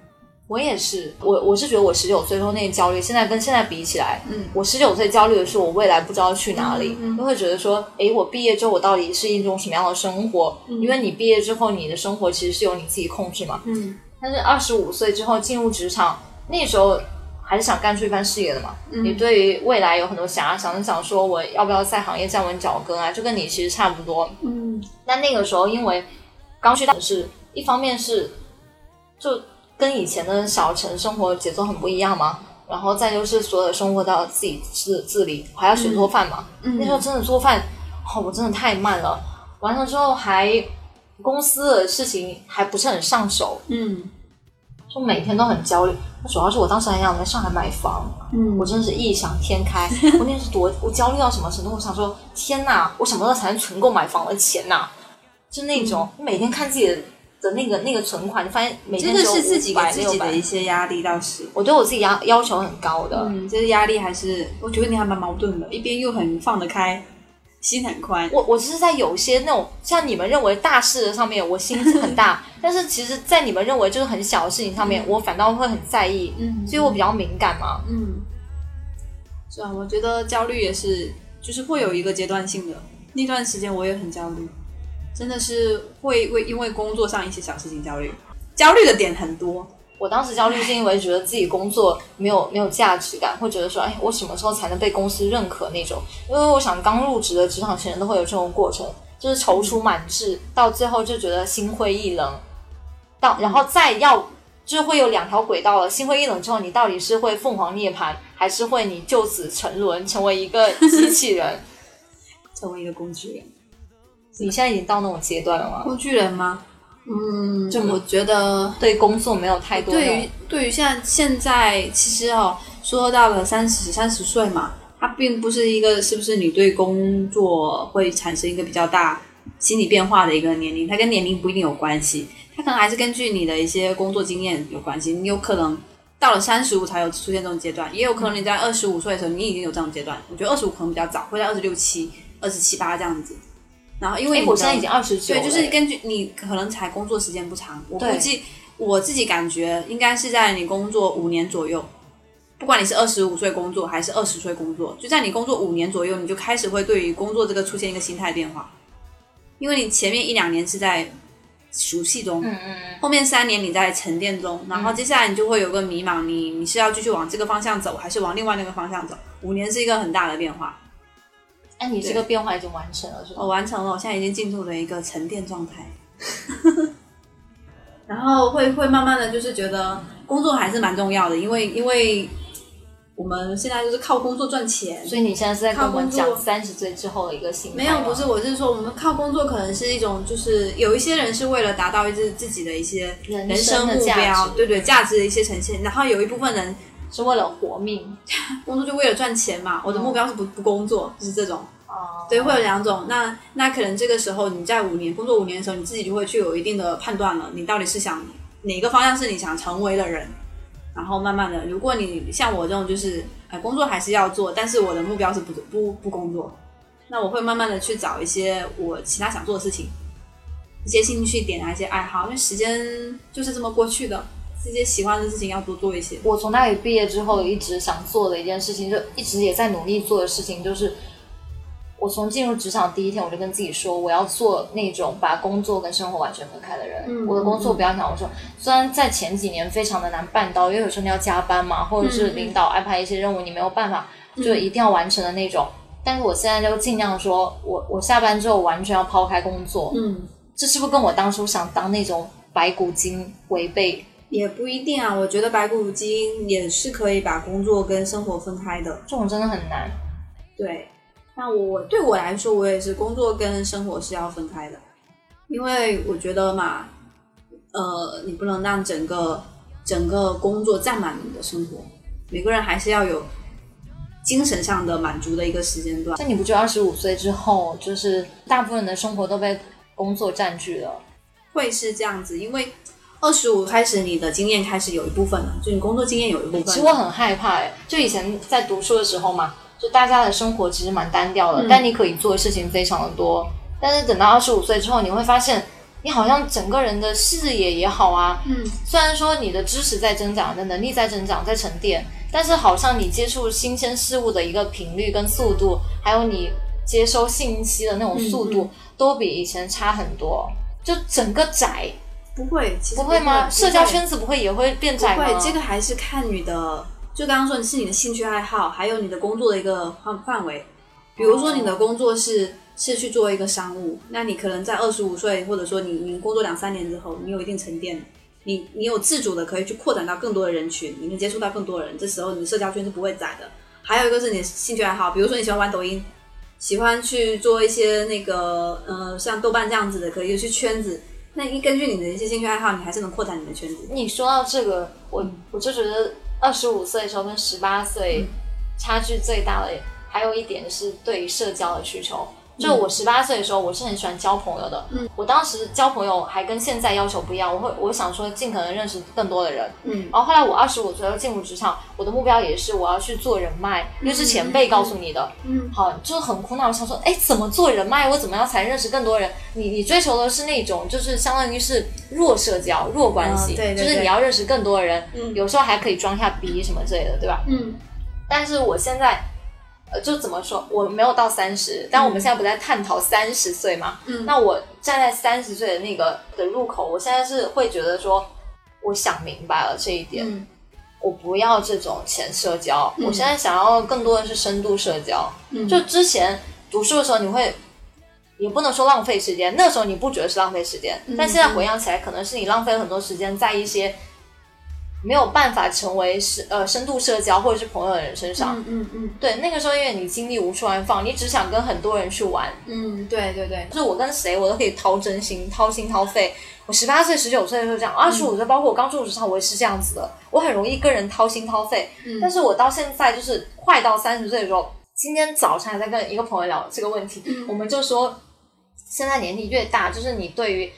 Speaker 1: 我也是，我我是觉得我十九岁时候那个焦虑，现在跟现在比起来，
Speaker 2: 嗯，
Speaker 1: 我十九岁焦虑的是我未来不知道去哪里，
Speaker 2: 嗯嗯
Speaker 1: 就会觉得说，诶，我毕业之后我到底是一种什么样的生活？因为你毕业之后，你的生活其实是由你自己控制嘛。
Speaker 2: 嗯
Speaker 1: 但是二十五岁之后进入职场，那时候还是想干出一番事业的嘛，
Speaker 2: 嗯
Speaker 1: 你对于未来有很多遐想，想说我要不要在行业站稳脚跟啊，就跟你其实差不多。
Speaker 2: 嗯
Speaker 1: 那那个时候因为刚去到是一方面是就跟以前的小城生活节奏很不一样嘛，然后再就是所有的生活都要自己自自理，我还要学做饭嘛。
Speaker 2: 嗯
Speaker 1: 那时候真的做饭，哦，我真的太慢了。完了之后还公司的事情还不是很上手，
Speaker 2: 嗯
Speaker 1: 就每天都很焦虑。那主要是我当时还想在上海买房，
Speaker 2: 嗯
Speaker 1: 我真的是异想天开。 我那是多，我焦虑到什么程度？我想说，天哪，我什么时候才能存够买房的钱呐、就那种，每天看自己的的那个那个存款，就发现每
Speaker 2: 嗯这
Speaker 1: 天
Speaker 2: 个
Speaker 1: 只有
Speaker 2: 是自己给
Speaker 1: 500
Speaker 2: 自己的一
Speaker 1: 600
Speaker 2: 些压力，倒是。
Speaker 1: 我对我自己要要求很高的。
Speaker 2: 嗯，这个压力还是，我觉得你还蛮矛盾的，一边又很放得开，心很宽。
Speaker 1: 我我是在有些那种像你们认为大事的上面，我心很 大，但是其实，在你们认为就是很小的事情上面，我反倒会很在意，
Speaker 2: 嗯
Speaker 1: 所以我比较敏感嘛。
Speaker 2: 嗯，是啊，我觉得焦虑也是，就是会有一个阶段性的。那段时间我也很焦虑，真的是会为因为工作上一些小事情焦虑，焦虑的点很多。
Speaker 1: 我当时焦虑是因为觉得自己工作没有没有价值感，会觉得说，哎，我什么时候才能被公司认可那种？因为我想刚入职的职场新人都会有这种过程，就是踌躇满
Speaker 2: 嗯
Speaker 1: 志，到最后就觉得心灰意冷，到然后再要就是会有两条轨道了。心灰意冷之后，你到底是会凤凰涅槃，还是会你就此沉沦成为一个机器人？
Speaker 2: 成为一个工具人，
Speaker 1: 你现在已经到那种阶段了吗？
Speaker 2: 工具人吗？嗯，
Speaker 1: 这么
Speaker 2: 我觉得
Speaker 1: 对工作没有太多的
Speaker 2: 对于对于现在现在，其实哦，说到了三十三十岁嘛，它并不是一个是不是你对工作会产生一个比较大心理变化的一个年龄，它跟年龄不一定有关系，它可能还是根据你的一些工作经验有关系。你有可能到了三十五才有出现这种阶段，也有可能你在二十五岁的时候你已经有这种阶段。我觉得二十五可能比较早，会在二十六七、二十七八这样子。然后因为
Speaker 1: 哎
Speaker 2: 你，
Speaker 1: 我
Speaker 2: 的
Speaker 1: 现在已经二十九，
Speaker 2: 对，就是根据你可能才工作时间不长，我
Speaker 1: 对
Speaker 2: 估计我自己感觉应该是在你工作五年左右，不管你是二十五岁工作还是二十岁工作，就在你工作五年左右，你就开始会对于工作这个出现一个心态变化，因为你前面一两年是在熟悉中，
Speaker 1: 嗯嗯
Speaker 2: 后面三年你在沉淀中，然后接下来你就会有个迷茫，你你是要继续往这个方向走，还是往另外那个方向走？五年是一个很大的变化。
Speaker 1: 嗯，哎，你这个变化已经完成了是吧？
Speaker 2: 我完成了，我现在已经进入了一个沉淀状态， 然后会会慢慢的就是觉得工作还是蛮重要的，因为因为我们现在就是靠工作赚钱，
Speaker 1: 所以你现在是在跟我们
Speaker 2: 靠
Speaker 1: 讲
Speaker 2: 工
Speaker 1: 三十岁之后的一个心态
Speaker 2: 没
Speaker 1: 吗
Speaker 2: 有不是，我是说我们靠工作可能是一种就是有一些人是为了达到自自己的一些
Speaker 1: 人
Speaker 2: 人
Speaker 1: 生
Speaker 2: 生
Speaker 1: 的
Speaker 2: 目
Speaker 1: 价
Speaker 2: 标
Speaker 1: 值，
Speaker 2: 对对价值的一些呈现，然后有一部分人
Speaker 1: 是为了活命
Speaker 2: 工作就为了赚钱嘛，我的目标是不不工作，就是这种。
Speaker 1: 啊，
Speaker 2: 对，会有两种。那那可能这个时候你在五年工作五年的时候，你自己就会去有一定的判断了，你到底是想哪个方向是你想成为的人。然后慢慢的，如果你像我这种就是，呃，工作还是要做，但是我的目标是不不不工作，那我会慢慢的去找一些我其他想做的事情，一些兴趣点啊，一些爱好，因为时间就是这么过去的，这些喜欢的事情要多做一些。
Speaker 1: 我从大学毕业之后，一直想做的一件事情，就一直也在努力做的事情，就是我从进入职场第一天，我就跟自己说，我要做那种把工作跟生活完全分开的人。
Speaker 2: 嗯
Speaker 1: 我的工作不要想，我说虽然在前几年非常的难办到，因为有时候你要加班嘛，或者是
Speaker 2: 嗯嗯嗯
Speaker 1: 领导安排一些任务，你没有办法就一定要完成的那种。但是我现在就尽量说，我我下班之后完全要抛开工作，
Speaker 2: 嗯，
Speaker 1: 这是不是跟我当初想当那种白骨精违背？
Speaker 2: 也不一定啊，我觉得白骨精也是可以把工作跟生活分开的。
Speaker 1: 这种真的很难。
Speaker 2: 对，那我对我来说，我也是工作跟生活是要分开的，因为我觉得嘛，呃，你不能让整个整个工作占满你的生活，每个人还是要有精神上的满足的一个时间段。
Speaker 1: 那你不觉得二十五岁之后，就是大部分人的生活都被工作占据了？
Speaker 2: 会是这样子，因为二十五开始，你的经验开始有一部分了，就你工作经验有一部
Speaker 1: 其
Speaker 2: 分
Speaker 1: 实我
Speaker 2: 了。
Speaker 1: 很害怕、欸，就以前在读书的时候嘛，就大家的生活其实蛮单调的，但你可以做的事情非常的多。但是等到二十五岁之后，你会发现，你好像整个人的视野也好啊，
Speaker 2: 嗯，
Speaker 1: 虽然说你的知识在增长，你的能力在增长，在沉淀，但是好像你接触新鲜事物的一个频率跟速度，还有你接收信息的那种速度，
Speaker 2: 嗯
Speaker 1: 都比以前差很多。就整个窄，
Speaker 2: 不会，其实
Speaker 1: 不会吗？
Speaker 2: 不
Speaker 1: 社交
Speaker 2: 会
Speaker 1: 圈子不会也会变窄
Speaker 2: 不
Speaker 1: 吗？
Speaker 2: 会，这个还是看你的，就刚刚说你是你的兴趣爱好，还有你的工作的一个范范围。比如说你的工作是是去做一个商务，那你可能在二十五岁，或者说你你工作两三年之后，你有一定沉淀，你你有自主的可以去扩展到更多的人群，你能接触到更多人，这时候你的社交圈是不会窄的。还有一个是你的兴趣爱好，比如说你喜欢玩抖音，喜欢去做一些那个呃像豆瓣这样子的，可以去圈子。那一根据你的一些兴趣爱好，你还是能扩展你的圈子。
Speaker 1: 你说到这个，我我就觉得二十五岁的时候跟十八岁差距最大的，还有一点是对于社交的需求。就我十八岁的时候，我是很喜欢交朋友的。
Speaker 2: 嗯，
Speaker 1: 我当时交朋友还跟现在要求不一样，我会我想说尽可能认识更多的人。
Speaker 2: 嗯，
Speaker 1: 然后后来我二十五左右进入职场，我的目标也是我要去做人脉，因为是前辈告诉你的。
Speaker 2: 嗯，
Speaker 1: 好，就很苦恼，想说，哎，怎么做人脉？我怎么样才认识更多人？你你追求的是那种，就是相当于是弱社交、弱关系，
Speaker 2: 嗯对对
Speaker 1: 就是
Speaker 2: 对
Speaker 1: 你要认识更多的人，
Speaker 2: 嗯
Speaker 1: 有时候还可以装一下逼什么之类的，对吧？
Speaker 2: 嗯
Speaker 1: 但是我现在，呃，就怎么说，我没有到三十，但我们现在不在探讨三十岁嘛？
Speaker 2: 嗯
Speaker 1: 那我站在三十岁的那个的入口，我现在是会觉得说，我想明白了这一点，
Speaker 2: 嗯
Speaker 1: 我不要这种浅社交，
Speaker 2: 嗯
Speaker 1: 我现在想要更多的是深度社交。
Speaker 2: 嗯
Speaker 1: 就之前读书的时候，你会也不能说浪费时间，那时候你不觉得是浪费时
Speaker 2: 嗯
Speaker 1: 间，但现在回想起来，可能是你浪费了很多时间在一些没有办法成为是呃深度社交或者是朋友的人身上。
Speaker 2: 嗯嗯
Speaker 1: 对，那个时候因为你精力无处安放，你只想跟很多人去玩，
Speaker 2: 嗯，对对对，
Speaker 1: 就是我跟谁我都可以掏真心、掏心掏肺。我十八岁、十九岁的时候这样，二十五
Speaker 2: 嗯
Speaker 1: 岁，包括我刚入职场，我也是这样子的。我很容易跟人掏心掏肺，
Speaker 2: 嗯
Speaker 1: 但是我到现在就是快到三十岁的时候，今天早上还在跟一个朋友聊这个问题，我们就说现在年纪越大，就是你对于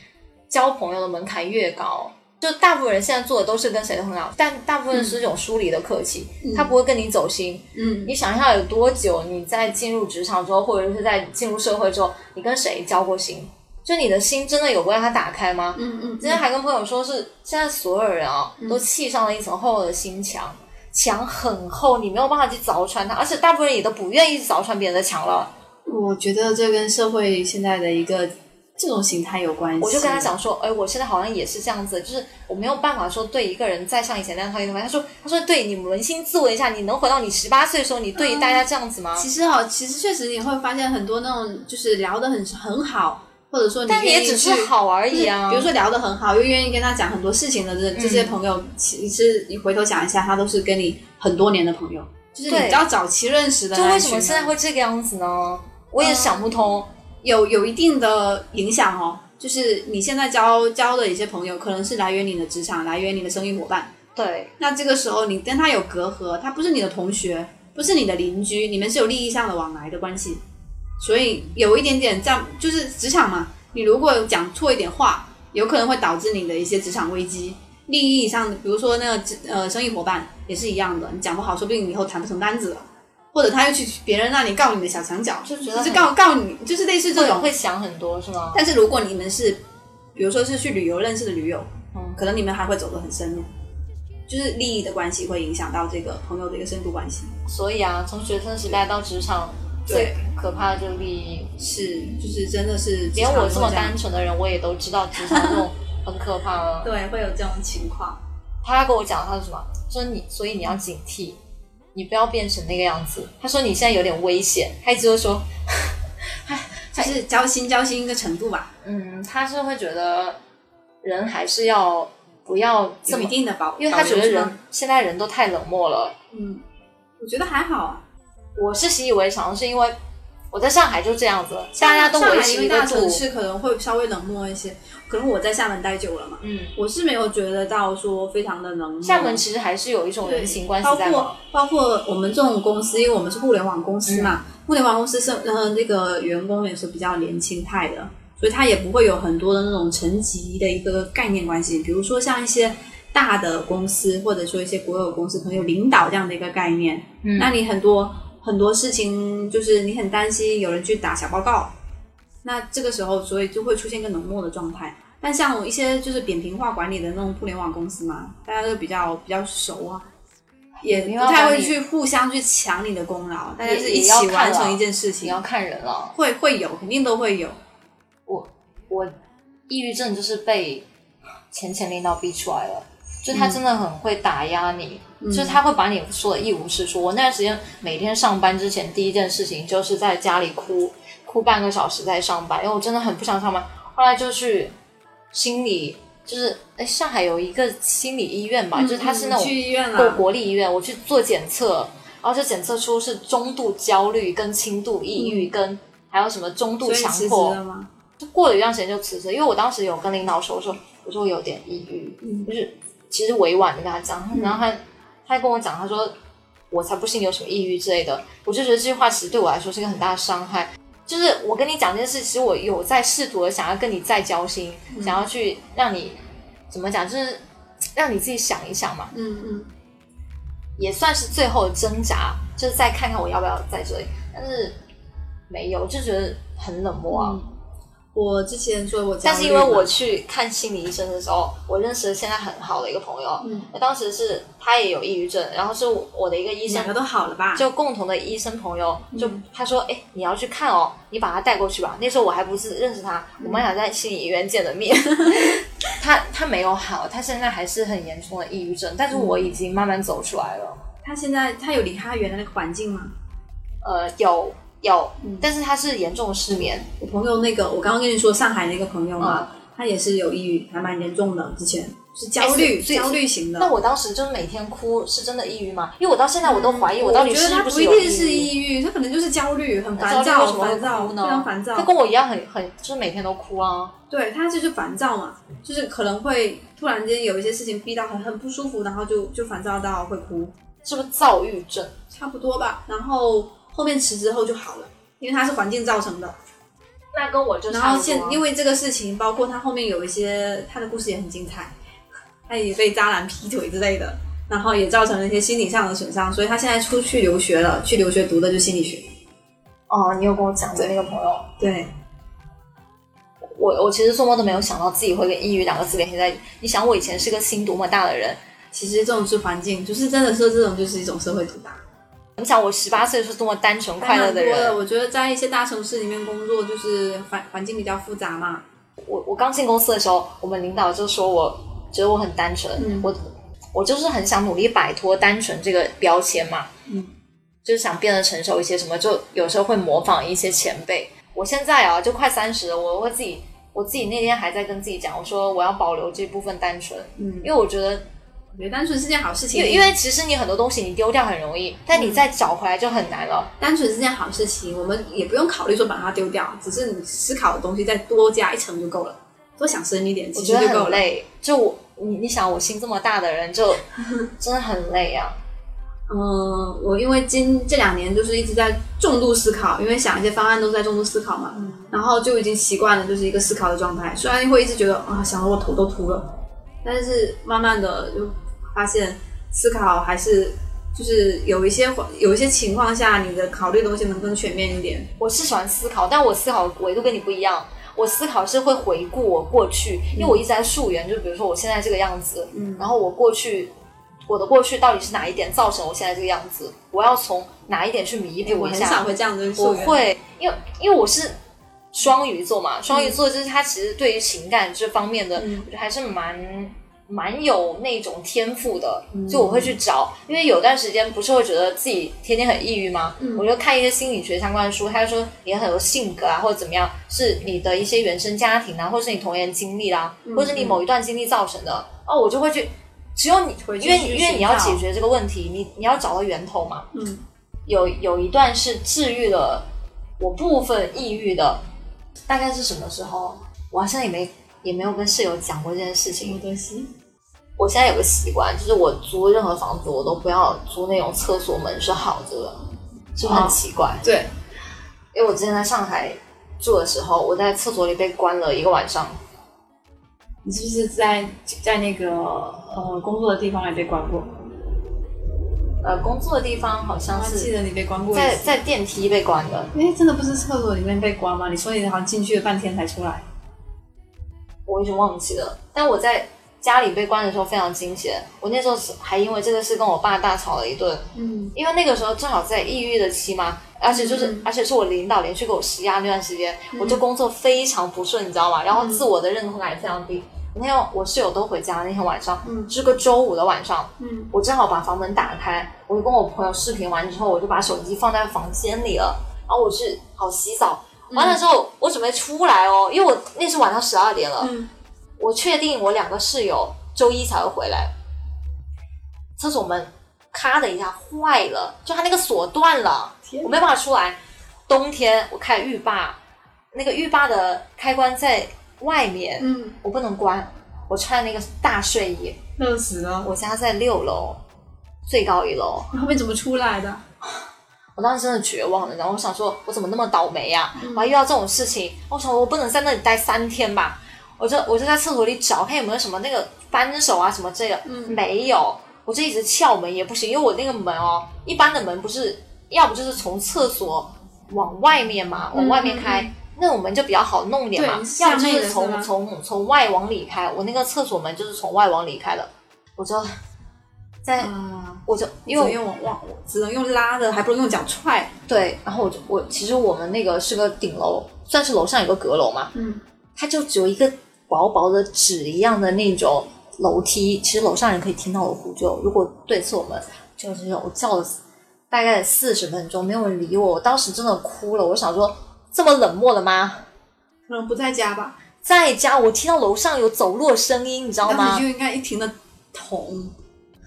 Speaker 1: 交朋友的门槛越高。就大部分人现在做的都是跟谁都很好，但大部分是这种疏离的客气，他不会跟你走心。
Speaker 2: 嗯，
Speaker 1: 你想一下，有多久你在进入职场之后，或者是在进入社会之后，你跟谁交过心？就你的心真的有为他打开吗？
Speaker 2: 嗯嗯，
Speaker 1: 之前还跟朋友说是，现在所有人啊、都砌上了一层厚厚的心墙，墙很厚，你没有办法去凿穿它，而且大部分人也都不愿意去凿穿别人的墙了。
Speaker 2: 我觉得这跟社会现在的一个这种形态有关系。
Speaker 1: 我就跟他，讲说，哎，我现在好像也是这样子，就是我没有办法说对一个人再像以前那样超越他。他说，他说，对你扪心自问一下，你能回到你十八岁的时候，你对大家这样子吗？
Speaker 2: 其实哦，其实确实你会发现很多那种就是聊得很很好，或者说你
Speaker 1: 但
Speaker 2: 愿
Speaker 1: 也
Speaker 2: 意
Speaker 1: 只
Speaker 2: 去
Speaker 1: 是好而已啊。
Speaker 2: 比如说聊得很好，又愿意跟他讲很多事情的这这些朋友，其实你回头想一下，他都是跟你很多年的朋友，就是你
Speaker 1: 对
Speaker 2: 比较早期认识的
Speaker 1: 就
Speaker 2: 那
Speaker 1: 为
Speaker 2: 一
Speaker 1: 什
Speaker 2: 群
Speaker 1: 么
Speaker 2: 人。啊
Speaker 1: 现在会这个样子呢？我也想不通。
Speaker 2: 有有一定的影响哦？就是你现在交交的一些朋友，可能是来源你的职场，来源你的生意伙伴。
Speaker 1: 对，
Speaker 2: 那这个时候你跟他有隔阂，他不是你的同学，不是你的邻居，你们是有利益上的往来的关系，所以有一点点这样，就是职场嘛，你如果讲错一点话，有可能会导致你的一些职场危机。利益上的，比如说那个职呃生意伙伴也是一样的，你讲不好，说不定你以后谈不成单子了，或者他又去别人那里告你的小墙角，
Speaker 1: 就觉得
Speaker 2: 就是
Speaker 1: 很
Speaker 2: 告告你，就是类似这
Speaker 1: 会
Speaker 2: 种。
Speaker 1: 会想很多是吗？
Speaker 2: 但是如果你们是，比如说是去旅游认识的驴友，
Speaker 1: 嗯
Speaker 2: 可能你们还会走得很深入，就是利益的关系会影响到这个朋友的一个深度关系。
Speaker 1: 所以啊，从学生时代到职场，最
Speaker 2: 对
Speaker 1: 可怕的就是利益。
Speaker 2: 是，就是真的是
Speaker 1: 连我这么
Speaker 2: 职场都会样
Speaker 1: 单纯的人，我也都知道职场这种很可怕啊了。
Speaker 2: 对，会有这种情况。
Speaker 1: 他跟我讲，他说什么？说你，所以你要警惕，你不要变成那个样子。他说你现在有点危险，他一直就说，哎
Speaker 2: 就是交心交心一个程度吧，
Speaker 1: 嗯，他是会觉得人还是要不要这
Speaker 2: 有一
Speaker 1: 么，
Speaker 2: 定的保，
Speaker 1: 因为嗯他觉
Speaker 2: 保
Speaker 1: 得
Speaker 2: 留是吗
Speaker 1: 人现在人都太冷漠了。
Speaker 2: 嗯，我觉得还好啊。
Speaker 1: 我是习以为常，是因为我在上海就这样子，大家都
Speaker 2: 上
Speaker 1: 维
Speaker 2: 海因
Speaker 1: 持
Speaker 2: 为
Speaker 1: 一个
Speaker 2: 大城
Speaker 1: 度。
Speaker 2: 市可能会稍微冷漠一些，可能我在厦门待久了嘛，
Speaker 1: 嗯，
Speaker 2: 我是没有觉得到说非常的冷漠。
Speaker 1: 厦门其实还是有一种人情关系
Speaker 2: 包
Speaker 1: 在嘛
Speaker 2: 括。包括我们这种公司，因为我们是互联网公司嘛，
Speaker 1: 嗯
Speaker 2: 互联网公司是呃那个员工也是比较年轻态的，所以他也不会有很多的那种层级的一个概念关系。比如说像一些大的公司，或者说一些国有公司，可能有领导这样的一个概念，
Speaker 1: 嗯
Speaker 2: 那你很多很多事情就是你很担心有人去打小报告，那这个时候所以就会出现一个冷漠的状态。但像我一些就是扁平化管理的那种互联网公司嘛，大家都比较比较熟啊，也
Speaker 1: 扁
Speaker 2: 不
Speaker 1: 平化
Speaker 2: 太
Speaker 1: 管理
Speaker 2: 会去互相去抢你的功劳，大家
Speaker 1: 也
Speaker 2: 是一
Speaker 1: 也要
Speaker 2: 起
Speaker 1: 看
Speaker 2: 完
Speaker 1: 了
Speaker 2: 成一件事
Speaker 1: 你
Speaker 2: 情
Speaker 1: 要，看人了。
Speaker 2: 会会有，肯定都会有。
Speaker 1: 我抑郁症就是被前前领导逼出来了，就他真的很会打压你，
Speaker 2: 嗯
Speaker 1: 就是他会把你说的一无是处。我那段时间每天上班之前，第一件事情就是在家里哭哭半个小时再上班，因为我真的很不想上班。后来就去心理，就是哎，上海有一个心理医院啊
Speaker 2: 嗯
Speaker 1: 吧，就是他是那种
Speaker 2: 去医院啊
Speaker 1: 过
Speaker 2: 了，
Speaker 1: 国立医院，我去做检测，然后就检测出是中度焦虑、跟轻度抑郁、跟还有什么中度
Speaker 2: 嗯所以
Speaker 1: 强
Speaker 2: 辞职
Speaker 1: 迫。
Speaker 2: 了吗？
Speaker 1: 就过了一段时间就辞职，因为我当时有跟领导说，我说我说我有点抑郁，就是其实委婉的跟他讲，然后他他还跟我讲，他说我才不信你有什么抑郁之类的，我就觉得这句话其实对我来说是一个很大的伤害。就是我跟你讲这件事，其实我有在试图的想要跟你再交心，想要去让你怎么讲，就是让你自己想一想嘛，
Speaker 2: 嗯嗯。
Speaker 1: 也算是最后的挣扎，就是再看看我要不要在这里，但是没有，就觉得很冷漠啊。
Speaker 2: 嗯我之前说我焦虑嘛，
Speaker 1: 但是因为我去看心理医生的时候，我认识了现在很好的一个朋友，
Speaker 2: 嗯
Speaker 1: 那当时是他也有抑郁症，然后是我的一个医生
Speaker 2: 两个，都嗯好了吧，
Speaker 1: 就共同的医生朋友，就他说，哎，你要去看哦，你把他带过去吧。那时候我还不是认识他，我们俩在心理医院见的 面。他他没有好，他现在还是很严重的抑郁症，但是我已经慢慢走出来了。
Speaker 2: 他现在他有离开原来那个环境吗？嗯
Speaker 1: 呃，有有，但是他是严重失眠，
Speaker 2: 我朋友那个，我刚刚跟你说上海那个朋友嘛，他也是有抑郁，还蛮严重的，之前是焦
Speaker 1: 嗯
Speaker 2: 虑、
Speaker 1: 哎所以
Speaker 2: 焦虑型的。
Speaker 1: 那我当时就是每天哭，是真的抑郁吗？因为我到现在我都怀疑
Speaker 2: 嗯我
Speaker 1: 到底
Speaker 2: 觉得
Speaker 1: 是
Speaker 2: 他
Speaker 1: 不
Speaker 2: 不
Speaker 1: 是
Speaker 2: 一
Speaker 1: 有
Speaker 2: 定是
Speaker 1: 抑郁。
Speaker 2: 抑郁，他可能就是焦虑，很
Speaker 1: 焦虑为
Speaker 2: 烦
Speaker 1: 什
Speaker 2: 躁，
Speaker 1: 么会
Speaker 2: 烦躁，
Speaker 1: 哭
Speaker 2: 非
Speaker 1: 呢？
Speaker 2: 常烦躁
Speaker 1: 他。跟我一样很很，就是每天都哭啊。
Speaker 2: 对他就是烦躁嘛，就是可能会突然间有一些事情逼到很很不舒服，然后就就烦躁到会哭，
Speaker 1: 是不是躁郁症？
Speaker 2: 差不多吧。然后后面辞职后就好了，因为他是环境造成的。啊
Speaker 1: 那跟我就
Speaker 2: 然
Speaker 1: 差
Speaker 2: 后
Speaker 1: 不
Speaker 2: 现
Speaker 1: 多。啊
Speaker 2: 因为这个事情，包括他后面有一些他的故事也很精彩，他也被渣男劈腿之类的，然后也造成了一些心理上的损伤，所以他现在出去留学了，去留学读的就心理学。
Speaker 1: 哦，你有跟我讲过
Speaker 2: 对
Speaker 1: 那个朋友，
Speaker 2: 对，
Speaker 1: 我我其实做梦都没有想到自己会跟抑郁两个字联系在一起。你想，我以前是个心多么大的人，
Speaker 2: 其实这种是环境，就是真的说这种就是一种社会毒打。
Speaker 1: 你想我十八岁是多么单纯快乐的
Speaker 2: 当然多
Speaker 1: 人。
Speaker 2: 了我觉得在一些大城市里面工作，就是环环境比较复杂嘛。
Speaker 1: 我我刚进公司的时候，我们领导就说我觉得我很单纯，
Speaker 2: 嗯
Speaker 1: 我我就是很想努力摆脱单纯这个标签嘛，
Speaker 2: 嗯，
Speaker 1: 就是想变得成熟一些什么，就有时候会模仿一些前辈。我现在啊，就快三十了，我会自己，我自己那天还在跟自己讲，我说我要保留这部分单纯，
Speaker 2: 嗯
Speaker 1: 因，为我觉得
Speaker 2: 我觉得单纯是件好事情，
Speaker 1: 因为因为其实你很多东西你丢掉很容易，但
Speaker 2: 嗯
Speaker 1: 你再找回来就很难了。
Speaker 2: 单纯是件好事情，我们也不用考虑说把它丢掉，只是你思考的东西再多加一层就够了，多想深一点，
Speaker 1: 我
Speaker 2: 其实
Speaker 1: 觉得
Speaker 2: 就
Speaker 1: 很
Speaker 2: 够了。
Speaker 1: 累，就我你你想我心这么大的人， 就真的很累啊。
Speaker 2: 嗯，我因为今这两年就是一直在重度思考，因为想一些方案都是在重度思考嘛，
Speaker 3: 嗯
Speaker 2: 然后就已经习惯了就是一个思考的状态，虽然会一直觉得啊想得我头都秃了，但是慢慢的就发现思考还是就是有一些有一些情况下你的考虑的东西能更全面一点，
Speaker 1: 我是喜欢思考，但我思考维度跟你不一样。我思考是会回顾我过去，因为我一直在溯源，就比如说我现在这个样子，
Speaker 2: 嗯
Speaker 1: 然后我过去，我的过去到底是哪一点造成我现在这个样子？我要从哪一点去弥
Speaker 3: 哎
Speaker 2: 哎我
Speaker 1: 补一
Speaker 2: 很
Speaker 1: 下？
Speaker 2: 少会这样子
Speaker 1: 我
Speaker 2: 说，
Speaker 1: 会，因为因为我是双鱼座嘛，双鱼座就是他其实对于情感这方面的，
Speaker 2: 嗯
Speaker 1: 我觉得还是蛮蛮有那种天赋的，
Speaker 2: 嗯
Speaker 1: 就我会去找，因为有段时间不是会觉得自己天天很抑郁吗？
Speaker 2: 嗯
Speaker 1: 我就看一些心理学相关的书，他就说你很有性格啊，或者怎么样，是你的一些原生家庭啊，或者是你童年经历啦、
Speaker 2: 嗯
Speaker 1: 或者是你某一段经历造成的，哦，我就会去。只有你，
Speaker 2: 回去
Speaker 1: 因为你
Speaker 2: 去
Speaker 1: 因为
Speaker 2: 寻
Speaker 1: 你要
Speaker 2: 找
Speaker 1: 解决这个问题，你你要找到源头嘛。
Speaker 2: 嗯。
Speaker 1: 有有一段是治愈了我部分抑郁的，大概是什么时候？我好像也没也没有跟室友讲过这件事
Speaker 3: 嗯
Speaker 1: 情。
Speaker 2: 东西？
Speaker 1: 我现在有个习惯，就是我租任何房子，我都不要租那种厕所门是好着的，就很奇怪。
Speaker 2: 对，
Speaker 1: 因为我之前在上海住的时候，我在厕所里被关了一个晚上。
Speaker 3: 你是不是在在那个呃工作的地方也被关过？
Speaker 1: 呃，工作的地方好像
Speaker 2: 啊
Speaker 3: 我记
Speaker 1: 是
Speaker 3: 得你被关过一
Speaker 1: 在
Speaker 3: 次。
Speaker 1: 在电梯被关的，
Speaker 3: 哎，真的不是厕所里面被关吗？你说你好像进去了半天才出来。
Speaker 1: 我已经忘记了。但我在家里被关的时候非常惊险，我那时候是还因为这个事跟我爸大吵了一顿。
Speaker 2: 嗯，
Speaker 1: 因为那个时候正好在抑郁的期嘛，而且就是、
Speaker 2: 嗯
Speaker 1: 而且是我领导连续给我施压那段时间，我就工作非常不顺，你知道吗？然
Speaker 2: 嗯
Speaker 1: 后自我的认同感也非常低。那天我室友都回家那天晚上，
Speaker 2: 嗯
Speaker 1: 是个周五的晚上，
Speaker 2: 嗯，
Speaker 1: 我正好把房门打开，我就跟我朋友视频完之后，我就把手机放在房间里了，然后我去好洗澡，
Speaker 2: 嗯
Speaker 1: 完了之后我准备出来哦，因为我那是晚上十二点了，
Speaker 2: 嗯
Speaker 1: 我确定我两个室友周一才会回来，厕所门咔的一下坏了，就它那个锁断了，
Speaker 2: 天
Speaker 1: 我没办法出来。冬天我开浴霸，那个浴霸的开关在外面，
Speaker 2: 嗯，
Speaker 1: 我不能关。我穿那个大睡衣，
Speaker 3: 热死了！
Speaker 1: 我家在六楼，最高一楼。
Speaker 2: 你后面怎么出来的？
Speaker 1: 我当时真的绝望了，然后我想说，我怎么那么倒霉呀、我还遇到这种事情，我想我不能在那里待三天吧，我就我就在厕所里找看有没有什么那个扳手啊什么这个，
Speaker 2: 嗯
Speaker 1: 没有，我就一直撬门也不行，因为我那个门哦，一般的门不是要不就是从厕所往外面嘛，往外面开。那种门就比较好弄点嘛
Speaker 2: 对，是
Speaker 1: 要不就
Speaker 2: 向内的
Speaker 1: 是
Speaker 2: 是
Speaker 1: 从
Speaker 2: 吗
Speaker 1: 从从外往里开。我那个厕所门就是从外往里开的，我就在、
Speaker 2: 啊，
Speaker 1: 我就嗯因
Speaker 2: 因
Speaker 1: 为我
Speaker 2: 为用往往只能用拉的，还不如用脚踹。
Speaker 1: 对，然后我就我其实我们那个是个顶楼，算是楼上有个阁楼嘛，
Speaker 2: 嗯，
Speaker 1: 它就只有一个薄薄的纸一样的那种楼梯，其实楼上人可以听到我呼救，如果对次我们就是这种我叫了大概四十分钟，没有人理我，我当时真的哭了，我想说这么冷漠的吗？
Speaker 2: 可能不在家吧，
Speaker 1: 在家我听到楼上有走路的声音，你知道
Speaker 2: 当
Speaker 1: 吗
Speaker 2: 时？就应该一停的捅，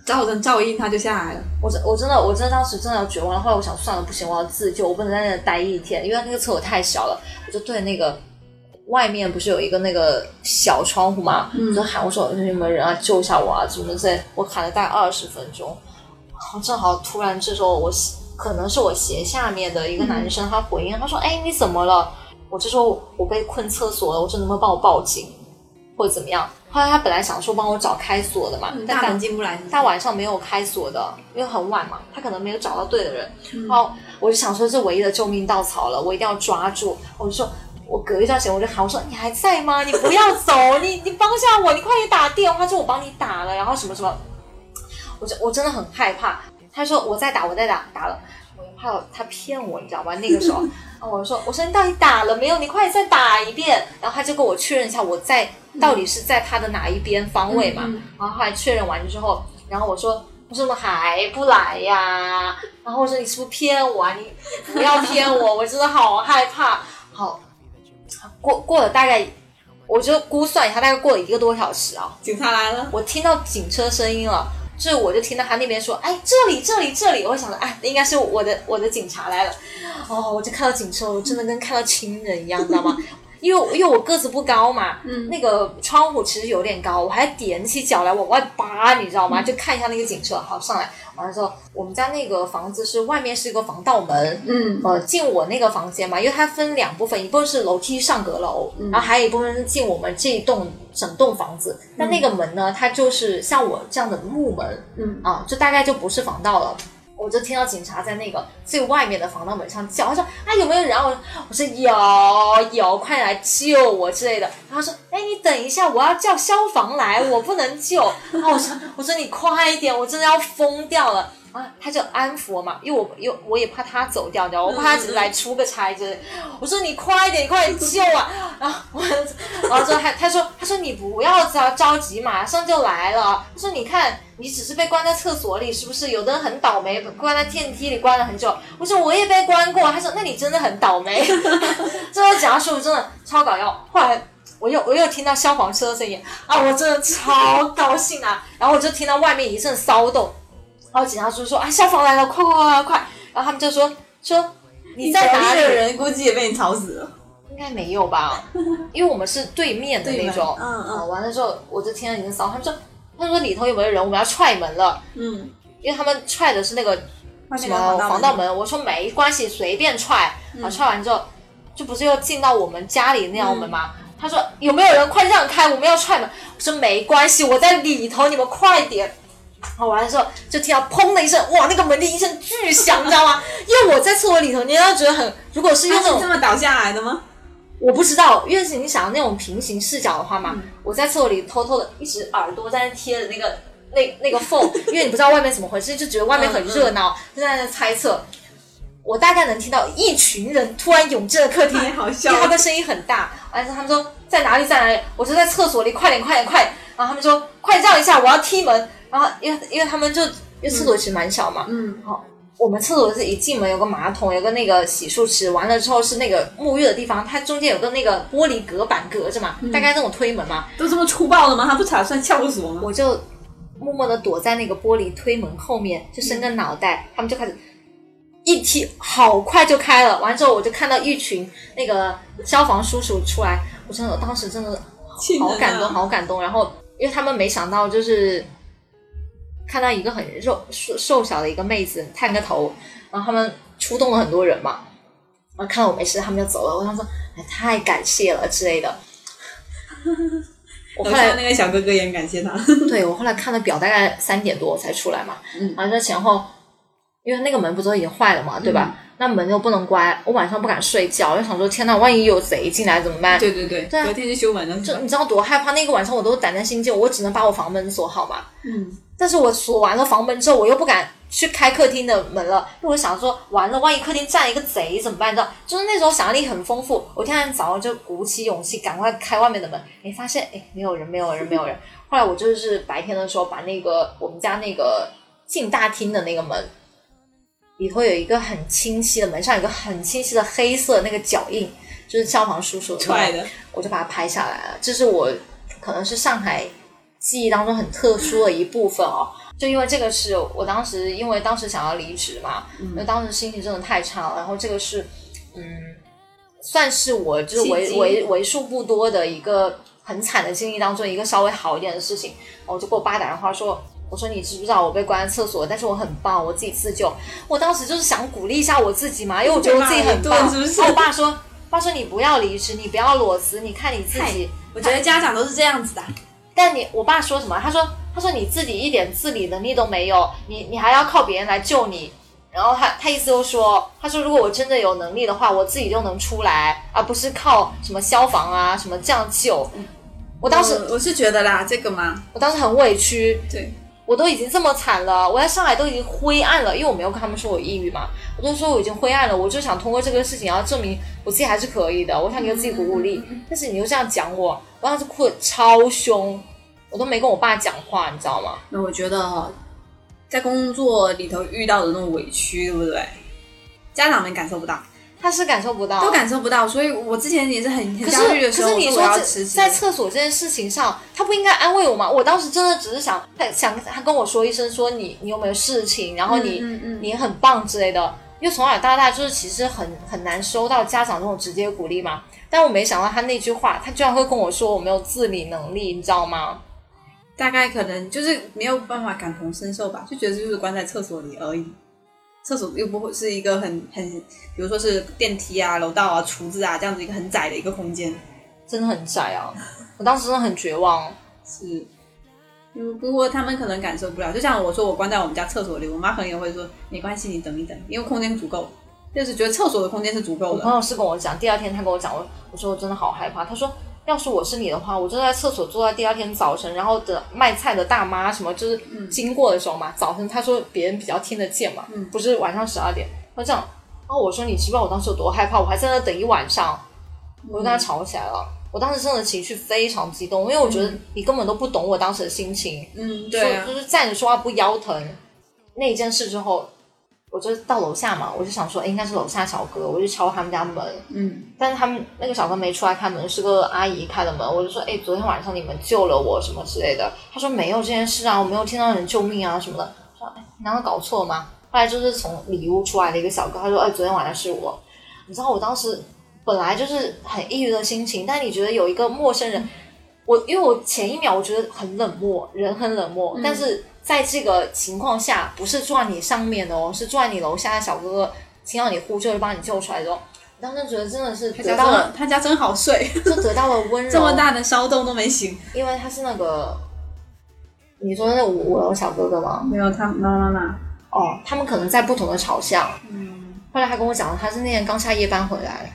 Speaker 2: 造成噪音，它就下来了。
Speaker 1: 我真我真的我真的当时真的要绝望了，后来我想算了，不行，我要自救，我不能在那待一天，因为那个厕所太小了，我就对那个外面不是有一个那个小窗户嘛，
Speaker 2: 嗯
Speaker 1: 我就喊我说有没有人啊救一下我啊什么之类，我喊了大概二十分钟，然后正好突然这时候我可能是我斜下面的一个男生他回应，他说哎你怎么了？我就说我被困厕所了，我说能不能帮我报警或者怎么样？后来他本来想说帮我找开锁的嘛，但
Speaker 2: 嗯大
Speaker 1: 大
Speaker 2: 门进不来是不是，
Speaker 1: 大晚上没有开锁的，因为很晚嘛，他可能没有找到对的人。然后我就想说，这唯一的救命稻草了，我一定要抓住。我就说，我隔一段时间我就喊我说：“你还在吗？你不要走，你你帮一下我，你快点打电话，说我帮你打了，然后什么什么。”我就我真的很害怕。他说我在打，我在打，打了。我怕他骗我，你知道吗？那个时 候，然后我说我说你到底打了没有？你快点再打一遍。然后他就跟我确认一下我在到底是在他的哪一边方位嘛。
Speaker 2: 嗯嗯
Speaker 1: 然后后来确认完之后，然后我说我说怎么还不来呀？然后我说你是不是骗我啊？你不要骗我，我真的好害怕。好，过过了大概，我就估算一下，大概过了一个多小时啊。
Speaker 2: 警察来了，
Speaker 1: 我听到警车声音了，就是我就听到他那边说，哎，这里，这里，这里，我想着，哎，应该是我的我的警察来了，哦，我就看到警车，我真的跟看到亲人一样，你知道吗？ 因为我因为我个子不高嘛，
Speaker 2: 嗯
Speaker 1: 那个窗户其实有点高，我还踮起脚来往外扒，你知道吗？就看一下那个警车，好上来，完了之后，我们家那个房子是外面是一个防盗门，
Speaker 2: 嗯
Speaker 1: 呃，进我那个房间嘛，因为它分两部分，一部分是楼梯上阁楼，然后还有一部分是进我们这一栋整栋房子。那那个门呢，它就是像我这样的木门
Speaker 2: 嗯，
Speaker 1: 啊，就大概就不是防盗了。我就听到警察在那个最外面的防盗门上叫，他说：“啊，有没有人啊？”我说：“我说有有，快点来救我之类的。”然后他说：“哎，你等一下，我要叫消防来，我不能救。”然后我说：“我说你快一点，我真的要疯掉了。”啊，他就安抚我嘛，因为我因为我也怕他走掉，你知道吗，我怕他只是来出个差之类的。我说你快一点，你快点救啊！然后我，然后之后他他说他说你不要着着急，马上就来了。他说你看你只是被关在厕所里，是不是？有的人很倒霉，关在电梯里关了很久。我说我也被关过。他说那你真的很倒霉。这后讲述真的超搞笑。后来我又我又听到消防车的声音啊，我真的超高兴啊！然后我就听到外面一阵骚动，然后警察叔叔说啊，消防来了，快快快快快！然后他们就说说你在哪
Speaker 2: 隔
Speaker 1: 里
Speaker 2: 壁？的人估计也被你吵死了，
Speaker 1: 应该没有 吧，因为我们是对面的那种。
Speaker 2: 对门嗯嗯
Speaker 1: 啊完了之后，我就听到已经骚，他们说，他们说里头有没有人，我们要踹门了，
Speaker 2: 嗯，
Speaker 1: 因为他们踹的是那个
Speaker 2: 外
Speaker 1: 什
Speaker 2: 面
Speaker 1: 么
Speaker 2: 的
Speaker 1: 防
Speaker 2: 盗
Speaker 1: 盗，门。我说没关系，随便踹。
Speaker 2: 嗯
Speaker 1: 啊，踹完之后，就不是又进到我们家里那样门吗？
Speaker 2: 嗯
Speaker 1: 他说有没有人快让开，我们要踹门。我说没关系，我在里头，你们快点。好完了之后，就听到砰的一声，哇，那个门的一声巨响，你知道吗？因为我在厕所里头，你要觉得很，如果是用
Speaker 2: 他
Speaker 1: 那
Speaker 2: 是
Speaker 1: 种
Speaker 2: 这么倒下来的吗？
Speaker 1: 我不知道，因为是你想要那种平行视角的话
Speaker 2: 嗯
Speaker 1: 嘛，我在厕所里偷偷的一直耳朵在那贴着那个那那个 缝，因为你不知道外面怎么回事，就觉得外面很热
Speaker 2: 嗯
Speaker 1: 闹，就在那猜测。我大概能听到一群人突然涌进了客厅，
Speaker 2: 太好笑
Speaker 1: 因
Speaker 2: 了
Speaker 1: 为他的声音很大，而且他们说在哪里在哪里，我就在厕所里，快点快点快点，然后他们说快让一下，我要踢门，然后因为因为他们就因为厕所其实蛮小嘛，
Speaker 2: 嗯
Speaker 1: 哦我们厕所是一进门有个马桶，有个那个洗漱池，完了之后是那个沐浴的地方，它中间有个那个玻璃隔板隔着嘛，大概那种推门嘛，
Speaker 2: 都这么粗暴了吗？他不打算撬锁吗？
Speaker 1: 我就默默的躲在那个玻璃推门后面，就伸个脑袋，他们就开始一踢，好快就开了，完之后我就看到一群那个消防叔叔出来，我真的当时真的
Speaker 2: 气人啊
Speaker 1: 好感动，好感动，然后因为他们没想到就是看到一个很肉瘦瘦小的一个妹子探个头，然后他们出动了很多人嘛，然后看到我没事，他们就走了。我想说，哎，太感谢了之类 的。我后
Speaker 2: 楼
Speaker 1: 来
Speaker 2: 下那个小哥哥也很感谢他，
Speaker 1: 对我后来看了表，大概三点多我才出来嘛。
Speaker 2: 嗯
Speaker 1: 然后在前后，因为那个门不都已经坏了嘛，对吧？那门又不能关，我晚上不敢睡觉，就想说天呐，万一有贼进来怎么办？
Speaker 2: 对对 对，
Speaker 1: 对啊
Speaker 2: 隔天就修门了，是
Speaker 1: 就
Speaker 2: 吧
Speaker 1: 你知道多害怕？那个晚上我都胆战心惊，我只能把我房门锁好嘛。
Speaker 2: 嗯，
Speaker 1: 但是我锁完了房门之后，我又不敢去开客厅的门了，因为我想说，完了，万一客厅站一个贼怎么办？你知道，就是那时候想象力很丰富。我天天早上就鼓起勇气，赶快开外面的门， 哎，发现哎，没有人，没有人，没有人。后来我就是白天的时候，把那个我们家那个进大厅的那个门，里头有一个很清晰的门上有一个很清晰的黑色那个脚印，就是消防叔叔的那个
Speaker 2: 踹的，
Speaker 1: 我就把它拍下来了。这是我可能是上海记忆当中很特殊的一部分哦。就因为这个事，我当时因为当时想要离职嘛，
Speaker 2: 嗯
Speaker 1: 因为当时心情真的太差了。然后这个是，嗯，算是我就是
Speaker 2: 契
Speaker 1: 为
Speaker 2: 机
Speaker 1: 为为数不多的一个很惨的经历当中一个稍微好一点的事情。我就给我爸打电话说。我说你知不知道我被关在厕所，但是我很棒，我自己自救。我当时就是想鼓励一下我自己嘛，因为我觉得我自己很棒。
Speaker 2: 被骂了一顿是不是
Speaker 1: 然后我爸说话说你不要离职，你不要裸辞，你看你自己。
Speaker 2: 我觉得家长都是这样子的，
Speaker 1: 但你我爸说什么？他说他说你自己一点自理能力都没有，你你还要靠别人来救你。然后他他意思就是说，他说如果我真的有能力的话，我自己就能出来，而不是靠什么消防啊什么这样救。我当时
Speaker 2: 我我是觉得啦，这个嘛，
Speaker 1: 我当时很委屈，
Speaker 2: 对，
Speaker 1: 我都已经这么惨了，我在上海都已经灰暗了，因为我没有跟他们说我抑郁嘛，我就说我已经灰暗了，我就想通过这个事情，然后证明我自己还是可以的，我想给自己鼓鼓
Speaker 2: 嗯
Speaker 1: 励。但是你就这样讲我，我当时哭得超凶，我都没跟我爸讲话，你知道吗？
Speaker 2: 那我觉得哦，在工作里头遇到的那种委屈，对不对？家长们感受不到，
Speaker 1: 他是感受不到，
Speaker 2: 都感受不到，所以我之前也哦是很很
Speaker 1: 可
Speaker 2: 焦
Speaker 1: 是
Speaker 2: 虑的
Speaker 1: 可
Speaker 2: 时候，
Speaker 1: 是你
Speaker 2: 我我
Speaker 1: 说
Speaker 2: 要
Speaker 1: 这
Speaker 2: 辞职
Speaker 1: 在厕所这件事情上，他不应该安慰我吗？我当时真的只是想想他跟我说一声，说你你有没有事情，然后你、
Speaker 2: 嗯嗯嗯
Speaker 1: 你很棒之类的。因为从小到大就是其实很很难收到家长这种直接鼓励嘛，但我没想到他那句话，他居然会跟我说我没有自理能力，你知道吗？
Speaker 2: 大概可能就是没有办法感同身受吧，就觉得就是关在厕所里而已。厕所又不会是一个很很，比如说是电梯啊、楼道啊、厨子啊这样子一个很窄的一个空间。
Speaker 1: 真的很窄啊！我当时真的很绝望。
Speaker 2: 是，嗯，不过他们可能感受不了。就像我说，我关在我们家厕所里，我妈可能也会说没关系，你等一等，因为空间足够。就是觉得厕所的空间是足够
Speaker 1: 我朋
Speaker 2: 的，
Speaker 1: 友是跟我讲，第二天他跟我讲，我我说我真的好害怕。他说，要是我是你的话，我就在厕所坐在第二天早晨，然后等卖菜的大妈什么，就是经过的时候嘛，早晨他说别人比较听得见嘛，不是晚上十二点，他这样。然后我说你知不知道我当时有多害怕？我还在那等一晚上，我就跟他吵起来了。我当时真的情绪非常激动，因为我觉得你根本都不懂我当时的心情。
Speaker 2: 嗯，
Speaker 1: 就
Speaker 2: 对啊
Speaker 1: 就，是站着说话不腰疼。那一件事之后，我就到楼下嘛，我就想说，诶应该是楼下小哥，我就敲他们家门，
Speaker 2: 嗯，
Speaker 1: 但是他们那个小哥没出来开门，是个阿姨开的门。我就说，哎，昨天晚上你们救了我什么之类的。他说没有这件事啊，我没有听到人救命啊什么的。我说，哎，难道搞错吗？后来就是从里屋出来的一个小哥，他说，哎，昨天晚上是我。你知道我当时本来就是很抑郁的心情，但你觉得有一个陌生人，我因为我前一秒我觉得很冷漠，人很冷漠，
Speaker 2: 嗯
Speaker 1: 但是在这个情况下，不是坐在你上面的哦，是坐在你楼下的小哥哥听到你呼救就把你救出来的哦。我当时觉得真的是
Speaker 2: 他
Speaker 1: 得
Speaker 2: 家
Speaker 1: 到了
Speaker 2: 真他家真好睡，
Speaker 1: 就得到了温柔。
Speaker 2: 这么，大的骚动都没醒。
Speaker 1: 因为他是那个，你说那五五楼小哥哥吗？
Speaker 2: 没有他，啦啦啦，
Speaker 1: 哦，他们可能在不同的朝向。
Speaker 2: 嗯，
Speaker 1: 后来他跟我讲了，他是那天刚下夜班回来，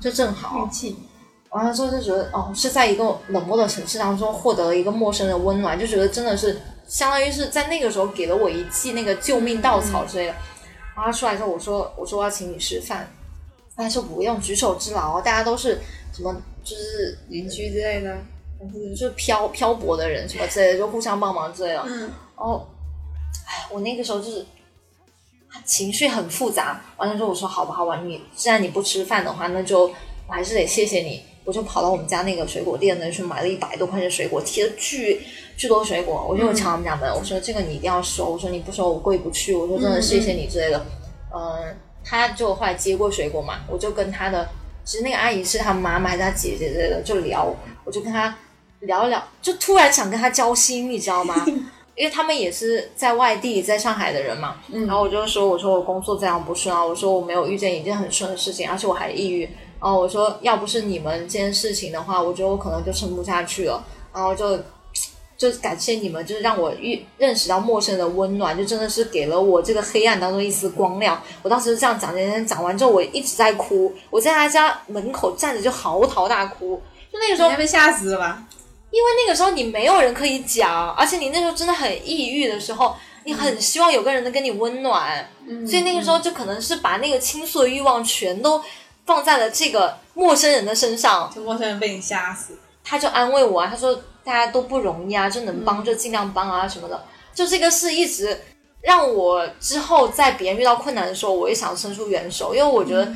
Speaker 1: 就正好
Speaker 2: 运。气，
Speaker 1: 完了之后就觉得，哦，是在一个冷漠的城市当中获得了一个陌生的温暖，就觉得真的是相当于是在那个时候给了我一剂那个救命稻草之类的。然后他出来之后，我说我说我要请你吃饭，他说不用，举手之劳，大家都是什么就是
Speaker 2: 邻居之类的，还是
Speaker 1: 就是漂漂泊的人什么之类的，就互相帮忙之类的。
Speaker 2: 嗯，
Speaker 1: 哦，哎，我那个时候就是啊情绪很复杂。完了之后我说好吧，好吧，你既然你不吃饭的话，那就我还是得谢谢你。我就跑到我们家那个水果店那去买了一百多块钱水果，贴了巨巨多水果。我就敲他们家门，我说这个你一定要收，我说你不收我过意不去，我说真的谢谢你之类的。嗯、他就后来接过水果嘛，我就跟他的，其实那个阿姨是他妈妈还是他姐姐之类的，就聊，我就跟他聊一聊，就突然想跟他交心，你知道吗？因为他们也是在外地，在上海的人嘛，
Speaker 2: 嗯
Speaker 1: 然后我就说，我说我工作非常不顺啊，我说我没有遇见一件很顺的事情，而且我还抑郁，然后我说要不是你们这件事情的话，我觉得我可能就撑不下去了，然后就就感谢你们，就是让我遇认识到陌生人的温暖，就真的是给了我这个黑暗当中一丝光亮。我当时是这样讲，讲讲讲完之后，我一直在哭，我在他家门口站着就嚎啕大哭，就那个时候
Speaker 2: 你还被吓死了吧？
Speaker 1: 因为那个时候你没有人可以讲，而且你那时候真的很抑郁的时候，你很希望有个人能给你温暖，
Speaker 2: 嗯
Speaker 1: 所以那个时候就可能是把那个倾诉的欲望全都放在了这个陌生人的身上。
Speaker 2: 就陌生人被你吓死，
Speaker 1: 他就安慰我啊，他说大家都不容易啊，就能
Speaker 2: 嗯
Speaker 1: 帮就尽量帮啊什么的。就这个事一直让我之后在别人遇到困难的时候，我也想伸出援手，因为我觉
Speaker 2: 嗯
Speaker 1: 得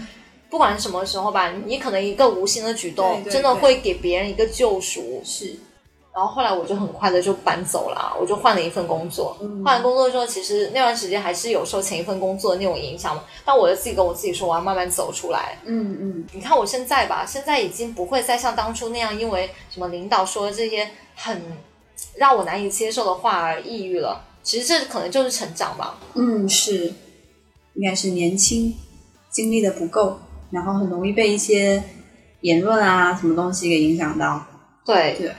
Speaker 1: 不管什么时候吧，你可能一个无心的举动，
Speaker 2: 对对
Speaker 1: 真的
Speaker 2: 对
Speaker 1: 会给别人一个救赎。
Speaker 2: 是，
Speaker 1: 然后后来我就很快的就搬走了，啊我就换了一份工作。
Speaker 2: 嗯
Speaker 1: 换了工作之后，其实那段时间还是有受前一份工作的那种影响嘛。但我就自己跟我自己说，我要慢慢走出来。
Speaker 2: 嗯嗯，
Speaker 1: 你看我现在吧，现在已经不会再像当初那样，因为什么领导说的这些很让我难以接受的话而抑郁了。其实这可能就是成长吧。
Speaker 2: 嗯，是，应该是年轻，经历的不够，然后很容易被一些言论啊什么东西给影响到。
Speaker 1: 对嗯
Speaker 2: 对。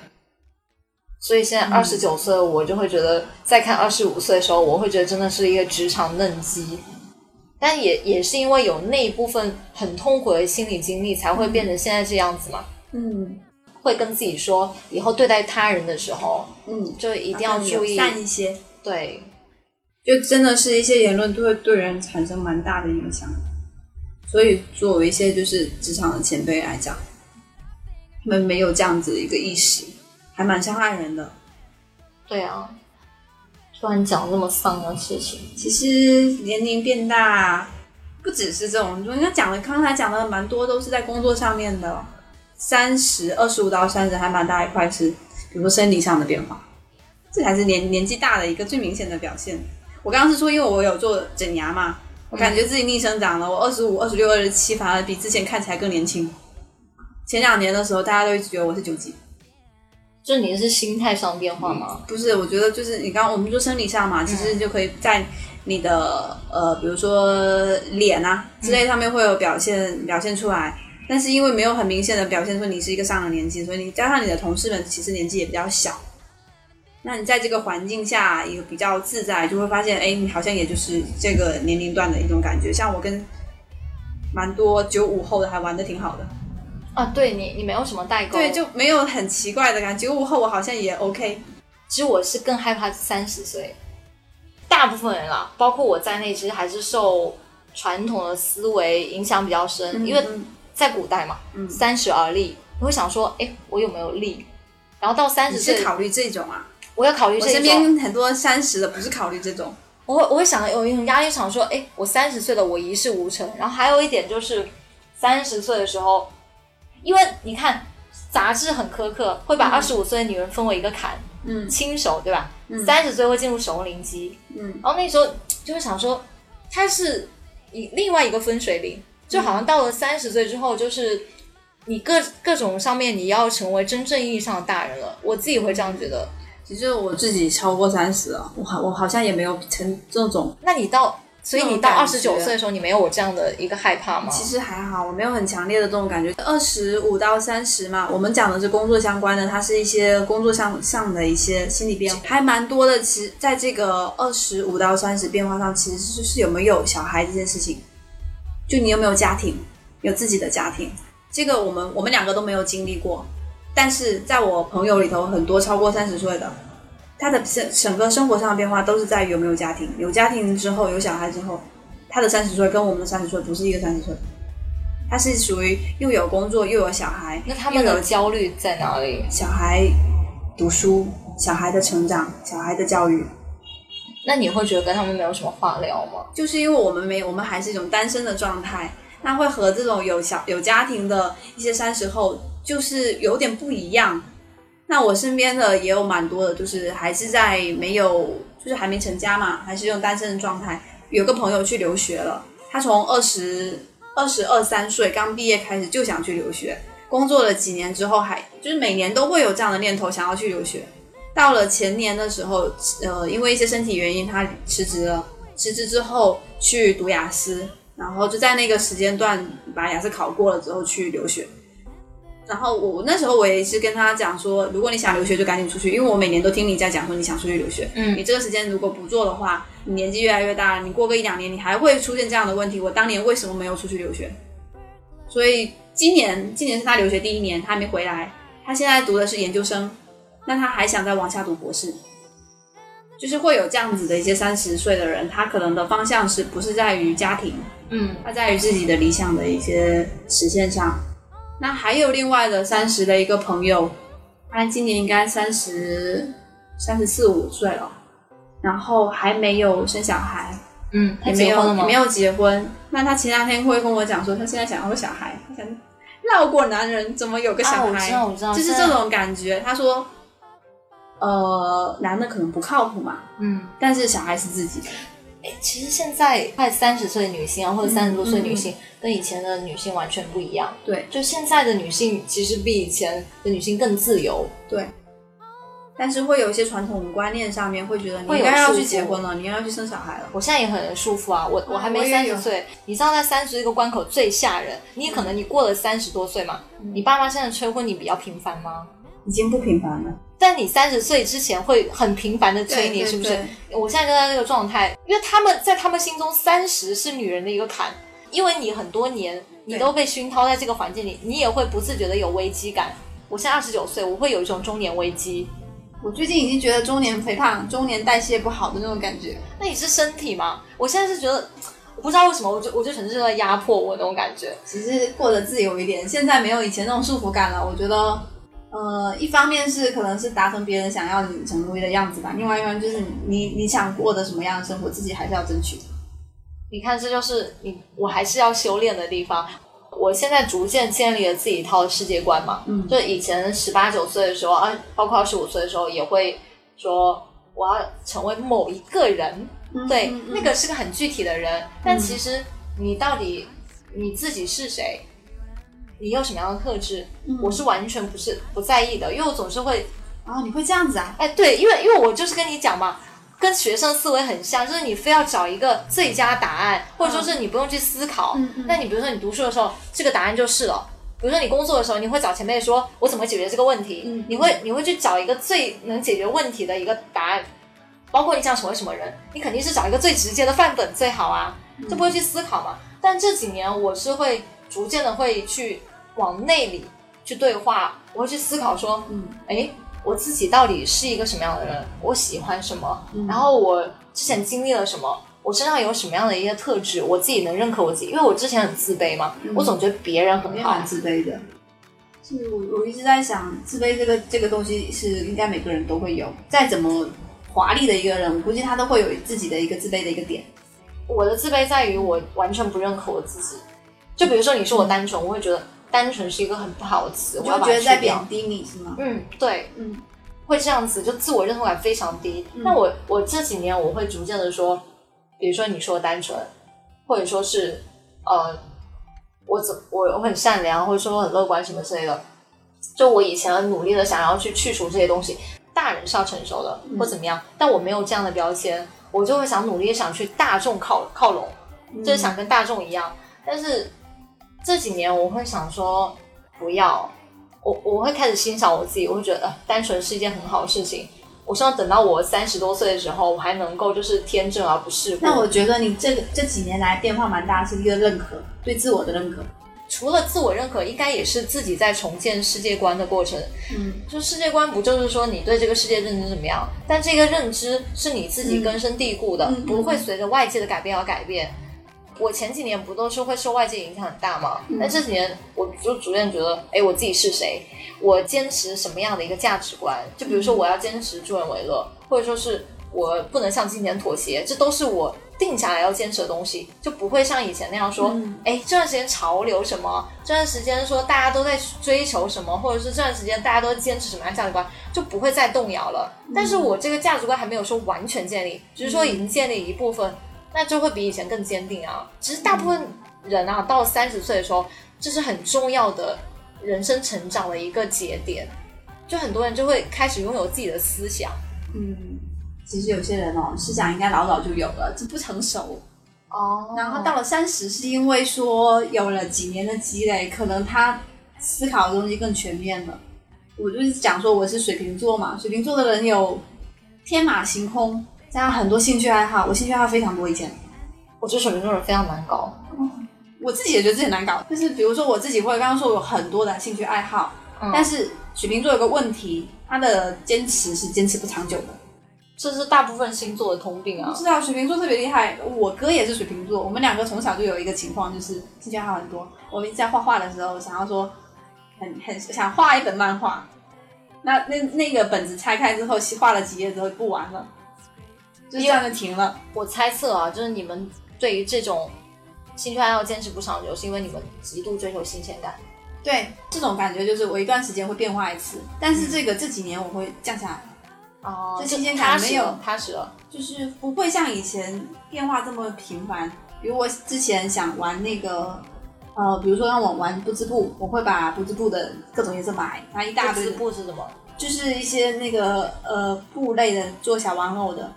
Speaker 1: 所以现在二十九岁，我就会觉得，再看二十五岁的时候，我会觉得真的是一个职场嫩鸡。但也也是因为有那一部分很痛苦的心理经历，才会变成现在这样子嘛。
Speaker 2: 嗯
Speaker 1: 会跟自己说，以后对待他人的时候，
Speaker 2: 嗯，
Speaker 1: 就一
Speaker 2: 一
Speaker 1: 定啊要注意。
Speaker 2: 散一些，
Speaker 1: 对，
Speaker 2: 就真的是一些言论都会对人产生蛮大的影响。所以作为一些就是职场的前辈来讲，他们没有这样子的一个意识，还蛮伤害人的。
Speaker 1: 对啊。突然讲这么丧的事情，
Speaker 2: 其实年龄变大，不只是这种，人家讲的刚才讲的蛮多都是在工作上面的，三十二十五到三十还蛮大一块是，比如说生理上的变化，这才是年年纪大的一个最明显的表现。我刚刚是说，因为我有做整牙嘛，我感觉自己逆生长了，我二十五、二十六、二十七，反而比之前看起来更年轻。前两年的时候，大家都一直觉得我是九几，
Speaker 1: 就你是心态上变化吗？
Speaker 2: 不是，我觉得就是你刚刚我们说生理上嘛，其实就可以在你的呃，比如说脸啊之类上面会有表现表现出来，但是因为没有很明显的表现出你是一个上了年纪，所以你加上你的同事们其实年纪也比较小，那你在这个环境下也比较自在，就会发现哎，你好像也就是这个年龄段的一种感觉。像我跟蛮多九五后的还玩的挺好的，
Speaker 1: 啊，对你，你没有什么代沟。
Speaker 2: 对，就没有很奇怪的感觉。九五后我好像也 OK，
Speaker 1: 其实我是更害怕三十岁，大部分人啦，包括我在内，其实还是受传统的思维影响比较深，因为
Speaker 2: 嗯
Speaker 1: 在古代嘛，
Speaker 2: 嗯
Speaker 1: 三十而立，你会想说，哎，我有没有力？然后到三
Speaker 2: 你
Speaker 1: 十
Speaker 2: 是
Speaker 1: 岁，
Speaker 2: 考虑这种啊？
Speaker 1: 我要考虑
Speaker 2: 我
Speaker 1: 这
Speaker 2: 身
Speaker 1: 一种，
Speaker 2: 边很多三十的不是考虑这种，
Speaker 1: 我会我会想，有很压力，想说，哎，我三十岁了，我一事无成。然后还有一点就是，三十岁的时候，因为你看杂志很苛刻，会把二十五岁的女人分为一个坎，
Speaker 2: 嗯
Speaker 1: 轻熟对吧？三十岁会进入熟龄期，
Speaker 2: 嗯，
Speaker 1: 然后那时候就会想说，它是以另外一个分水岭，就
Speaker 2: 嗯
Speaker 1: 好像到了三十岁之后，就是你各各种上面你要成为真正意义上的大人了。我自己会这样觉得。
Speaker 2: 其实我自己超过三十了，我好我好像也没有成这种，
Speaker 1: 那你到，所以你到
Speaker 2: 那
Speaker 1: 二
Speaker 2: 种感觉
Speaker 1: 十九岁的时候，你没有我这样的一个害怕吗？
Speaker 2: 其实还好，我没有很强烈的这种感觉。二十五到三十嘛，我们讲的是工作相关的，它是一些工作上上的一些心理变化，还蛮多的。其实在这个二十五到三十变化上，其实就是有没有小孩这件事情，就你有没有家庭，有自己的家庭，这个我们我们两个都没有经历过，但是在我朋友里头，很多超过三十岁的，他的整整个生活上的变化都是在于有没有家庭，有家庭之后，有小孩之后，他的三十岁跟我们的三十岁不是一个三十岁，他是属于又有工作又有小孩，
Speaker 1: 那他们
Speaker 2: 又有
Speaker 1: 的焦虑在哪里？
Speaker 2: 小孩读书、小孩的成长、小孩的教育，
Speaker 1: 那你会觉得跟他们没有什么话聊吗？
Speaker 2: 就是因为我们没，我们还是一种单身的状态，那会和这种有小有家庭的一些三十后就是有点不一样。那我身边的也有蛮多的，就是还是在没有，就是还没成家嘛，还是用单身的状态。有个朋友去留学了，他从二十二十二三岁刚毕业开始就想去留学，工作了几年之后还就是每年都会有这样的念头想要去留学。到了前年的时候，呃，因为一些身体原因，他辞职了。辞职之后去读雅思，然后就在那个时间段把雅思考过了之后去留学。然后我我那时候我也是跟他讲说，如果你想留学就赶紧出去，因为我每年都听你在讲说你想出去留学，
Speaker 1: 嗯
Speaker 2: 你这个时间如果不做的话，你年纪越来越大了，你过个一两年你还会出现这样的问题。我当年为什么没有出去留学？所以今年今年是他留学第一年，他还没回来，他现在读的是研究生，那他还想再往下读博士。就是会有这样子的一些三十岁的人，他可能的方向是不是在于家庭，
Speaker 1: 嗯，
Speaker 2: 他在于自己的理想的一些实现上。那还有另外的三十的一个朋友，他今年应该三十三十四五岁了，然后还没有生小孩，
Speaker 1: 嗯，他
Speaker 2: 也没
Speaker 1: 结婚
Speaker 2: 有
Speaker 1: 了
Speaker 2: 也
Speaker 1: 吗
Speaker 2: 没？有结婚。那他前两天会跟我讲说，他现在想要个小孩，他想绕过男人怎么有个小
Speaker 1: 啊，我
Speaker 2: 孩？
Speaker 1: 知道，我知道，
Speaker 2: 就是
Speaker 1: 现
Speaker 2: 这
Speaker 1: 在，
Speaker 2: 种感觉。他说，呃，男的可能不靠谱嘛，
Speaker 1: 嗯，
Speaker 2: 但是小孩是自己的。
Speaker 1: 诶其实现在快三十岁的女性啊，或者三十多岁的女性，跟以前的女性完全不一样。
Speaker 2: 对
Speaker 1: 就现在的女性，其实比以前的女性更自由。
Speaker 2: 对，但是会有一些传统观念上面会觉得你
Speaker 1: 会
Speaker 2: 应
Speaker 1: 有
Speaker 2: 该要
Speaker 1: 束
Speaker 2: 去
Speaker 1: 缚
Speaker 2: 结婚了，你应该要去生小孩了。
Speaker 1: 我现在也很舒服啊，我我还
Speaker 3: 我
Speaker 1: 没
Speaker 3: 也
Speaker 1: 三
Speaker 3: 有
Speaker 1: 十岁，你知道在三十这个关口最吓人。你可能你过了三十多岁嘛，你爸妈现在催婚你比较频繁吗？
Speaker 2: 已经不平凡了，
Speaker 1: 但你三十岁之前会很频繁的催你，
Speaker 2: 对
Speaker 1: 是不是？
Speaker 2: 对
Speaker 1: 我现在就在这个状态，因为他们在他们心中三十是女人的一个坎，因为你很多年你
Speaker 2: 对
Speaker 1: 都被熏陶在这个环境里，你也会不自觉的有危机感。我现在二十九岁，我会有一种中年危机。
Speaker 2: 我最近已经觉得中年肥胖、中年代谢不好的那种感觉。
Speaker 1: 那你是身体吗？我现在是觉得，我不知道为什么，我就我就全是在压迫我那种感觉。
Speaker 2: 只是过得自由一点，现在没有以前那种束缚感了。我觉得，呃，一方面是可能是达成别人想要你成为的样子吧，另外一方面就是你你你想过的什么样的生活，自己还是要争取。
Speaker 1: 你看，这就是你，我还是要修炼的地方。我现在逐渐建立了自己一套世界观嘛，
Speaker 2: 嗯
Speaker 1: 就以前十八九岁的时候啊，包括二十五岁的时候，也会说我要成为某一个人，
Speaker 2: 嗯
Speaker 1: 对，那个是个很具体的人，但其实你到底你自己是谁，你有什么样的特质，我是完全不是不在意的，因为我总是会
Speaker 2: 啊、哦，你会这样子啊？
Speaker 1: 哎，对，因为因为我就是跟你讲嘛，跟学生思维很像，就是你非要找一个最佳答案，或者说是你不用去思考。
Speaker 2: 嗯嗯
Speaker 1: 那你比如说你读书的时候，这个答案就是了。比如说你工作的时候，你会找前辈说，我怎么解决这个问题？
Speaker 2: 嗯
Speaker 1: 你会你会去找一个最能解决问题的一个答案。包括你想成为什么人，你肯定是找一个最直接的范本最好啊，
Speaker 2: 嗯
Speaker 1: 就不会去思考嘛。但这几年我是会逐渐的会去往内里去对话，我会去思考说，
Speaker 2: 嗯，
Speaker 1: 哎，我自己到底是一个什么样的人，我喜欢什么，
Speaker 2: 嗯
Speaker 1: 然后我之前经历了什么，我身上有什么样的一些特质，我自己能认可我自己，因为我之前很自卑嘛，
Speaker 2: 嗯
Speaker 1: 我总觉得别人
Speaker 2: 我
Speaker 1: 很
Speaker 2: 也
Speaker 1: 好
Speaker 2: 蛮，自卑的。是我我一直在想，自卑这个这个东西是应该每个人都会有，再怎么华丽的一个人，我估计他都会有自己的一个自卑的一个点。
Speaker 1: 我的自卑在于我完全不认可我自己。就比如说你说我单纯，我会觉得单纯是一个很不好的词，
Speaker 2: 我
Speaker 1: 我要把
Speaker 2: 嗯觉
Speaker 1: 它
Speaker 2: 得在
Speaker 1: 去掉
Speaker 2: 贬低你是吗？
Speaker 1: 嗯，对，
Speaker 2: 嗯，
Speaker 1: 会这样子，就自我认同感非常低。那我我这几年我会逐渐的说，比如说你说单纯，或者说是呃，我怎我我很善良，或者说我很乐观什么之类的，就我以前努力的想要去去除这些东西，大人是要成熟的或怎么样，但我没有这样的标签，我就会想努力想去大众靠靠拢，
Speaker 2: 嗯
Speaker 1: 就是想跟大众一样。但是这几年我会想说，不要，我我会开始欣赏我自己，我会觉得、呃单纯是一件很好的事情。我希望等到我三十多岁的时候，我还能够就是天真而不世故。
Speaker 2: 那我觉得你这个这几年来变化蛮大，是一个认可，对自我的认可。
Speaker 1: 除了自我认可，应该也是自己在重建世界观的过程。
Speaker 2: 嗯，
Speaker 1: 就世界观不就是说你对这个世界认知怎么样？但这个认知是你自己根深蒂固的，
Speaker 2: 嗯
Speaker 1: 不会随着外界的改变而改变。我前几年不都是会受外界影响很大吗？
Speaker 2: 嗯
Speaker 1: 但这几年我就逐渐觉得，哎，我自己是谁？我坚持什么样的一个价值观？就比如说，我要坚持助人为乐，或者说是我不能向金钱妥协，这都是我定下来要坚持的东西，就不会像以前那样说，哎、这段时间潮流什么，这段时间说大家都在追求什么，或者是这段时间大家都坚持什么样的价值观，就不会再动摇了。但
Speaker 2: 嗯
Speaker 1: 是我这个价值观还没有说完全建立，只是说已经建立一部分，那就会比以前更坚定啊。只是大部分
Speaker 2: 嗯
Speaker 1: 人啊，到三十岁的时候，这是很重要的人生成长的一个节点，就很多人就会开始拥有自己的思想。
Speaker 2: 嗯，其实有些人哦，思想应该老早就有了，这不成熟。
Speaker 1: 哦
Speaker 2: 然后到了三十，是因为说有了几年的积累，可能他思考的东西更全面了。我就是讲说我是水瓶座嘛，水瓶座的人有天马行空，加上很多兴趣爱好，我兴趣爱好非常多以前。
Speaker 1: 我觉得水瓶座人非常难搞。
Speaker 2: 我自己也觉得自己很难搞，就是比如说我自己会刚刚说我有很多的兴趣爱好，
Speaker 1: 嗯
Speaker 2: 但是水瓶座有个问题，他的坚持是坚持不长久的。
Speaker 1: 这是大部分星座的通病啊
Speaker 2: 不！知道水瓶座特别厉害，我哥也是水瓶座，我们两个从小就有一个情况，就是兴趣爱好很多。我们在画画的时候，想要说很很想画一本漫画，那那那个本子拆开之后，画了几页之后不玩了，就这样就停了。
Speaker 1: 我猜测啊，就是你们对于这种兴趣爱好坚持不长久，是因为你们极度追求新鲜感。
Speaker 2: 对，这种感觉就是我一段时间会变化一次，但是这个这几年我会降下来。
Speaker 1: 哦
Speaker 2: 这
Speaker 1: 就
Speaker 2: 新鲜
Speaker 1: 踏
Speaker 2: 感
Speaker 1: 实
Speaker 2: 没有
Speaker 1: 了踏实了。
Speaker 2: 就是不会像以前变化这么频繁。比如我之前想玩那个，呃，比如说让我玩不织布，我会把不织布的各种颜色买，买一大
Speaker 1: 不
Speaker 2: 堆
Speaker 1: 织
Speaker 2: 的，
Speaker 1: 布是什么？
Speaker 2: 就是一些那个呃布类的做小玩偶的，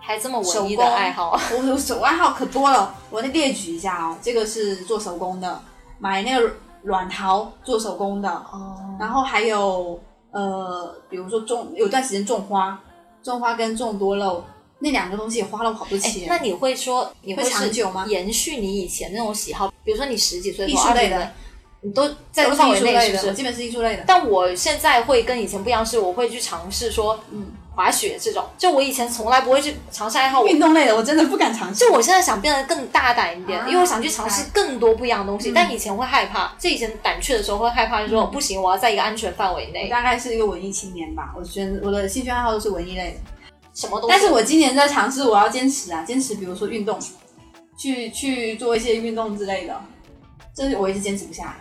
Speaker 1: 还这么
Speaker 2: 手
Speaker 1: 文艺的
Speaker 2: 工
Speaker 1: 爱好，
Speaker 2: 我有手爱好可多了，我再列举一下哦，这个是做手工的，买那个软陶做手工的，
Speaker 1: 哦，
Speaker 2: 然后还有呃，比如说种有段时间种花，种花跟种多肉那两个东西也花了我好多
Speaker 1: 哎，
Speaker 2: 钱。
Speaker 1: 那你会说你
Speaker 2: 会
Speaker 1: 是
Speaker 2: 长久吗
Speaker 1: 延续你以前那种喜好，比如说你十几岁
Speaker 2: 艺
Speaker 1: 或
Speaker 2: 术
Speaker 1: 二十
Speaker 2: 类
Speaker 1: 几
Speaker 2: 的
Speaker 1: 岁，，你都在
Speaker 2: 都是
Speaker 1: 范
Speaker 2: 艺
Speaker 1: 围
Speaker 2: 术
Speaker 1: 内
Speaker 2: 类
Speaker 1: 是
Speaker 2: 的，
Speaker 1: 不
Speaker 2: 我
Speaker 1: 是？
Speaker 2: 基本是艺术类的。
Speaker 1: 但我现在会跟以前不一样，是我会去尝试说，
Speaker 2: 嗯，
Speaker 1: 滑雪这种，就我以前从来不会去尝试爱好，我
Speaker 2: 运动类的我真的不敢尝试。
Speaker 1: 就我现在想变得更大胆一点，
Speaker 2: 啊嗯
Speaker 1: 因为我想去尝试更多不一样的东西。但以前会害怕，就以前胆怯的时候会害怕，就说、不行，我要在一个安全范围
Speaker 2: 我
Speaker 1: 内，
Speaker 2: 大概是一个文艺青年吧，我觉得我的兴趣爱好都是文艺类的。
Speaker 1: 什么东西。
Speaker 2: 但是我今年在尝试，我要坚持啊，坚持，比如说运动，去去做一些运动之类的，这是我一直坚持不下来，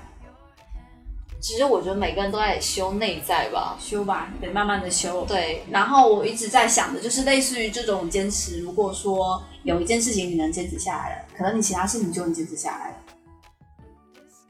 Speaker 1: 其实我觉得每个人都在修内在吧。
Speaker 2: 修吧，得慢慢的修。
Speaker 1: 对，
Speaker 2: 然后我一直在想的就是，类似于这种坚持，如果说有一件事情你能坚持下来了，可能你其他事情就能坚持下来了，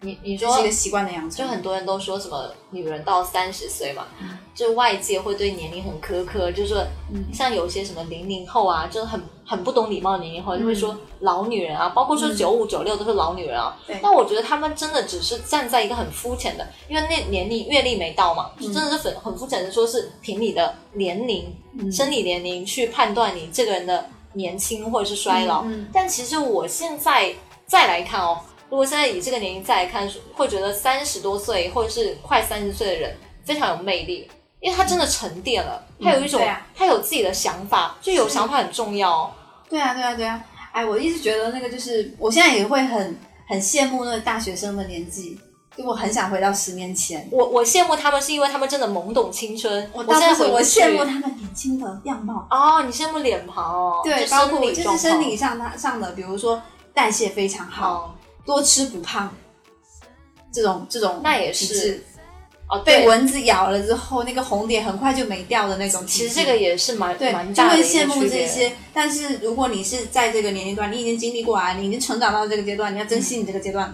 Speaker 1: 你你
Speaker 2: 这是一
Speaker 1: 说
Speaker 2: 个，习惯的养成。
Speaker 1: 就很多人都说什么女人到三十岁嘛，就外界会对年龄很苛刻，就是说
Speaker 2: 嗯
Speaker 1: 像有些什么零零后啊，就是很很不懂礼貌的零零后，就会说老女人啊，包括说
Speaker 2: 嗯
Speaker 1: 九五九六都是老女人啊
Speaker 2: 对。
Speaker 1: 那我觉得他们真的只是站在一个很肤浅的，因为那年龄阅历没到嘛，
Speaker 2: 嗯
Speaker 1: 真的是很很肤浅的，说是凭你的年龄、
Speaker 2: 嗯
Speaker 1: 生理年龄去判断你这个人的年轻或者是衰老。
Speaker 2: 嗯
Speaker 1: 但其实我现在再来看哦，如果现在以这个年龄再来看，会觉得三十多岁或者是快三十岁的人非常有魅力，因为他真的沉淀了，他有一种、
Speaker 2: 对啊
Speaker 1: 他有自己的想法，就有想法很重要哦。
Speaker 2: 对啊，对啊，对啊！哎，我一直觉得那个就是，我现在也会很很羡慕那个大学生的年纪，就我很想回到十年前。
Speaker 1: 我我羡慕他们是因为他们真的懵懂青春，我
Speaker 2: 倒
Speaker 1: 现在
Speaker 2: 不是
Speaker 1: 回
Speaker 2: 我
Speaker 1: 不去
Speaker 2: 羡慕他们年轻的样貌，
Speaker 1: 哦，你羡慕脸庞哦，
Speaker 2: 对，
Speaker 1: 就
Speaker 2: 包括
Speaker 1: 生
Speaker 2: 我
Speaker 1: 理
Speaker 2: 就是
Speaker 1: 状
Speaker 2: 生理
Speaker 1: 况
Speaker 2: 上的上的，比如说代谢非常好，
Speaker 1: 哦，
Speaker 2: 多吃不胖，这种这种
Speaker 1: 那也
Speaker 2: 体
Speaker 1: 是
Speaker 2: 质
Speaker 1: 哦
Speaker 2: 被
Speaker 1: 对
Speaker 2: 蚊子咬了之后，那个红点很快就没掉的那种体质。
Speaker 1: 其实这个也是蛮
Speaker 2: 对，
Speaker 1: 蛮
Speaker 2: 就
Speaker 1: 大的
Speaker 2: 会
Speaker 1: 一个
Speaker 2: 羡慕
Speaker 1: 区
Speaker 2: 这
Speaker 1: 别。
Speaker 2: 些。但是如果你是在这个年龄段，你已经经历过来，啊你已经成长到这个阶段，你要珍惜你这个阶段，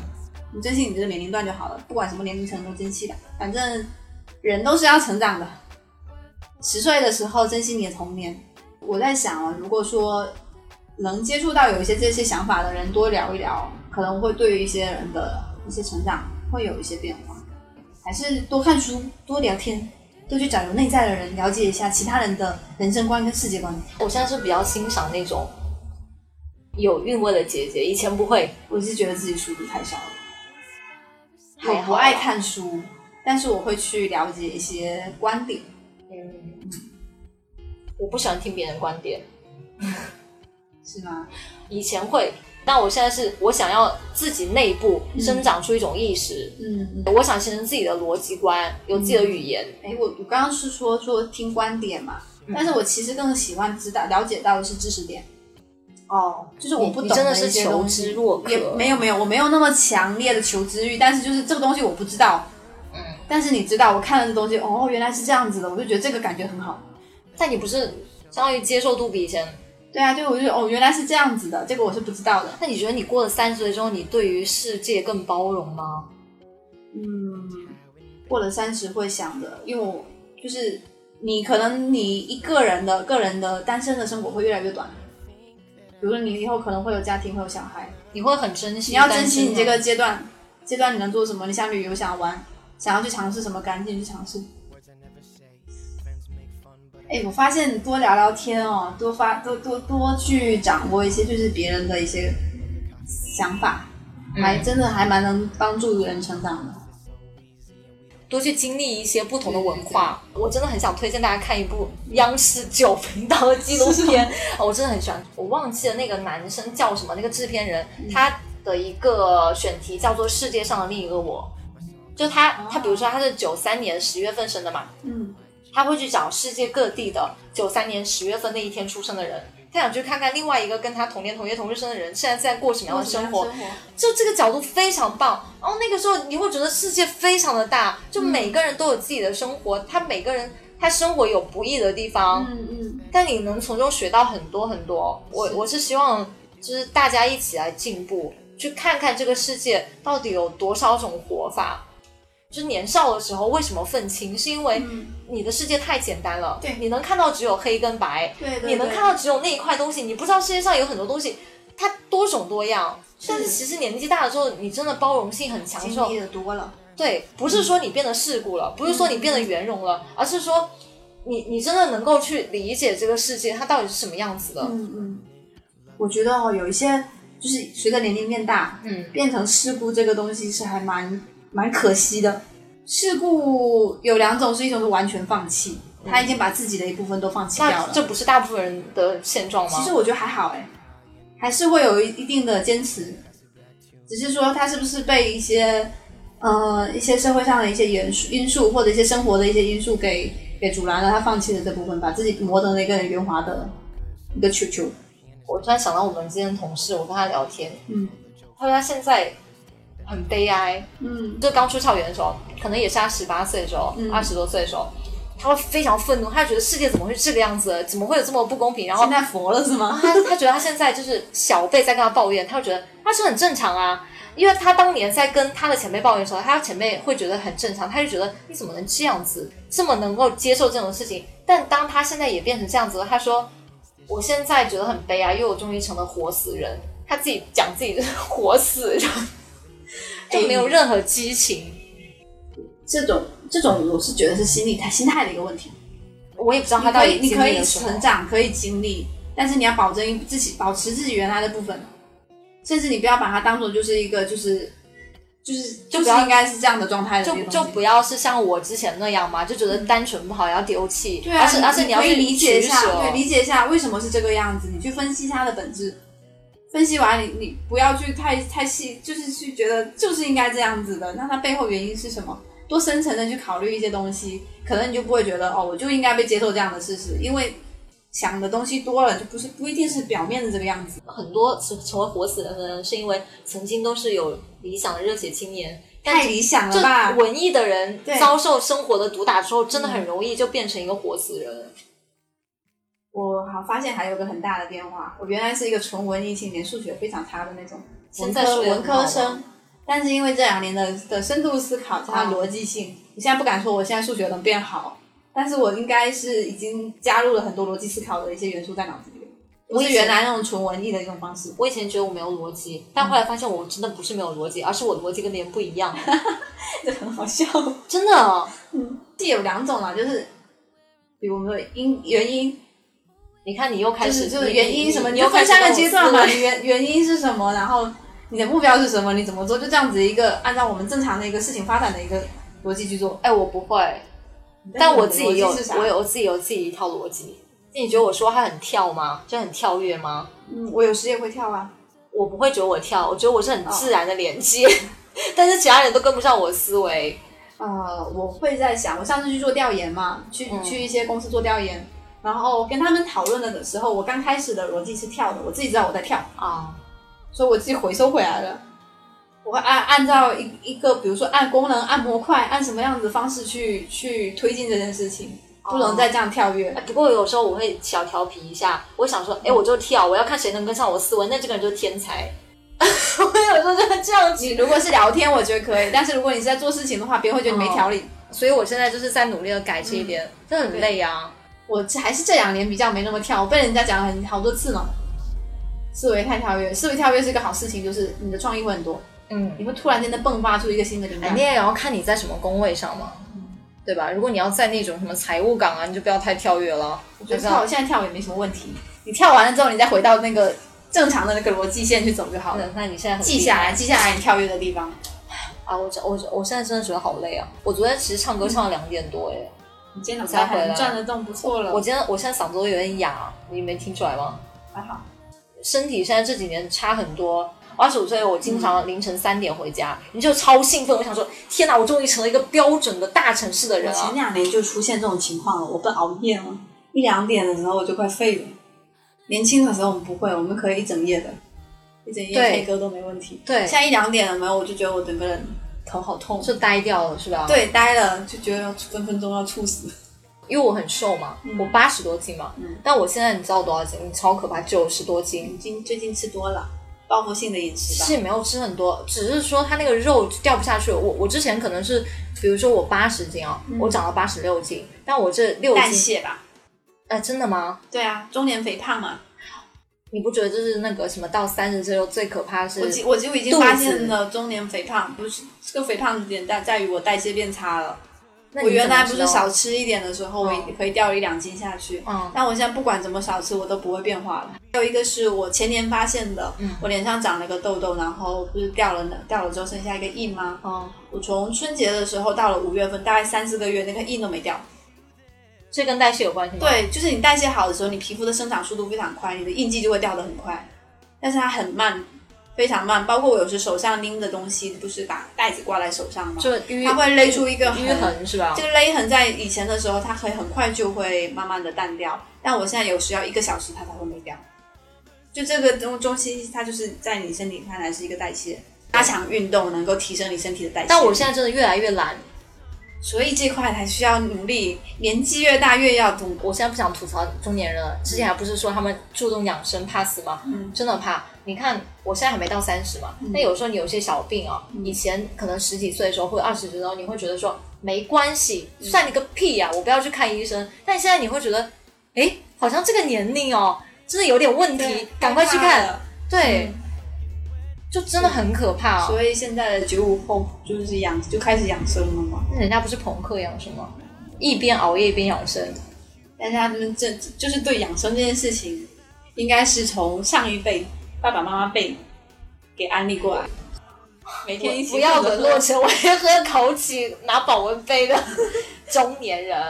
Speaker 2: 你珍惜你这个年龄段就好了，不管什么年龄层都珍惜吧。反正人都是要成长的。十岁的时候珍惜你的童年。我在想哦，如果说能接触到有一些这些想法的人多聊一聊，可能会对于一些人的一些成长会有一些变化。还是多看书，多聊天，多去找有内在的人了解一下其他人的人生观跟世界观。
Speaker 1: 我现在是比较欣赏那种有韵味的姐姐，以前不会，
Speaker 2: 我是觉得自己书读太少了，
Speaker 1: 还
Speaker 2: 我
Speaker 1: 好啊
Speaker 2: 不爱
Speaker 1: 啦
Speaker 2: 看书，但是我会去了解一些观点。
Speaker 1: 嗯，我不喜欢听别人观点，
Speaker 2: 是吗？
Speaker 1: 以前会，但我现在是我想要自己内部
Speaker 2: 嗯
Speaker 1: 生长出一种意识，
Speaker 2: 嗯，
Speaker 1: 我想形成自己的逻辑观，有自己的语言。
Speaker 2: 哎，我我刚刚是说说听观点嘛，
Speaker 1: 嗯
Speaker 2: 但是我其实更喜欢知道了解到的是知识点，嗯
Speaker 1: 哦，
Speaker 2: 就是我不
Speaker 1: 你
Speaker 2: 懂
Speaker 1: 真的
Speaker 2: 的
Speaker 1: 是
Speaker 2: 一些
Speaker 1: 求
Speaker 2: 东西
Speaker 1: 知若
Speaker 2: 也
Speaker 1: 渴，
Speaker 2: 没有没有，我没有那么强烈的求知欲，但是就是这个东西我不知道，
Speaker 1: 嗯，
Speaker 2: 但是你知道我看了这东西，哦，原来是这样子的，我就觉得这个感觉很好。
Speaker 1: 但你不是相当于接受度比以前？
Speaker 2: 对啊，就我就觉得哦，原来是这样子的，这个我是不知道的。
Speaker 1: 那你觉得你过了三十岁之后，你对于世界更包容吗？
Speaker 2: 嗯，过了三十会想的，因为我就是你可能你一个人的个人的单身的生活会越来越短，比如说你以后可能会有家庭，会有小孩，
Speaker 1: 你会很珍惜，
Speaker 2: 你要珍惜你这个阶段，阶段你能做什么？你想旅游，想玩，想要去尝试什么，赶紧去尝试。哎，我发现多聊聊天哦，多发多多多去掌握一些就是别人的一些想法，
Speaker 1: 嗯
Speaker 2: 还真的还蛮能帮助人成长的。
Speaker 1: 多去经历一些不同的文化。我真的很想推荐大家看一部央视九频道的纪录片，哦我真的很喜欢。我忘记了那个男生叫什么，那个制片人、他的一个选题叫做《世界上的另一个我》，就他他比如说他是九三年十月份生的嘛，
Speaker 2: 嗯，
Speaker 1: 他会去找世界各地的九三年十月份那一天出生的人。他想去看看另外一个跟他同年同月同日生的人现在在过什么样的生活，就这个角度非常棒。然后那个时候你会觉得世界非常的大，
Speaker 2: 嗯
Speaker 1: 就每个人都有自己的生活，他每个人他生活有不易的地方，
Speaker 2: 嗯嗯，
Speaker 1: 但你能从中学到很多很多。我
Speaker 2: 是
Speaker 1: 我是希望就是大家一起来进步，去看看这个世界到底有多少种活法。就是年少的时候为什么愤青，是
Speaker 2: 嗯哎
Speaker 1: 因为你的世界太简单了，
Speaker 2: 对
Speaker 1: 你能看到只有黑跟白，
Speaker 2: 对对
Speaker 1: 你能看到只有那一块东西，你不知道世界上有很多东西，它多种多样。但是其实年纪大了之后，你真的包容性很强之后，
Speaker 2: 的多了，
Speaker 1: 对，不是说你变得世故了，不是说你变得圆融了，而是说你你真的能够去理解这个世界它到底是什么样子的。
Speaker 2: 嗯嗯，我觉得哦，有一些就是随着年龄变大，
Speaker 1: 嗯，
Speaker 2: 变成事故这个东西是还蛮蛮可惜的。事故有两种，是一种是完全放弃，他已经把自己的一部分都放弃掉
Speaker 1: 嗯那
Speaker 2: 了。
Speaker 1: 这不是大部分人的现状吗？
Speaker 2: 其实我觉得还好哎，还是会有一定的坚持，只是说他是不是被一些呃一些社会上的一些元素因素或者一些生活的一些因素给给阻拦了，他放弃了这部分，把自己磨成了一个很圆滑的一个球球。
Speaker 1: 我突然想到我们之前的同事，我跟他聊天，
Speaker 2: 嗯
Speaker 1: 他说他现在很悲哀，
Speaker 2: 嗯
Speaker 1: 就刚出校园的时候，可能也是他十八岁的时候
Speaker 2: 嗯，
Speaker 1: 二十、多岁的时候，他会非常愤怒，他觉得世界怎么会是这个样子，怎么会有这么不公平？然后
Speaker 2: 现在佛了是
Speaker 1: 然
Speaker 2: 吗？
Speaker 1: 后他他 觉得他现在就是小辈在跟他抱怨，他就觉得他是很正常啊，因为他当年在跟他的前辈抱怨的时候，他前辈会觉得很正常，他就觉得你怎么能这样子，这么能够接受这种事情？但当他现在也变成这样子了，他说我现在觉得很悲哀，因为我终于成了活死人。他自己讲自己就是活死人，就没有任何激情。
Speaker 2: 这种这种我是觉得是心理态心态的一个问题。
Speaker 1: 我也不知道他
Speaker 2: 你
Speaker 1: 到
Speaker 2: 可
Speaker 1: 底
Speaker 2: 以你
Speaker 1: 经
Speaker 2: 可
Speaker 1: 历
Speaker 2: 以
Speaker 1: 了什
Speaker 2: 成
Speaker 1: 么。
Speaker 2: 长，可以经历，但是你要保证自己保持自己原来的部分，甚至你不要把它当做就是一个就是就是
Speaker 1: 就
Speaker 2: 就
Speaker 1: 不
Speaker 2: 是
Speaker 1: 要
Speaker 2: 应该是这样的状态的
Speaker 1: 就
Speaker 2: 一个东西
Speaker 1: 就不要是像我之前那样嘛，就觉得单纯不好，要丢弃。
Speaker 2: 对啊，
Speaker 1: 而是而是
Speaker 2: 你
Speaker 1: 要
Speaker 2: 可
Speaker 1: 去
Speaker 2: 以理解一
Speaker 1: 取
Speaker 2: 下，
Speaker 1: 舍
Speaker 2: 对，理解一下为什么是这个样子，你去分析它的本质。分析完你，你不要去太太细，就是去觉得就是应该这样子的。那它背后原因是什么？多深层的去考虑一些东西，可能你就不会觉得哦，我就应该被接受这样的事实，因为想的东西多了，就不是不一定是表面的这个样子。
Speaker 1: 很多成成为活死人的人，是因为曾经都是有理想的热血青年，但
Speaker 2: 太
Speaker 1: 是
Speaker 2: 理想
Speaker 1: 就
Speaker 2: 了吧？
Speaker 1: 文艺的人
Speaker 2: 对
Speaker 1: 遭受生活的毒打之后，真的很容易就变成一个活死人。
Speaker 2: 我好发现还有个很大的变化，我原来是一个纯文艺青年，数学非常差的那种文
Speaker 1: 现在
Speaker 2: 科
Speaker 1: 数学
Speaker 2: 文
Speaker 1: 很好
Speaker 2: 科生，啊但是因为这两年的的深度思考加上逻辑性，我现在不敢说我现在数学能变好，但是我应该是已经加入了很多逻辑思考的一些元素在脑子里面，不
Speaker 1: 我以
Speaker 2: 是
Speaker 1: 前
Speaker 2: 原来那种纯文艺的一种方式。
Speaker 1: 我以前觉得我没有逻辑，但后来发现我真的不是没有逻辑，而是我逻辑跟别人不一样，
Speaker 2: 这 很好 笑。
Speaker 1: 真的。哦
Speaker 2: 这有两种啦，就是比如我们说因原因，
Speaker 1: 你看，你又开
Speaker 2: 就是
Speaker 1: 始
Speaker 2: 就是原因什么，
Speaker 1: 你
Speaker 2: 你
Speaker 1: 又
Speaker 2: 就
Speaker 1: 开
Speaker 2: 分
Speaker 1: 始
Speaker 2: 三
Speaker 1: 跟
Speaker 2: 个
Speaker 1: 我
Speaker 2: 阶段嘛，
Speaker 1: 撕了
Speaker 2: 你原原因是什么，然后你的目标是什么，你怎么做，就这样子一个按照我们正常的一个事情发展的一个逻辑去做。
Speaker 1: 哎，我不会，但我自己有
Speaker 2: 逻辑是啥，
Speaker 1: 我有我自己有自己一套逻辑。那你觉得我说话很跳吗？就很跳跃吗？
Speaker 2: 嗯，我有时也会跳啊，
Speaker 1: 我不会觉得我跳，我觉得我是很自然的连接， 但是其他人都跟不上我的思维。
Speaker 2: 呃，我会在想，我上次去做调研嘛，去、
Speaker 1: 嗯
Speaker 2: 去一些公司做调研，然后跟他们讨论的时候，我刚开始的逻辑是跳的，我自己知道我在跳，
Speaker 1: 啊，
Speaker 2: 所以我自己回收回来了。我会按按照一一个，比如说按功能、按模块、按什么样子的方式去去推进这件事情，
Speaker 1: 哦
Speaker 2: 不能再这样跳跃。
Speaker 1: 哎，不过有时候我会小调皮一下，我想说，哎，我就跳，我要看谁能跟上我思维，那这个人就是天才。 我有时候就会这样子，
Speaker 2: 你如果是聊天，我觉得可以；但是如果你是在做事情的话，别人会觉得你没条理。
Speaker 1: 所以我现在就是在努力的改这一点，真的很累啊。
Speaker 2: 我这还是这两年比较没那么跳，我被人家讲了很好多次呢。思维太跳跃，思维跳跃是一个好事情，就是你的创意会很多，
Speaker 1: 嗯，
Speaker 2: 你会突然间的迸发出一个新的灵
Speaker 1: 哎，
Speaker 2: 感
Speaker 1: 你。也要看你在什么工位上嘛，对吧？如果你要在那种什么财务岗啊，你就不要太跳跃了。
Speaker 2: 我觉得
Speaker 1: 就这样
Speaker 2: 跳，现在跳也没什么问题。你跳完了之后，你再回到那个正常的那个逻辑线去走就好了。
Speaker 1: 那你现在很
Speaker 2: 记下来，记下来你跳跃的地方。
Speaker 1: 啊！我我我现在真的觉得好累啊！我昨天其实唱歌唱到两点多哎、
Speaker 2: 你今天脑
Speaker 1: 袋还能转
Speaker 2: 转得动，不错了。
Speaker 1: 我今天我现在嗓子都有点哑，啊你没听出来吗？
Speaker 2: 还好，
Speaker 1: 身体现在这几年差很多。二十五岁，我经常凌晨三点回家，你就超兴奋。我想说，天哪，我终于成了一个标准的大城市的人
Speaker 2: 前
Speaker 1: 啊！
Speaker 2: 两年就出现这种情况了。我不熬夜吗？一两点的时候我就快废了。年轻的时候我们不会，我们可以一整夜的，一整夜
Speaker 1: 对
Speaker 2: 配歌都没问题。
Speaker 1: 对
Speaker 2: 现，在一两点了没有，我就觉得我整个人头好痛，
Speaker 1: 就呆掉了，是吧？，
Speaker 2: 对呆了，就觉得要分分钟要猝死。
Speaker 1: 因为我很瘦嘛，
Speaker 2: 嗯
Speaker 1: 我八十多斤嘛，但我现在你知道我多少斤？你超可怕，九十多斤。
Speaker 2: 已经最近吃多了，报复性的饮食
Speaker 1: 其
Speaker 2: 吧
Speaker 1: 实。也没有吃很多，只是说它那个肉掉不下去。我我之前可能是，比如说我八十斤啊、
Speaker 2: 嗯
Speaker 1: 我长到八十六斤，但我这六
Speaker 2: 代
Speaker 1: 斤，
Speaker 2: 谢吧，
Speaker 1: 哎，真的吗？
Speaker 2: 对啊，中年肥胖嘛，
Speaker 1: 你不觉得就是那个什么到三十岁后最可怕的
Speaker 2: 我
Speaker 1: 是
Speaker 2: 几？我几乎已经
Speaker 1: 肚子
Speaker 2: 发现了中年肥胖，不是这个肥胖的点在在于我代谢变差了。
Speaker 1: 那
Speaker 2: 我
Speaker 1: 你怎
Speaker 2: 原
Speaker 1: 么
Speaker 2: 来不
Speaker 1: 知
Speaker 2: 是
Speaker 1: 道
Speaker 2: 少吃一点的时候，我
Speaker 1: 嗯
Speaker 2: 可以掉一两斤下去。
Speaker 1: 嗯
Speaker 2: 但我现在不管怎么少吃，我都不会变化了。还有一个是我前年发现的，
Speaker 1: 嗯
Speaker 2: 我脸上长了个痘痘，然后不是掉了呢，掉了之后剩下一个印吗？
Speaker 1: 哦，
Speaker 2: 我从春节的时候到了五月份，大概三四个月，那个印都没掉。
Speaker 1: 这跟代谢有关系吗？，
Speaker 2: 对，就是你代谢好的时候，你皮肤的生长速度非常快，你的印记就会掉得很快，但是它很慢，非常慢。包括我有时手上拎的东西，不是把袋子挂在手上吗？
Speaker 1: 就淤
Speaker 2: 它会勒出一个
Speaker 1: 淤痕是吧
Speaker 2: 这？个勒痕在以前的时候，它可以很快就会慢慢的淡掉，但我现在有时要一个小时它才会没掉。就这个东东西，它就是在你身体看来是一个代谢，加强运动能够提升你身体的代谢。
Speaker 1: 但我现在真的越来越懒，
Speaker 2: 所以这块还需要努力，年纪越大越要努。
Speaker 1: 我现在不想吐槽中年人了。之前还不是说他们注重养生怕死吗？
Speaker 2: 嗯
Speaker 1: 真的怕。你看我现在还没到三十嘛，那、有时候你有些小病啊，
Speaker 2: 嗯
Speaker 1: 以前可能十几岁的时候或者二十岁的时候，你会觉得说没关系，
Speaker 2: 嗯
Speaker 1: 算你个屁呀、我不要去看医生。但现在你会觉得，哎，好像这个年龄哦，真的有点问题，赶快去
Speaker 2: 害怕
Speaker 1: 看。
Speaker 2: 了。哎嗯
Speaker 1: 对，就真的很可怕、哦。
Speaker 2: 所以现在的九五后就是养就开始养生了嘛，
Speaker 1: 那人家不是朋克养生吗？一边熬夜一边养生，
Speaker 2: 但是他们这就是对养生这件事情，应该是从上一辈爸爸妈妈辈给安利过来，每天一
Speaker 1: 我
Speaker 2: 起
Speaker 1: 不要
Speaker 2: 的
Speaker 1: 沦落成为喝枸杞拿保温杯的 中年人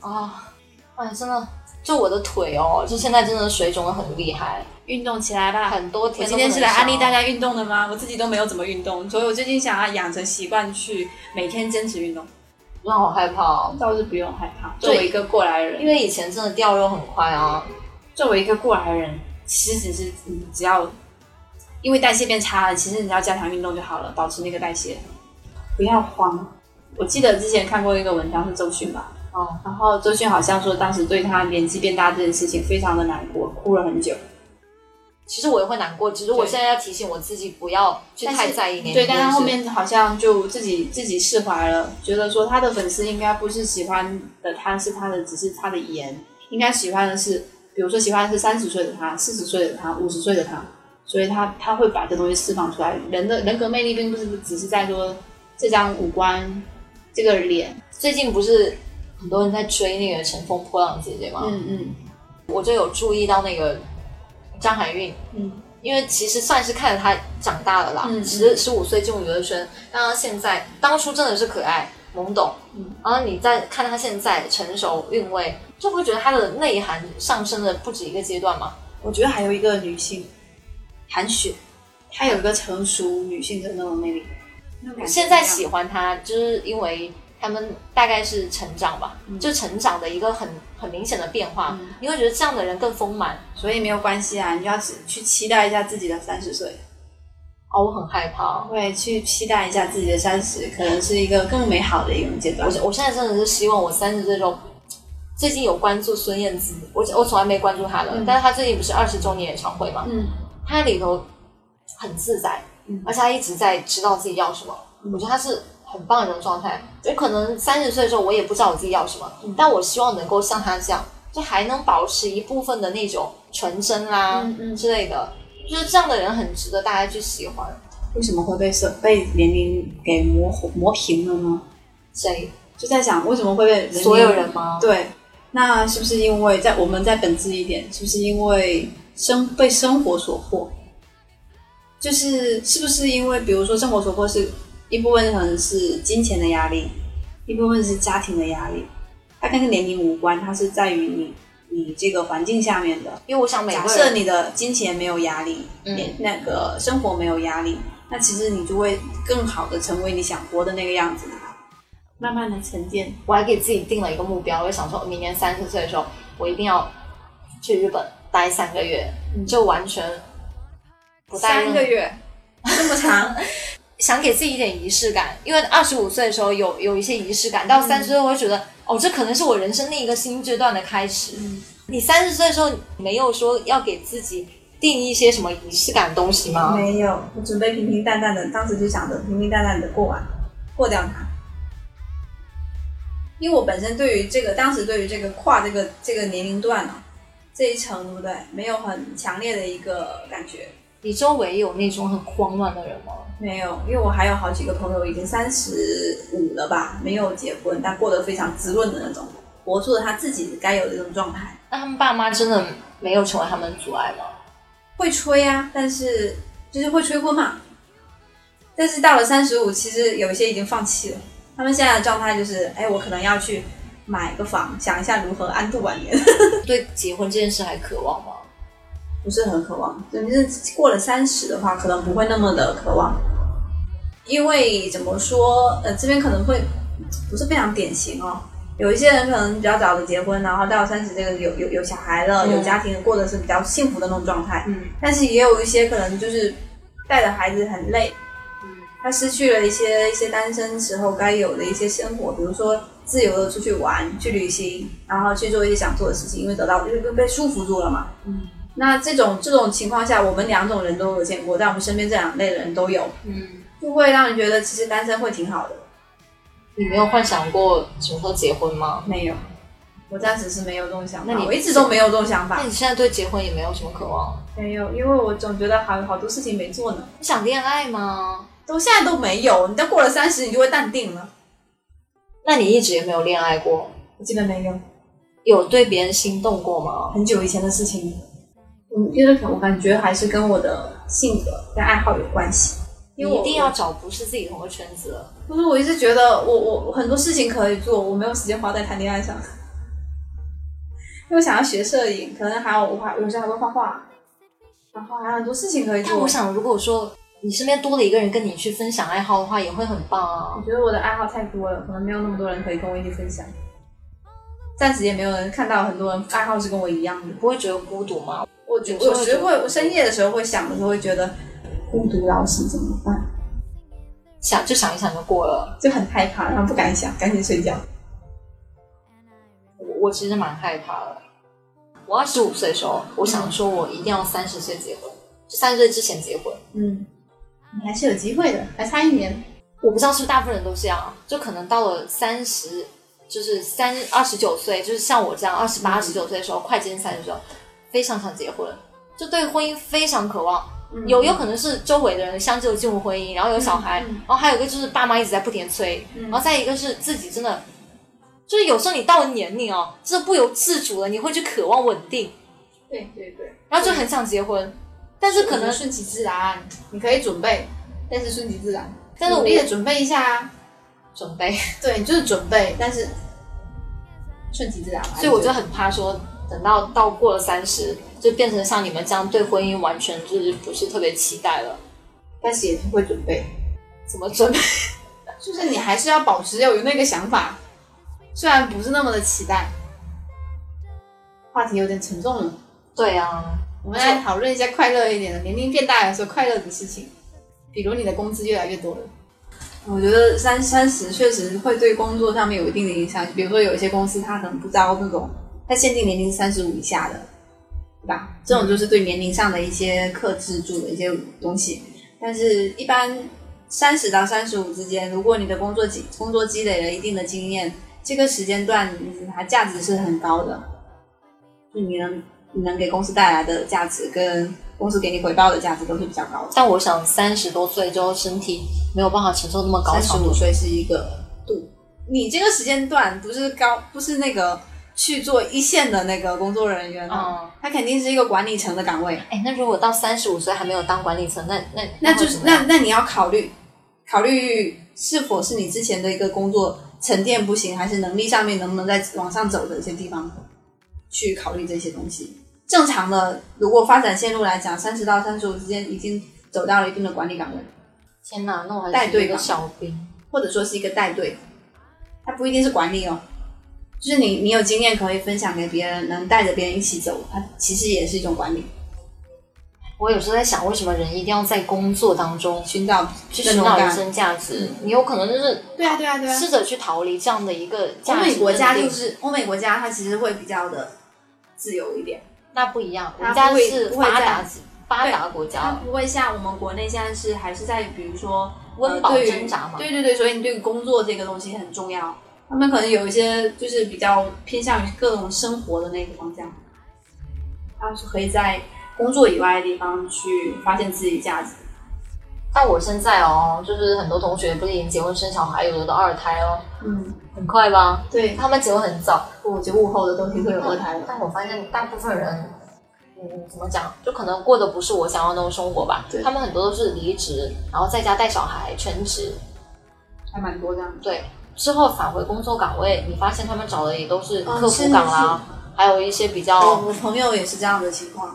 Speaker 1: 啊！哎，真的，就我的腿哦，就现在真的水肿的很厉害，
Speaker 2: 运动起来吧。
Speaker 1: 很多
Speaker 2: 我
Speaker 1: 天都
Speaker 2: 今
Speaker 1: 不能
Speaker 2: 天是来安利大
Speaker 1: 少
Speaker 2: 家运动的吗？我自己都没有怎么运动，所以我最近想要养成习惯去每天坚持运动。
Speaker 1: 我好害怕哦，
Speaker 3: 倒是不用害怕。
Speaker 2: 作为一个过来人，
Speaker 1: 因为以前真的掉肉很快啊。
Speaker 3: 作为一个过来人，其实只是你只要
Speaker 2: 因为代谢变差了，其实你要加强运动就好了，保持那个代谢。
Speaker 3: 不要慌。我记得之前看过一个文章是周迅吧，
Speaker 1: 哦，
Speaker 3: 然后周迅好像说当时对她年纪变大这件事情非常的难过，哭了很久。
Speaker 1: 其实我也会难过，只是我
Speaker 2: 对
Speaker 1: 现在要提醒我自己不要去
Speaker 2: 但是
Speaker 1: 太在意年龄。
Speaker 3: 对，但他后面好像就自己自己释怀了，觉得说他的粉丝应该不是喜欢的他是他的，只是他的颜，应该喜欢的是，比如说喜欢的是三十岁的他、四十岁的他、五十岁的他，所以他他会把这东西释放出来。人的人格魅力并不是只是在说这张五官、这个脸，
Speaker 1: 最近不是很多人在追那个《乘风破浪》姐姐吗？
Speaker 3: 嗯嗯
Speaker 1: 我就有注意到那个张含韵，
Speaker 3: 嗯，
Speaker 1: 因为其实算是看着她长大了啦
Speaker 3: 嗯，嗯
Speaker 1: 十十五岁进入娱乐圈，但她现在当初真的是可爱懵懂，
Speaker 3: 嗯
Speaker 1: 然后你再看她现在成熟韵味，就会觉得她的内涵上升了不止一个阶段嘛。
Speaker 2: 我觉得还有一个女性，韩雪，她有一个成熟女性的那种魅力。
Speaker 1: 现在喜欢她，就是因为他们大概是成长吧，
Speaker 3: 嗯
Speaker 1: 就成长的一个很很明显的变化，你会觉得这样的人更丰满。
Speaker 2: 所以没有关系啊，你就要去期待一下自己的三十岁，
Speaker 1: 哦，我很害怕，
Speaker 2: 会去期待一下自己的三十，可能是一个更美好的一种阶段
Speaker 1: 我。现我现在真的是希望我三十岁之后，最近有关注孙燕姿，我我从来没关注她的，但是她最近不是二十周年演唱会嘛，
Speaker 3: 嗯，
Speaker 1: 她里头很自在，
Speaker 3: 嗯
Speaker 1: 而且她一直在知道自己要什么，我觉得她是很棒的一种状态。我可能三十岁的时候我也不知道我自己要什么，但我希望能够像她这样，就还能保持一部分的那种纯真啦、
Speaker 3: 嗯嗯
Speaker 1: 之类的，就是这样的人很值得大家去喜欢。
Speaker 2: 为什么会被社被年龄给磨糊磨平了呢？
Speaker 1: 谁？
Speaker 2: 就在想为什么会被龄
Speaker 1: 所有人吗？
Speaker 2: 对，那是不是因为在我们在本质一点，是不是因为生被生活所迫？就是是不是因为，比如说生活所迫是一部分可能是金钱的压力，一部分是家庭的压力，它跟年龄无关，它是在于你你这个环境下面的。
Speaker 1: 因为我想每
Speaker 2: 假
Speaker 1: 个
Speaker 2: 设
Speaker 1: 人
Speaker 2: 你的金钱没有压力，
Speaker 1: 嗯
Speaker 2: 你那个生活没有压力，那其实你就会更好的成为你想活的那个样子。
Speaker 3: 慢慢的沉淀，
Speaker 1: 我还给自己定了一个目标，我就想说，明年三十岁的时候，我一定要去日本待三个月，就完全不带任何
Speaker 2: 月，这么长，
Speaker 1: 想给自己一点仪式感，因为二十五岁的时候有有一些仪式感，到三十岁我会觉得，哦，这可能是我人生另一个新阶段的开始。你三十岁的时候没有说要给自己定一些什么仪式感的东西吗？
Speaker 2: 没有，我准备平平淡淡的，当时就想着平平淡淡的过完，过掉它。因为我本身对于这个，当时对于这个跨这个这个年龄段呢、啊这一层，对不对？没有很强烈的一个感觉，
Speaker 1: 你周围有那种很慌乱的人吗？
Speaker 2: 没有，因为我还有好几个朋友已经三十五了吧，没有结婚，但过得非常滋润的那种，活出了他自己该有的那种状态。
Speaker 1: 那他们爸妈真的没有成为他们的阻碍吗？
Speaker 2: 会吹啊，但是就是会催婚嘛。但是到了三十五，其实有一些已经放弃了。他们现在的状态就是，哎，我可能要去买个房，想一下如何安度晚年，
Speaker 1: 对结婚这件事还渴望吗？
Speaker 2: 不是很渴望。就是过了三十的话，可能不会那么的渴望，因为怎么说，呃，这边可能会不是非常典型哦。有一些人可能比较早的结婚，然后到三十这个有有有小孩了，有家庭，过的是比较幸福的那种状态。
Speaker 1: 嗯
Speaker 2: 但是也有一些可能就是带着孩子很累，
Speaker 1: 嗯，
Speaker 2: 他失去了一些一些单身时候该有的一些生活，比如说自由的出去玩、去旅行，然后去做一些想做的事情，因为得到因为被束缚住了嘛。
Speaker 1: 嗯
Speaker 2: 那这种这种情况下，我们两种人都有见过，在我们身边这两类的人都有，
Speaker 1: 嗯，
Speaker 2: 就会让人觉得其实单身会挺好的。
Speaker 1: 你没有幻想过什么时候结婚吗？
Speaker 2: 没有，我暂时是没有这种想法，
Speaker 1: 那你
Speaker 2: 我一直都没有这种想
Speaker 1: 那
Speaker 2: 法，
Speaker 1: 你现在对结婚也没有什么渴望？
Speaker 2: 没有，因为我总觉得好好多事情没做呢，
Speaker 1: 你想恋爱吗？
Speaker 2: 都现在都没有，你都过了三十，你就会淡定了。
Speaker 1: 那你一直也没有恋爱过，
Speaker 2: 我基本没有，
Speaker 1: 有对别人心动过吗？
Speaker 2: 很久以前的事情。嗯，就是我感觉还是跟我的性格跟爱好有关系，因
Speaker 1: 你
Speaker 2: 为我
Speaker 1: 一定要找不是自己同个圈子的。
Speaker 2: 不是我一直觉得我我我很多事情可以做，我没有时间花在谈恋爱上。 因为我想要学摄影，可能还有我还有时候还会画画，然后还有很多事情可以
Speaker 1: 但
Speaker 2: 做。
Speaker 1: 我想，如果说你身边多了一个人跟你去分享爱好的话，也会很棒啊
Speaker 2: 我。觉得我的爱好太多了，可能没有那么多人可以跟我一起分享。暂时也没有人看到很多人爱好是跟我一样的。
Speaker 1: 不会觉得孤独吗？
Speaker 2: 我觉我有时会，我深夜的时候会想的时候会觉得孤独老死怎么办，
Speaker 1: 想就想一想就过了。
Speaker 2: 就很害怕，然后不敢想，赶紧睡觉。
Speaker 1: 我我其实蛮害怕的。我二十五岁的时候，我想说我一定要三十岁结婚，就三十岁之前结婚。
Speaker 2: 嗯，你还是有机会的，还差一年。
Speaker 1: 我不知道是不是大部分人都这样，啊就可能到了三十，就是三二十九岁，就是像我这样二十
Speaker 2: 嗯
Speaker 1: 八、二十九岁的时候，快接近三十岁，非常想结婚，就对婚姻非常渴望。
Speaker 2: 嗯
Speaker 1: 有有可能是周围的人相继进入婚姻，然后有小孩，
Speaker 2: 嗯嗯
Speaker 1: 然后还有一个就是爸妈一直在不停地催，
Speaker 2: 嗯
Speaker 1: 然后再一个是自己真的，就是有时候你到了年龄哦，真的不由自主的你会去渴望稳定，
Speaker 2: 对对对，
Speaker 1: 然后就很想结婚，但是可能
Speaker 4: 顺其自然，你可以准备，但是顺其自然，
Speaker 1: 但是我
Speaker 4: 努力的准备一下啊。
Speaker 1: 准备，
Speaker 4: 对，你就是准备，但是顺其自然吧。
Speaker 1: 所以我就很怕说，等到到过了三十，就变成像你们这样对婚姻完全就是不是特别期待了，
Speaker 4: 但是也是会准备，
Speaker 1: 怎么准备？
Speaker 4: 就是你还是要保持有那个想法，虽然不是那么的期待。话题有点沉重了，
Speaker 1: 对啊，
Speaker 4: 我们来讨论一下快乐一点的，年龄变大的时候快乐的事情，比如你的工资越来越多了。
Speaker 2: 我觉得三三十确实会对工作上面有一定的影响，比如说有一些公司它可能不招那种，它限定年龄三十五以下的，对吧？这种就是对年龄上的一些克制住的一些东西。但是，一般三十到三十五之间，如果你的工作积工作积累了一定的经验，这个时间段你它价值是很高的，就你能你能给公司带来的价值跟公司给你回报的价值都是比较高的。
Speaker 1: 但我想三十多岁之后身体没有办法承受那么高
Speaker 2: 三十
Speaker 1: 强度
Speaker 2: 五岁是一个度，你这个时间段不是高，不是那个去做一线的那个工作人员啊，
Speaker 1: 嗯，
Speaker 2: 他肯定是一个管理层的岗位，
Speaker 1: 哎，那如果到三十五岁还没有当管理层，那那
Speaker 2: 那就是那
Speaker 1: 会怎么样
Speaker 2: 那你要考虑考虑是否是你之前的一个工作沉淀不行，还是能力上面能不能再往上走的一些地方，去考虑这些东西。正常的，如果发展线路来讲，三十到三十五之间已经走到了一定的管理岗位，
Speaker 1: 天哪，那我还
Speaker 2: 带
Speaker 1: 是
Speaker 2: 队
Speaker 1: 一个
Speaker 2: 吧
Speaker 1: 小兵，
Speaker 2: 或者说是一个带队，它不一定是管理哦，就是你你有经验可以分享给别人，能带着别人一起走，它其实也是一种管理，
Speaker 1: 我有时候在想，为什么人一定要在工作当中去
Speaker 2: 寻找
Speaker 1: 去
Speaker 2: 认
Speaker 1: 寻
Speaker 2: 同
Speaker 1: 找人
Speaker 2: 感。
Speaker 1: 生价值？你有可能就是
Speaker 2: 对啊，对啊，对啊。
Speaker 1: 试着去逃离这样的一个
Speaker 2: 欧
Speaker 1: 价值
Speaker 2: 美国家
Speaker 1: 认
Speaker 2: 就
Speaker 1: 定
Speaker 2: 是欧美国家，它其实会比较的自由一点，
Speaker 1: 那不一样，
Speaker 2: 它
Speaker 1: 人家
Speaker 2: 不会
Speaker 1: 是
Speaker 2: 不会
Speaker 1: 发
Speaker 2: 在
Speaker 1: 达发达国
Speaker 2: 它
Speaker 1: 家，
Speaker 2: 不会像我们国内现在是还是在比如说
Speaker 1: 温饱
Speaker 2: 呃对于
Speaker 1: 挣扎嘛
Speaker 2: 对对对，所以你对于工作这个东西很重要。他们可能有一些就是比较偏向于各种生活的那个方向，他是可以在工作以外的地方去发现自己的价值。
Speaker 1: 但我现在哦，就是很多同学不是已经结婚生小孩，有的都二胎哦，
Speaker 2: 嗯，
Speaker 1: 很快吧？
Speaker 2: 对，
Speaker 1: 他们结婚很早，嗯
Speaker 2: 我觉得幕后的都挺会有二胎的。
Speaker 1: 但我发现大部分人，嗯，怎么讲，就可能过的不是我想要那种生活吧
Speaker 2: 对。
Speaker 1: 他们很多都是离职，然后在家带小孩，全职，
Speaker 2: 还蛮多这样的。
Speaker 1: 对，之后返回工作岗位，你发现他们找的也都是
Speaker 2: 嗯
Speaker 1: 客
Speaker 2: 是
Speaker 1: 服岗啦，还有一些比较。
Speaker 2: 我我朋友也是这样的情况。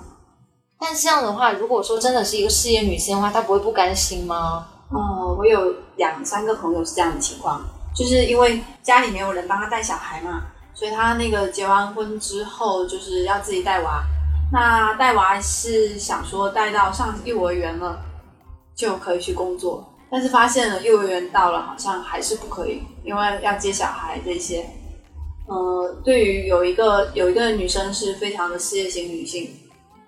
Speaker 1: 但这样的话，如果说真的是一个事业女性的话，她不会不甘心吗？
Speaker 2: 呃，我有两三个朋友是这样的情况，就是因为家里没有人帮他带小孩嘛，所以他那个结完婚之后就是要自己带娃。那带娃是想说带到上幼儿园了就可以去工作，但是发现了幼儿园到了好像还是不可以，因为要接小孩这些。呃，对于有一个有一个女生是非常的事业型女性，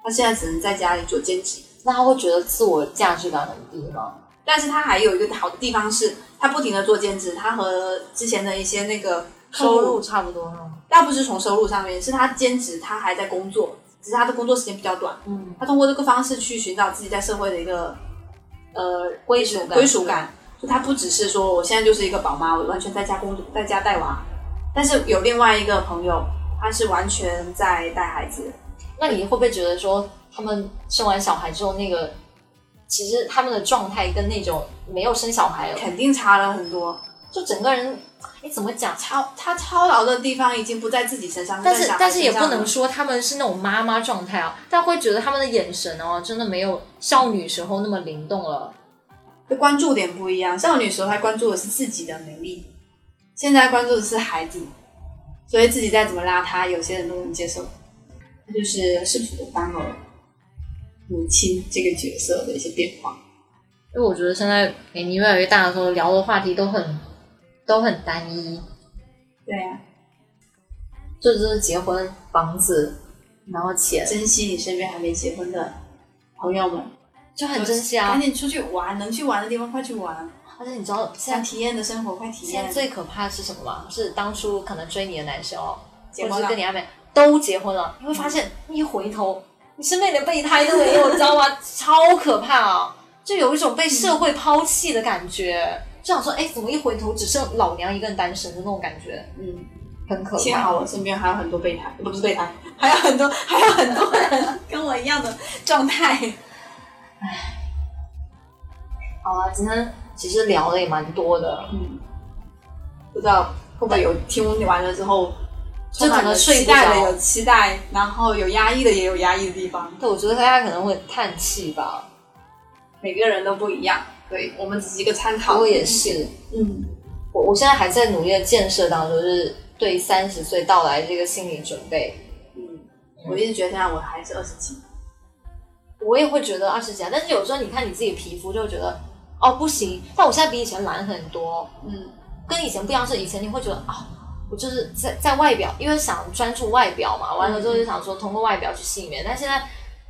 Speaker 2: 她现在只能在家里做兼职。
Speaker 1: 那她会觉得自我价值感很低吗？
Speaker 2: 但是他还有一个好的地方是，他不停的做兼职，他和之前的一些那个收
Speaker 1: 收
Speaker 2: 入
Speaker 1: 入，差不多啊吗？
Speaker 2: 倒不是从收入上面，是他兼职，他还在工作，只是他的工作时间比较短。
Speaker 1: 嗯，
Speaker 2: 他通过这个方式去寻找自己在社会的一个呃
Speaker 1: 归属感，
Speaker 2: 归属感，就他不只是说我现在就是一个宝妈，我完全在家工作，在家带娃。但是有另外一个朋友，他是完全在带孩子，
Speaker 1: 那你会不会觉得说，他们生完小孩之后，那个其实他们的状态跟那种没有生小孩，
Speaker 2: 肯定差了很多。
Speaker 1: 就整个人，哎，怎么讲？
Speaker 2: 操，他操劳的地方已经不在自己身上，
Speaker 1: 但
Speaker 2: 在
Speaker 1: 是
Speaker 2: 小孩
Speaker 1: 但是也
Speaker 2: 身
Speaker 1: 不
Speaker 2: 上
Speaker 1: 能
Speaker 2: 了
Speaker 1: 说他们是那种妈妈状态啊，但会觉得他们的眼神哦，真的没有少女时候那么灵动了。
Speaker 2: 就关注点不一样。少女时候她关注的是自己的美丽，现在关注的是孩子，所以自己再怎么邋遢，有些人都能接受。那就是试图当了母亲这个角色的一些变化。
Speaker 1: 因为我觉得现在年龄越来越大的时候，聊的话题都很都很单一，
Speaker 2: 对啊呀、
Speaker 1: 这就是结婚、房子，然后钱，
Speaker 2: 珍惜你身边还没结婚的朋友们，
Speaker 1: 就很珍惜啊
Speaker 2: 赶。紧出去玩，能去玩的地方快去玩，
Speaker 1: 而且你知道现在
Speaker 2: 想体验的生活快体
Speaker 1: 现在
Speaker 2: 验。
Speaker 1: 最可怕的是什么吗？是当初可能追你的男生哦，
Speaker 2: 结婚
Speaker 1: 或者是
Speaker 2: 了
Speaker 1: 跟你暧昧，都结婚了，你会发现你一回头，你身边连备胎都没有，你知道吗？ 超可怕啊！就有一种被社会抛弃的感觉，就想说，哎，怎么一回头只剩老娘一个人单身的那种感觉，
Speaker 2: 嗯，
Speaker 1: 很可
Speaker 2: 幸
Speaker 1: 怕。
Speaker 2: 好我身边还有很多备胎，不是备胎，还有很多还有很多人跟我一样的状态。
Speaker 1: 好啊，今天其实聊的也蛮多的，
Speaker 2: 嗯，不知道会不会有听完了之后，
Speaker 1: 就整个睡
Speaker 2: 期
Speaker 1: 不着
Speaker 2: 待的有期待，然后有压抑的也有压抑的地方，
Speaker 1: 对，我觉得大家可能会叹气吧，
Speaker 2: 每个人都不一样。对我们只是一个参考，
Speaker 1: 我也。是。
Speaker 2: 嗯，
Speaker 1: 我我现在还在努力的建设当中，就是对三十岁到来这个心理准备。
Speaker 2: 嗯我一直觉得现在我还是二十几，
Speaker 1: 我也会觉得二十几啊，但是有时候你看你自己皮肤就会觉得，哦不行，但我现在比以前蓝很多，
Speaker 2: 嗯，
Speaker 1: 跟以前不一样是以前你会觉得啊、我就是在在外表，因为想专注外表嘛，完了之后就想说通过外表去吸引别人，但现在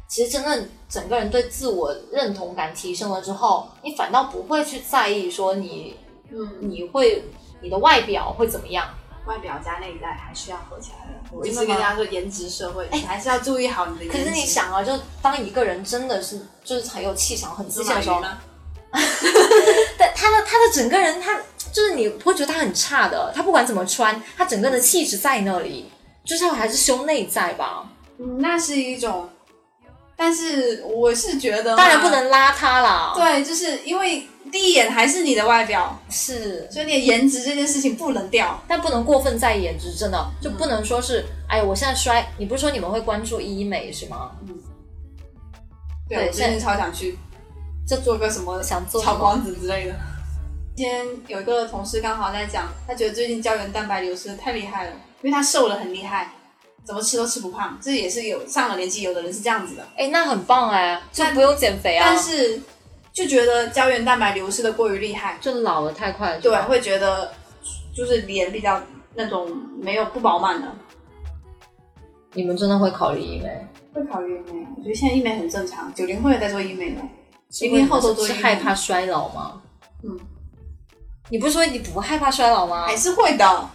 Speaker 1: 其实真正整个人对自我认同感提升了之后，你反倒不会去在意说你，
Speaker 2: 嗯，
Speaker 1: 你会你的外表会怎么样。
Speaker 2: 外表加内在还是要合起来的。我一
Speaker 1: 真的
Speaker 2: 直跟
Speaker 1: 吗哎
Speaker 2: 大家说，颜值社会，你还是要注意好你的颜
Speaker 1: 可
Speaker 2: 值。
Speaker 1: 是你想啊，就当一个人真的是就是很有气场、很自
Speaker 2: 司
Speaker 1: 信
Speaker 2: 马
Speaker 1: 的时候
Speaker 2: 云，呢？
Speaker 1: 但他的他的整个人，他就是你不会觉得他很差的，他不管怎么穿，他整个人的气质在那里，就是还是胸内在吧。
Speaker 2: 嗯，那是一种，但是我是觉得嘛，
Speaker 1: 当然不能邋遢啦，，
Speaker 2: 对，就是因为第一眼还是你的外表，
Speaker 1: 是，
Speaker 2: 所以你的颜值这件事情不能掉。
Speaker 1: 但不能过分在意颜值，真的就不能说是，哎呀，我现在衰，你不是说你们会关注医美是吗？
Speaker 2: 对，
Speaker 1: 对
Speaker 2: 我最近超想去，就做个什么
Speaker 1: 想做什么
Speaker 2: 超光子之类的。今天有一个同事刚好在讲，他觉得最近胶原蛋白流失的太厉害了，因为他瘦了很厉害，怎么吃都吃不胖。这也是有上了年纪，有的人是这样子的，
Speaker 1: 哎，那很棒哎，就不用减肥啊，
Speaker 2: 但是就觉得胶原蛋白流失的过于厉害，
Speaker 1: 就老的太快了，是
Speaker 2: 对，
Speaker 5: 啊
Speaker 2: 啊
Speaker 1: 吧
Speaker 2: 会觉得就是脸比较那种没有不饱满的。
Speaker 1: 你们真的会考虑医美？
Speaker 5: 会考虑医美，我觉得现在医美很正常，九零后也在做医美了，
Speaker 1: 是
Speaker 5: 零零后都做医
Speaker 1: 是
Speaker 5: 美
Speaker 1: 害怕衰老吗？
Speaker 5: 嗯，
Speaker 1: 你不是说你不害怕衰老吗？
Speaker 5: 还是会的，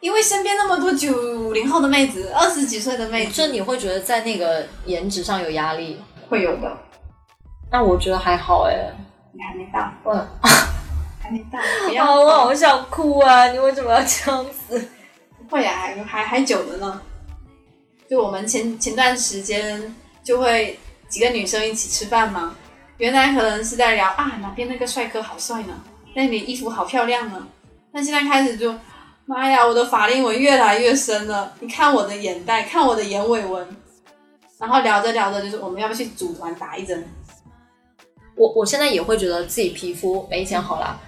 Speaker 5: 因为身边那么多九零后的妹子，二十几岁的妹
Speaker 1: 就
Speaker 5: 子，
Speaker 1: 哎你会觉得在那个颜值上有压力？
Speaker 5: 会有的。
Speaker 1: 那我觉得还好哎。
Speaker 5: 你还没到，
Speaker 1: 我
Speaker 5: 还没到，不
Speaker 1: 啊，
Speaker 5: 要
Speaker 1: 我好想哭啊！你为什么要这样子？
Speaker 5: 会啊，还还还久着呢。就我们前前段时间就会几个女生一起吃饭嘛，原来可能是在聊啊哪边那个帅哥好帅呢，那里衣服好漂亮呢，但现在开始就，妈呀，我的法令纹越来越深了，你看我的眼袋，看我的眼尾纹，然后聊着聊着就是我们要不要去组团打一针？
Speaker 1: 我我现在也会觉得自己皮肤没以前好啦，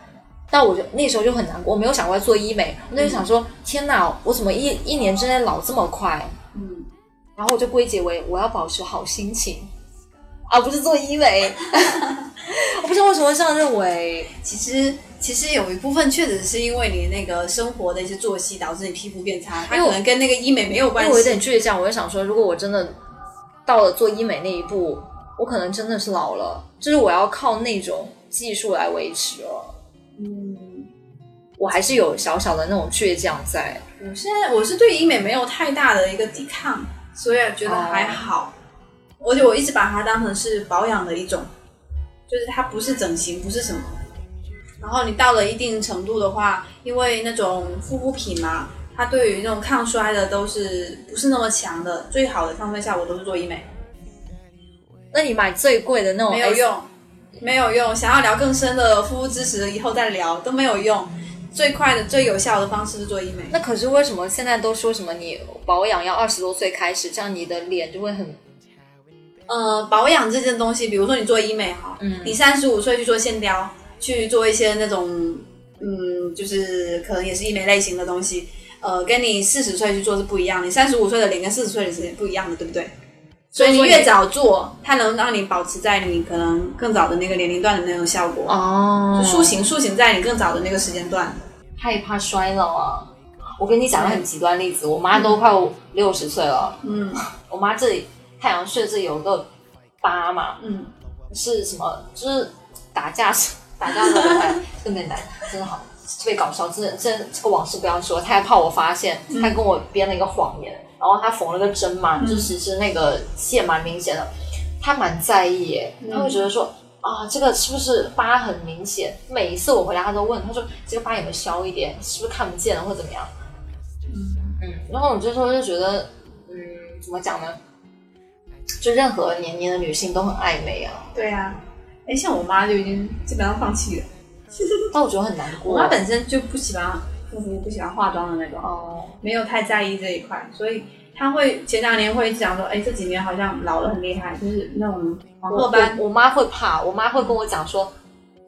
Speaker 1: 但我就那时候就很难过，我没有想过要做医美，我那时候想说，天哪，我怎么一一年之内老这么快？
Speaker 5: 嗯，
Speaker 1: 然后我就归结为我要保持好心情，而、不是做医美。 我不知道为什么会这样认为，
Speaker 2: 其实其实有一部分确实是因为你那个生活的一些作息导致你皮肤变差，它
Speaker 1: 因为我
Speaker 2: 可能跟那个医美没有
Speaker 1: 因
Speaker 2: 关
Speaker 1: 为我有
Speaker 2: 系。
Speaker 1: 点倔强，我就想说，如果我真的到了做医美那一步，我可能真的是老了，就是我要靠那种技术来维持了。嗯，我还是有小小的那种倔强在。
Speaker 2: 我现在我是对医美没有太大的一个抵抗，所以觉得
Speaker 1: 哦
Speaker 2: 还好，而且我一直把它当成是保养的一种，就是它不是整形，不是什么。然后你到了一定程度的话，因为那种护肤品嘛，它对于那种抗衰的都是不是那么强的，最好的抗衰效果都是做医美。
Speaker 1: 那你买最贵的那种
Speaker 2: 没有
Speaker 1: S-
Speaker 2: 用，没有用。想要聊更深的护肤知识，以后再聊都没有用。最快的、最有效的方式是做医美。
Speaker 1: 那可是为什么现在都说什么你保养要二十多岁开始，这样你的脸就会很
Speaker 2: 呃，保养这件东西，比如说你做医美哈，
Speaker 1: 嗯
Speaker 2: 你三十五岁去做线雕，去做一些那种，嗯，就是可能也是医美类型的东西，呃，跟你四十岁去做是不一样的。你三十五岁的脸跟四十岁的脸是不一样的，对不对？所以你
Speaker 1: 所以
Speaker 2: 越早做，它能让你保持在你可能更早的那个年龄段的那种效果，
Speaker 1: 哦
Speaker 2: 就塑形塑形在你更早的那个时间段。
Speaker 1: 害怕衰老啊。我跟你讲个很极端例子，我妈都快六十岁了，
Speaker 2: 嗯
Speaker 1: 我妈这里太阳穴这里有个疤嘛，
Speaker 2: 嗯，
Speaker 1: 是什么？就是打架时打架的时候会，这个美男真的好被搞笑，真的真的这个往事不要说，她还怕我发现，她跟我编了一个谎言，然后她缝了个针嘛，就其实那个线蛮明显的，她蛮在意耶，她会觉得说。啊，这个是不是疤很明显？每一次我回来，她都问，她说这个疤有没有消一点？是不是看不见了或怎么样？嗯嗯，然后我这时候就觉得，嗯，怎么讲呢？就任何年龄的女性都很爱美啊，
Speaker 5: 对呀、哎，像我妈就已经基本上放弃了，
Speaker 1: 但我觉得很难过。
Speaker 5: 我妈本身就不喜欢护肤、不喜欢化妆的那种。
Speaker 1: 哦，
Speaker 5: 没有太在意这一块，所以他会前两年会一直讲说，哎，这几年好像老了很厉害，就是那种皇
Speaker 1: 我
Speaker 5: 后般。
Speaker 1: 我我妈会怕，我妈会跟我讲说，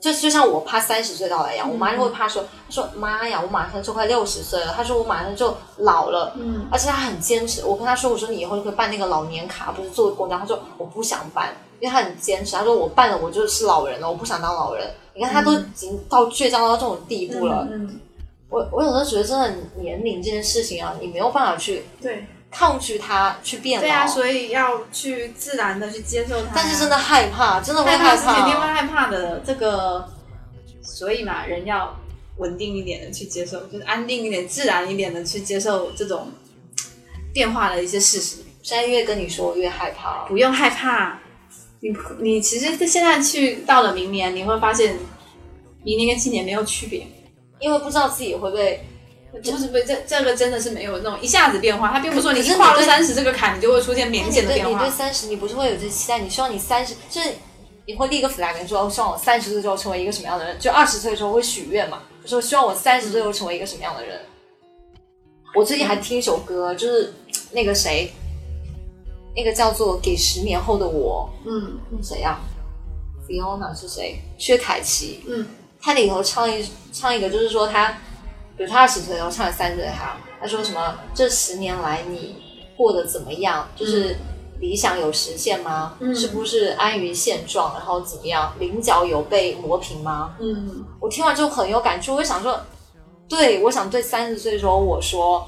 Speaker 1: 就就像我怕三十岁到来一样，我妈就会怕说，她说妈呀，我马上就快六十岁了，她说我马上就老了，
Speaker 5: 嗯，
Speaker 1: 而且她很坚持。我跟她说，我说你以后就可以办那个老年卡，不是坐公交，她说我不想办，因为她很坚持，她说我办了我就是老人了，我不想当老人。你看她都已经到倔强到这种地步了，
Speaker 5: 嗯，
Speaker 1: 我我有时候觉得真的年龄这件事情啊，你没有办法去
Speaker 5: 对，
Speaker 1: 抗拒它去变老。
Speaker 2: 对啊，所以要去自然的去接受它呀。
Speaker 1: 但是真的害怕，真的会怕。哦
Speaker 2: 害怕是肯定会害怕的，这个，所以嘛，人要稳定一点的去接受，就是安定一点、自然一点的去接受这种嘖变化的一些事实，
Speaker 1: 现在越跟你说，我越害怕。
Speaker 2: 不用害怕。你你其实现在去到了明年，你会发现，明年跟今年没有区别，
Speaker 1: 因为不知道自己会被，
Speaker 2: 就是不这这个真的是没有那种一下子变化，它并不是说你
Speaker 1: 可是
Speaker 2: 一
Speaker 1: 你
Speaker 2: 跨入
Speaker 1: 对
Speaker 2: 三十这个坎，你就会出现明
Speaker 1: 你
Speaker 2: 显的
Speaker 1: 对
Speaker 2: 变
Speaker 1: 你对
Speaker 2: 化。
Speaker 1: 三十，你不是会有这期待？你希望你三十，就是你会立一个 flag，说哦，希望我三十岁之后成为一个什么样的人？就二十岁的时候会许愿嘛，就说希望我三十岁后成为一个什么样的人。我最近还听一首歌，就是那个谁，那个叫做《给十年后的我》，
Speaker 2: 嗯，
Speaker 1: 那谁呀、Fiona 是谁？薛凯琪。
Speaker 2: 嗯，
Speaker 1: 他里头唱一唱一个，就是说他，比如他二十岁，然后唱了三十岁哈，他说什么？这十年来你过得怎么样？就是理想有实现吗？
Speaker 2: 嗯
Speaker 1: 是不是安于现状？然后怎么样？棱角有被磨平吗？
Speaker 2: 嗯，
Speaker 1: 我听完就很有感触，我就想说，对我想对三十岁的时候我说，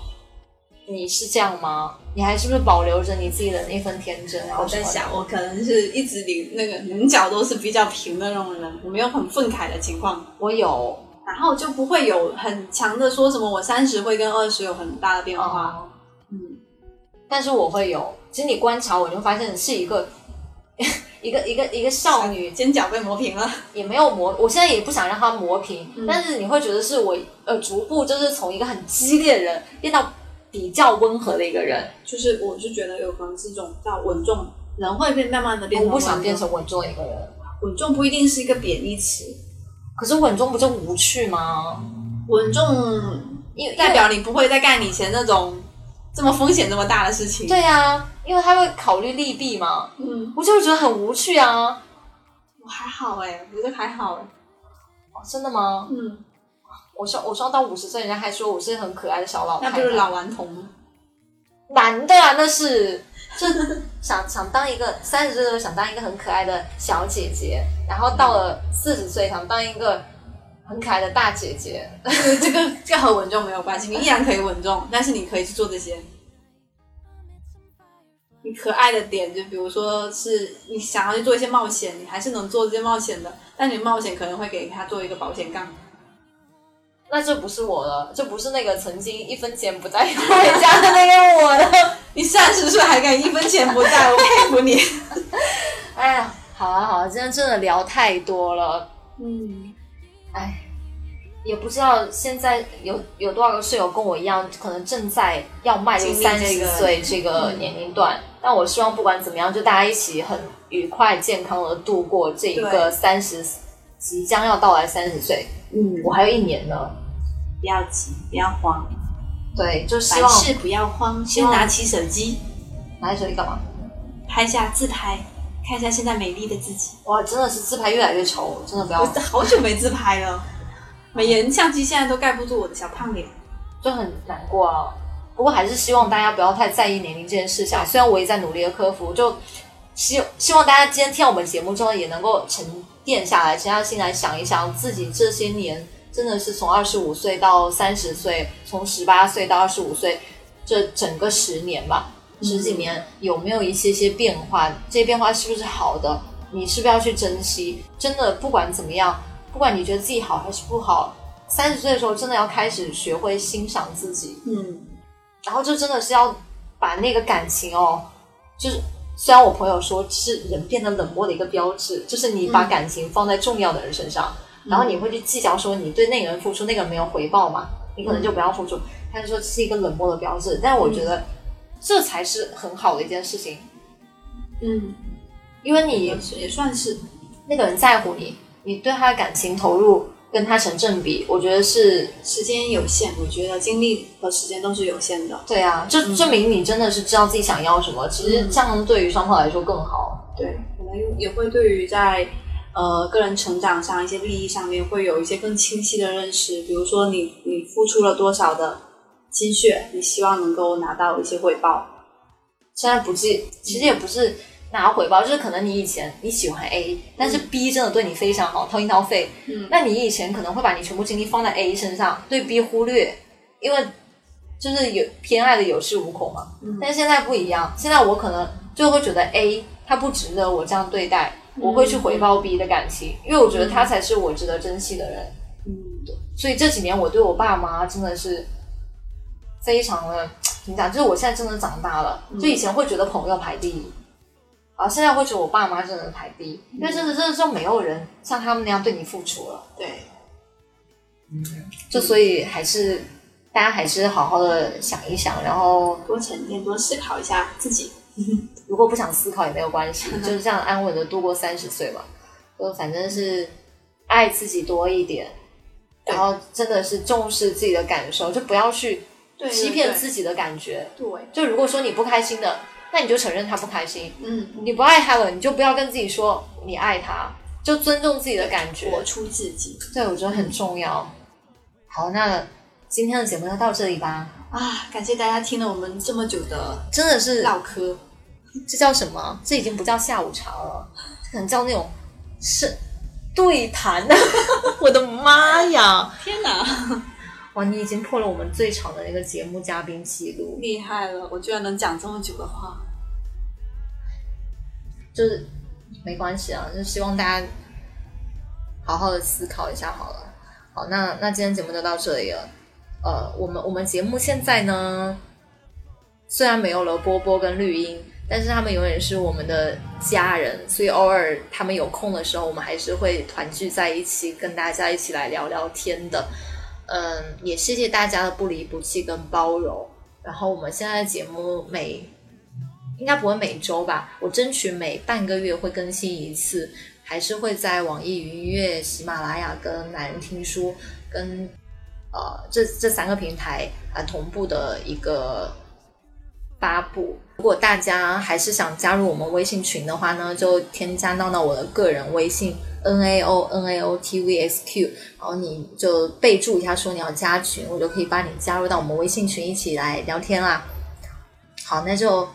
Speaker 1: 你是这样吗？你还是不是保留着你自己的那份天真？然后
Speaker 2: 我在
Speaker 1: 什么的
Speaker 2: 想，我可能是一直领那个棱角都是比较平的那种人，我没有很愤慨的情况，
Speaker 1: 我有
Speaker 2: 然后就不会有很强的说什么我三十会跟二十有很大的变化。
Speaker 1: 啊，
Speaker 2: 嗯，
Speaker 1: 但是我会有。其实你观察我，你会发现你是一个 一个一个一个少女，
Speaker 2: 尖角被磨平了，
Speaker 1: 也没有磨，我现在也不想让它磨平，
Speaker 2: 嗯
Speaker 1: 但是你会觉得是我呃逐步就是从一个很激烈的人变到比较温和的一个人，
Speaker 2: 就是我就觉得有可能是一种比较稳重，人会变慢慢的变
Speaker 1: 我
Speaker 2: 成
Speaker 1: 不想
Speaker 2: 稳重
Speaker 1: 变成稳重的一个人。
Speaker 2: 稳重，不一定是一个贬义词，
Speaker 1: 可是稳重不就无趣吗？
Speaker 2: 稳重
Speaker 1: 因为
Speaker 2: 代表你不会再干以前那种这么风险这么大的事情。
Speaker 1: 因为对啊，因为他会考虑利弊嘛，
Speaker 2: 嗯，
Speaker 1: 我就觉得很无趣啊。
Speaker 2: 我还好哎、我觉得还好哎、
Speaker 1: 哦真的吗？
Speaker 2: 嗯，
Speaker 1: 我上我上到五十岁，人家还说我是很可爱的小老太
Speaker 2: 那
Speaker 1: 太，
Speaker 2: 不是老顽童吗？
Speaker 1: 男的啊，那是就想想当一个三十岁的时候想当一个很可爱的小姐姐，然后到了四十岁想当一个很可爱的大姐姐。
Speaker 2: 这个这个和稳重没有关系，你依然可以稳重，但是你可以去做这些。你可爱的点，就比如说是你想要去做一些冒险，你还是能做这些冒险的，但你冒险可能会给他做一个保险杠。
Speaker 1: 那就不是我了，就不是那个曾经一分钱不带回家的那个我了。
Speaker 2: 你三十岁还敢一分钱不带，我佩服你。
Speaker 1: 哎呀，好啊好啊，今天真的聊太多了，
Speaker 2: 嗯，
Speaker 1: 哎，也不知道现在有有多少个室友跟我一样，可能正在要迈入
Speaker 2: 经历
Speaker 1: 三
Speaker 2: 这
Speaker 1: 十
Speaker 2: 个
Speaker 1: 岁这个嗯年龄段。但我希望不管怎么样，就大家一起很愉快、健康的度过这一个三十，即将要到来三十岁。嗯，我还有一年呢。
Speaker 2: 不要急，不要慌，
Speaker 1: 对，就希
Speaker 2: 凡
Speaker 1: 望
Speaker 2: 事不要慌，先
Speaker 1: 望
Speaker 2: 拿起手机
Speaker 1: 拿手机干嘛？
Speaker 2: 拍下自拍，看一下现在美丽的自己。
Speaker 1: 哇，真的是自拍越来越丑，真的不
Speaker 2: 我
Speaker 1: 要，
Speaker 2: 好久没自拍了，美颜相机现在都盖不住我的小胖脸。
Speaker 1: 就很难过啊。不过还是希望大家不要太在意年龄这件事情啊，虽然我也在努力的克服，就希希望大家今天听我们节目之后也能够沉淀下来，沉下心来想一想自己这些年真的是从二十五岁到三十岁，从十八岁到二十五岁这整个十年吧，十几年有没有一些些变化？这些变化是不是好的？你是不是要去珍惜？真的不管怎么样，不管你觉得自己好还是不好，三十岁的时候真的要开始学会欣赏自己，
Speaker 2: 嗯，
Speaker 1: 然后就真的是要把那个感情哦，就是虽然我朋友说是人变得冷漠的一个标志，就是你把感情放在重要的人身上，然后你会去计较说你对那个人付出，那个人没有回报嘛，你可能就不要付出。他就说这是一个冷漠的标志，但我觉得这才是很好的一件事情，
Speaker 2: 嗯，
Speaker 1: 因为你
Speaker 2: 也也算是。
Speaker 1: 那个人在乎你，你对他的感情投入跟他成正比，我觉得是
Speaker 2: 时间有限，我觉得精力和时间都是有限的。
Speaker 1: 对啊，就证明你真的是知道自己想要什么，其实这样对于双方来说更好。
Speaker 2: 对，可能也会对于在呃个人成长上一些利益上面会有一些更清晰的认识，比如说你你付出了多少的心血，你希望能够拿到一些回报。
Speaker 1: 现在不是，
Speaker 2: 嗯
Speaker 1: 其实也不是拿回报，就是可能你以前你喜欢 A，但是 B 真的对你非常好，掏心掏肺。
Speaker 2: 嗯，
Speaker 1: 那你以前可能会把你全部精力放在 A 身上，对 B 忽略，因为就是有偏爱的有恃无恐嘛。
Speaker 2: 嗯
Speaker 1: 但是现在不一样，现在我可能就会觉得 A 他不值得我这样对待，我会去
Speaker 2: 嗯
Speaker 1: 回报 B 的感情，因为我觉得他才是我值得珍惜的人。
Speaker 2: 嗯，
Speaker 1: 所以这几年我对我爸妈真的是非常的怎么讲？就是我现在真的长大了，就以前会觉得朋友排第一，啊，现在会觉得我爸妈真的排第一，因为真的真的就没有人像他们那样对你付出了。
Speaker 2: 对，
Speaker 1: 就所以还是大家还是好好的想一想，然后
Speaker 2: 多沉淀，多思考一下自己。
Speaker 1: 如果不想思考也没有关 系，就是这样安稳的度过三十岁吧。就反正是爱自己多一点，
Speaker 2: 对
Speaker 1: 然后真的是重视自己的感受，就不要去
Speaker 2: 对
Speaker 1: 欺骗自己的感觉。
Speaker 2: 对，
Speaker 1: 就如果说你不开心的，那你就承认他不开心；
Speaker 2: 嗯，
Speaker 1: 你不爱他了，你就不要跟自己说你爱他，就尊重自己的感觉。
Speaker 2: 活出自己
Speaker 1: 对，我觉得很重要。好，那今天的节目就到这里吧。
Speaker 2: 啊！感谢大家听了我们这么久的
Speaker 1: 真的是
Speaker 2: 唠嗑，
Speaker 1: 这叫什么？这已经不叫下午茶了，这可能叫那种 是对谈我的妈呀！
Speaker 2: 天哪！
Speaker 1: 哇，你已经破了我们最长的那个节目嘉宾记录，
Speaker 2: 厉害了，我居然能讲这么久的话。
Speaker 1: 就是没关系啊，就希望大家好好的思考一下好了。好，那那今天节目就到这里了。呃，我们我们节目现在呢，虽然没有了波波跟绿茵，但是他们永远是我们的家人，所以偶尔他们有空的时候，我们还是会团聚在一起，跟大家一起来聊聊天的。嗯，也谢谢大家的不离不弃跟包容。然后我们现在的节目每应该不会每周吧，我争取每半个月会更新一次，还是会在网易云音乐、喜马拉雅跟懒人听书跟呃这这三个平台啊、同步的一个发布。如果大家还是想加入我们微信群的话呢，就添加到呢我的个人微信 n a o n a o t v s q，然后你就备注一下说你要加群，我就可以把你加入到我们微信群一起来聊天啦。好，那就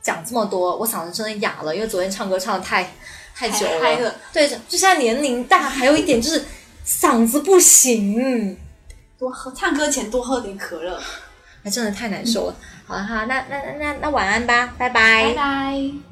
Speaker 1: 讲这么多，我嗓子真的哑了，因为昨天唱歌唱的太太久
Speaker 2: 太嗨
Speaker 1: 了
Speaker 2: 了。
Speaker 1: 对，就现在年龄大，还有一点就是嗓子不行。
Speaker 2: 多喝，唱歌前多喝点可乐。
Speaker 1: 嗯还真的太难受了。好了好，那那那那那晚安吧，拜拜
Speaker 2: 拜。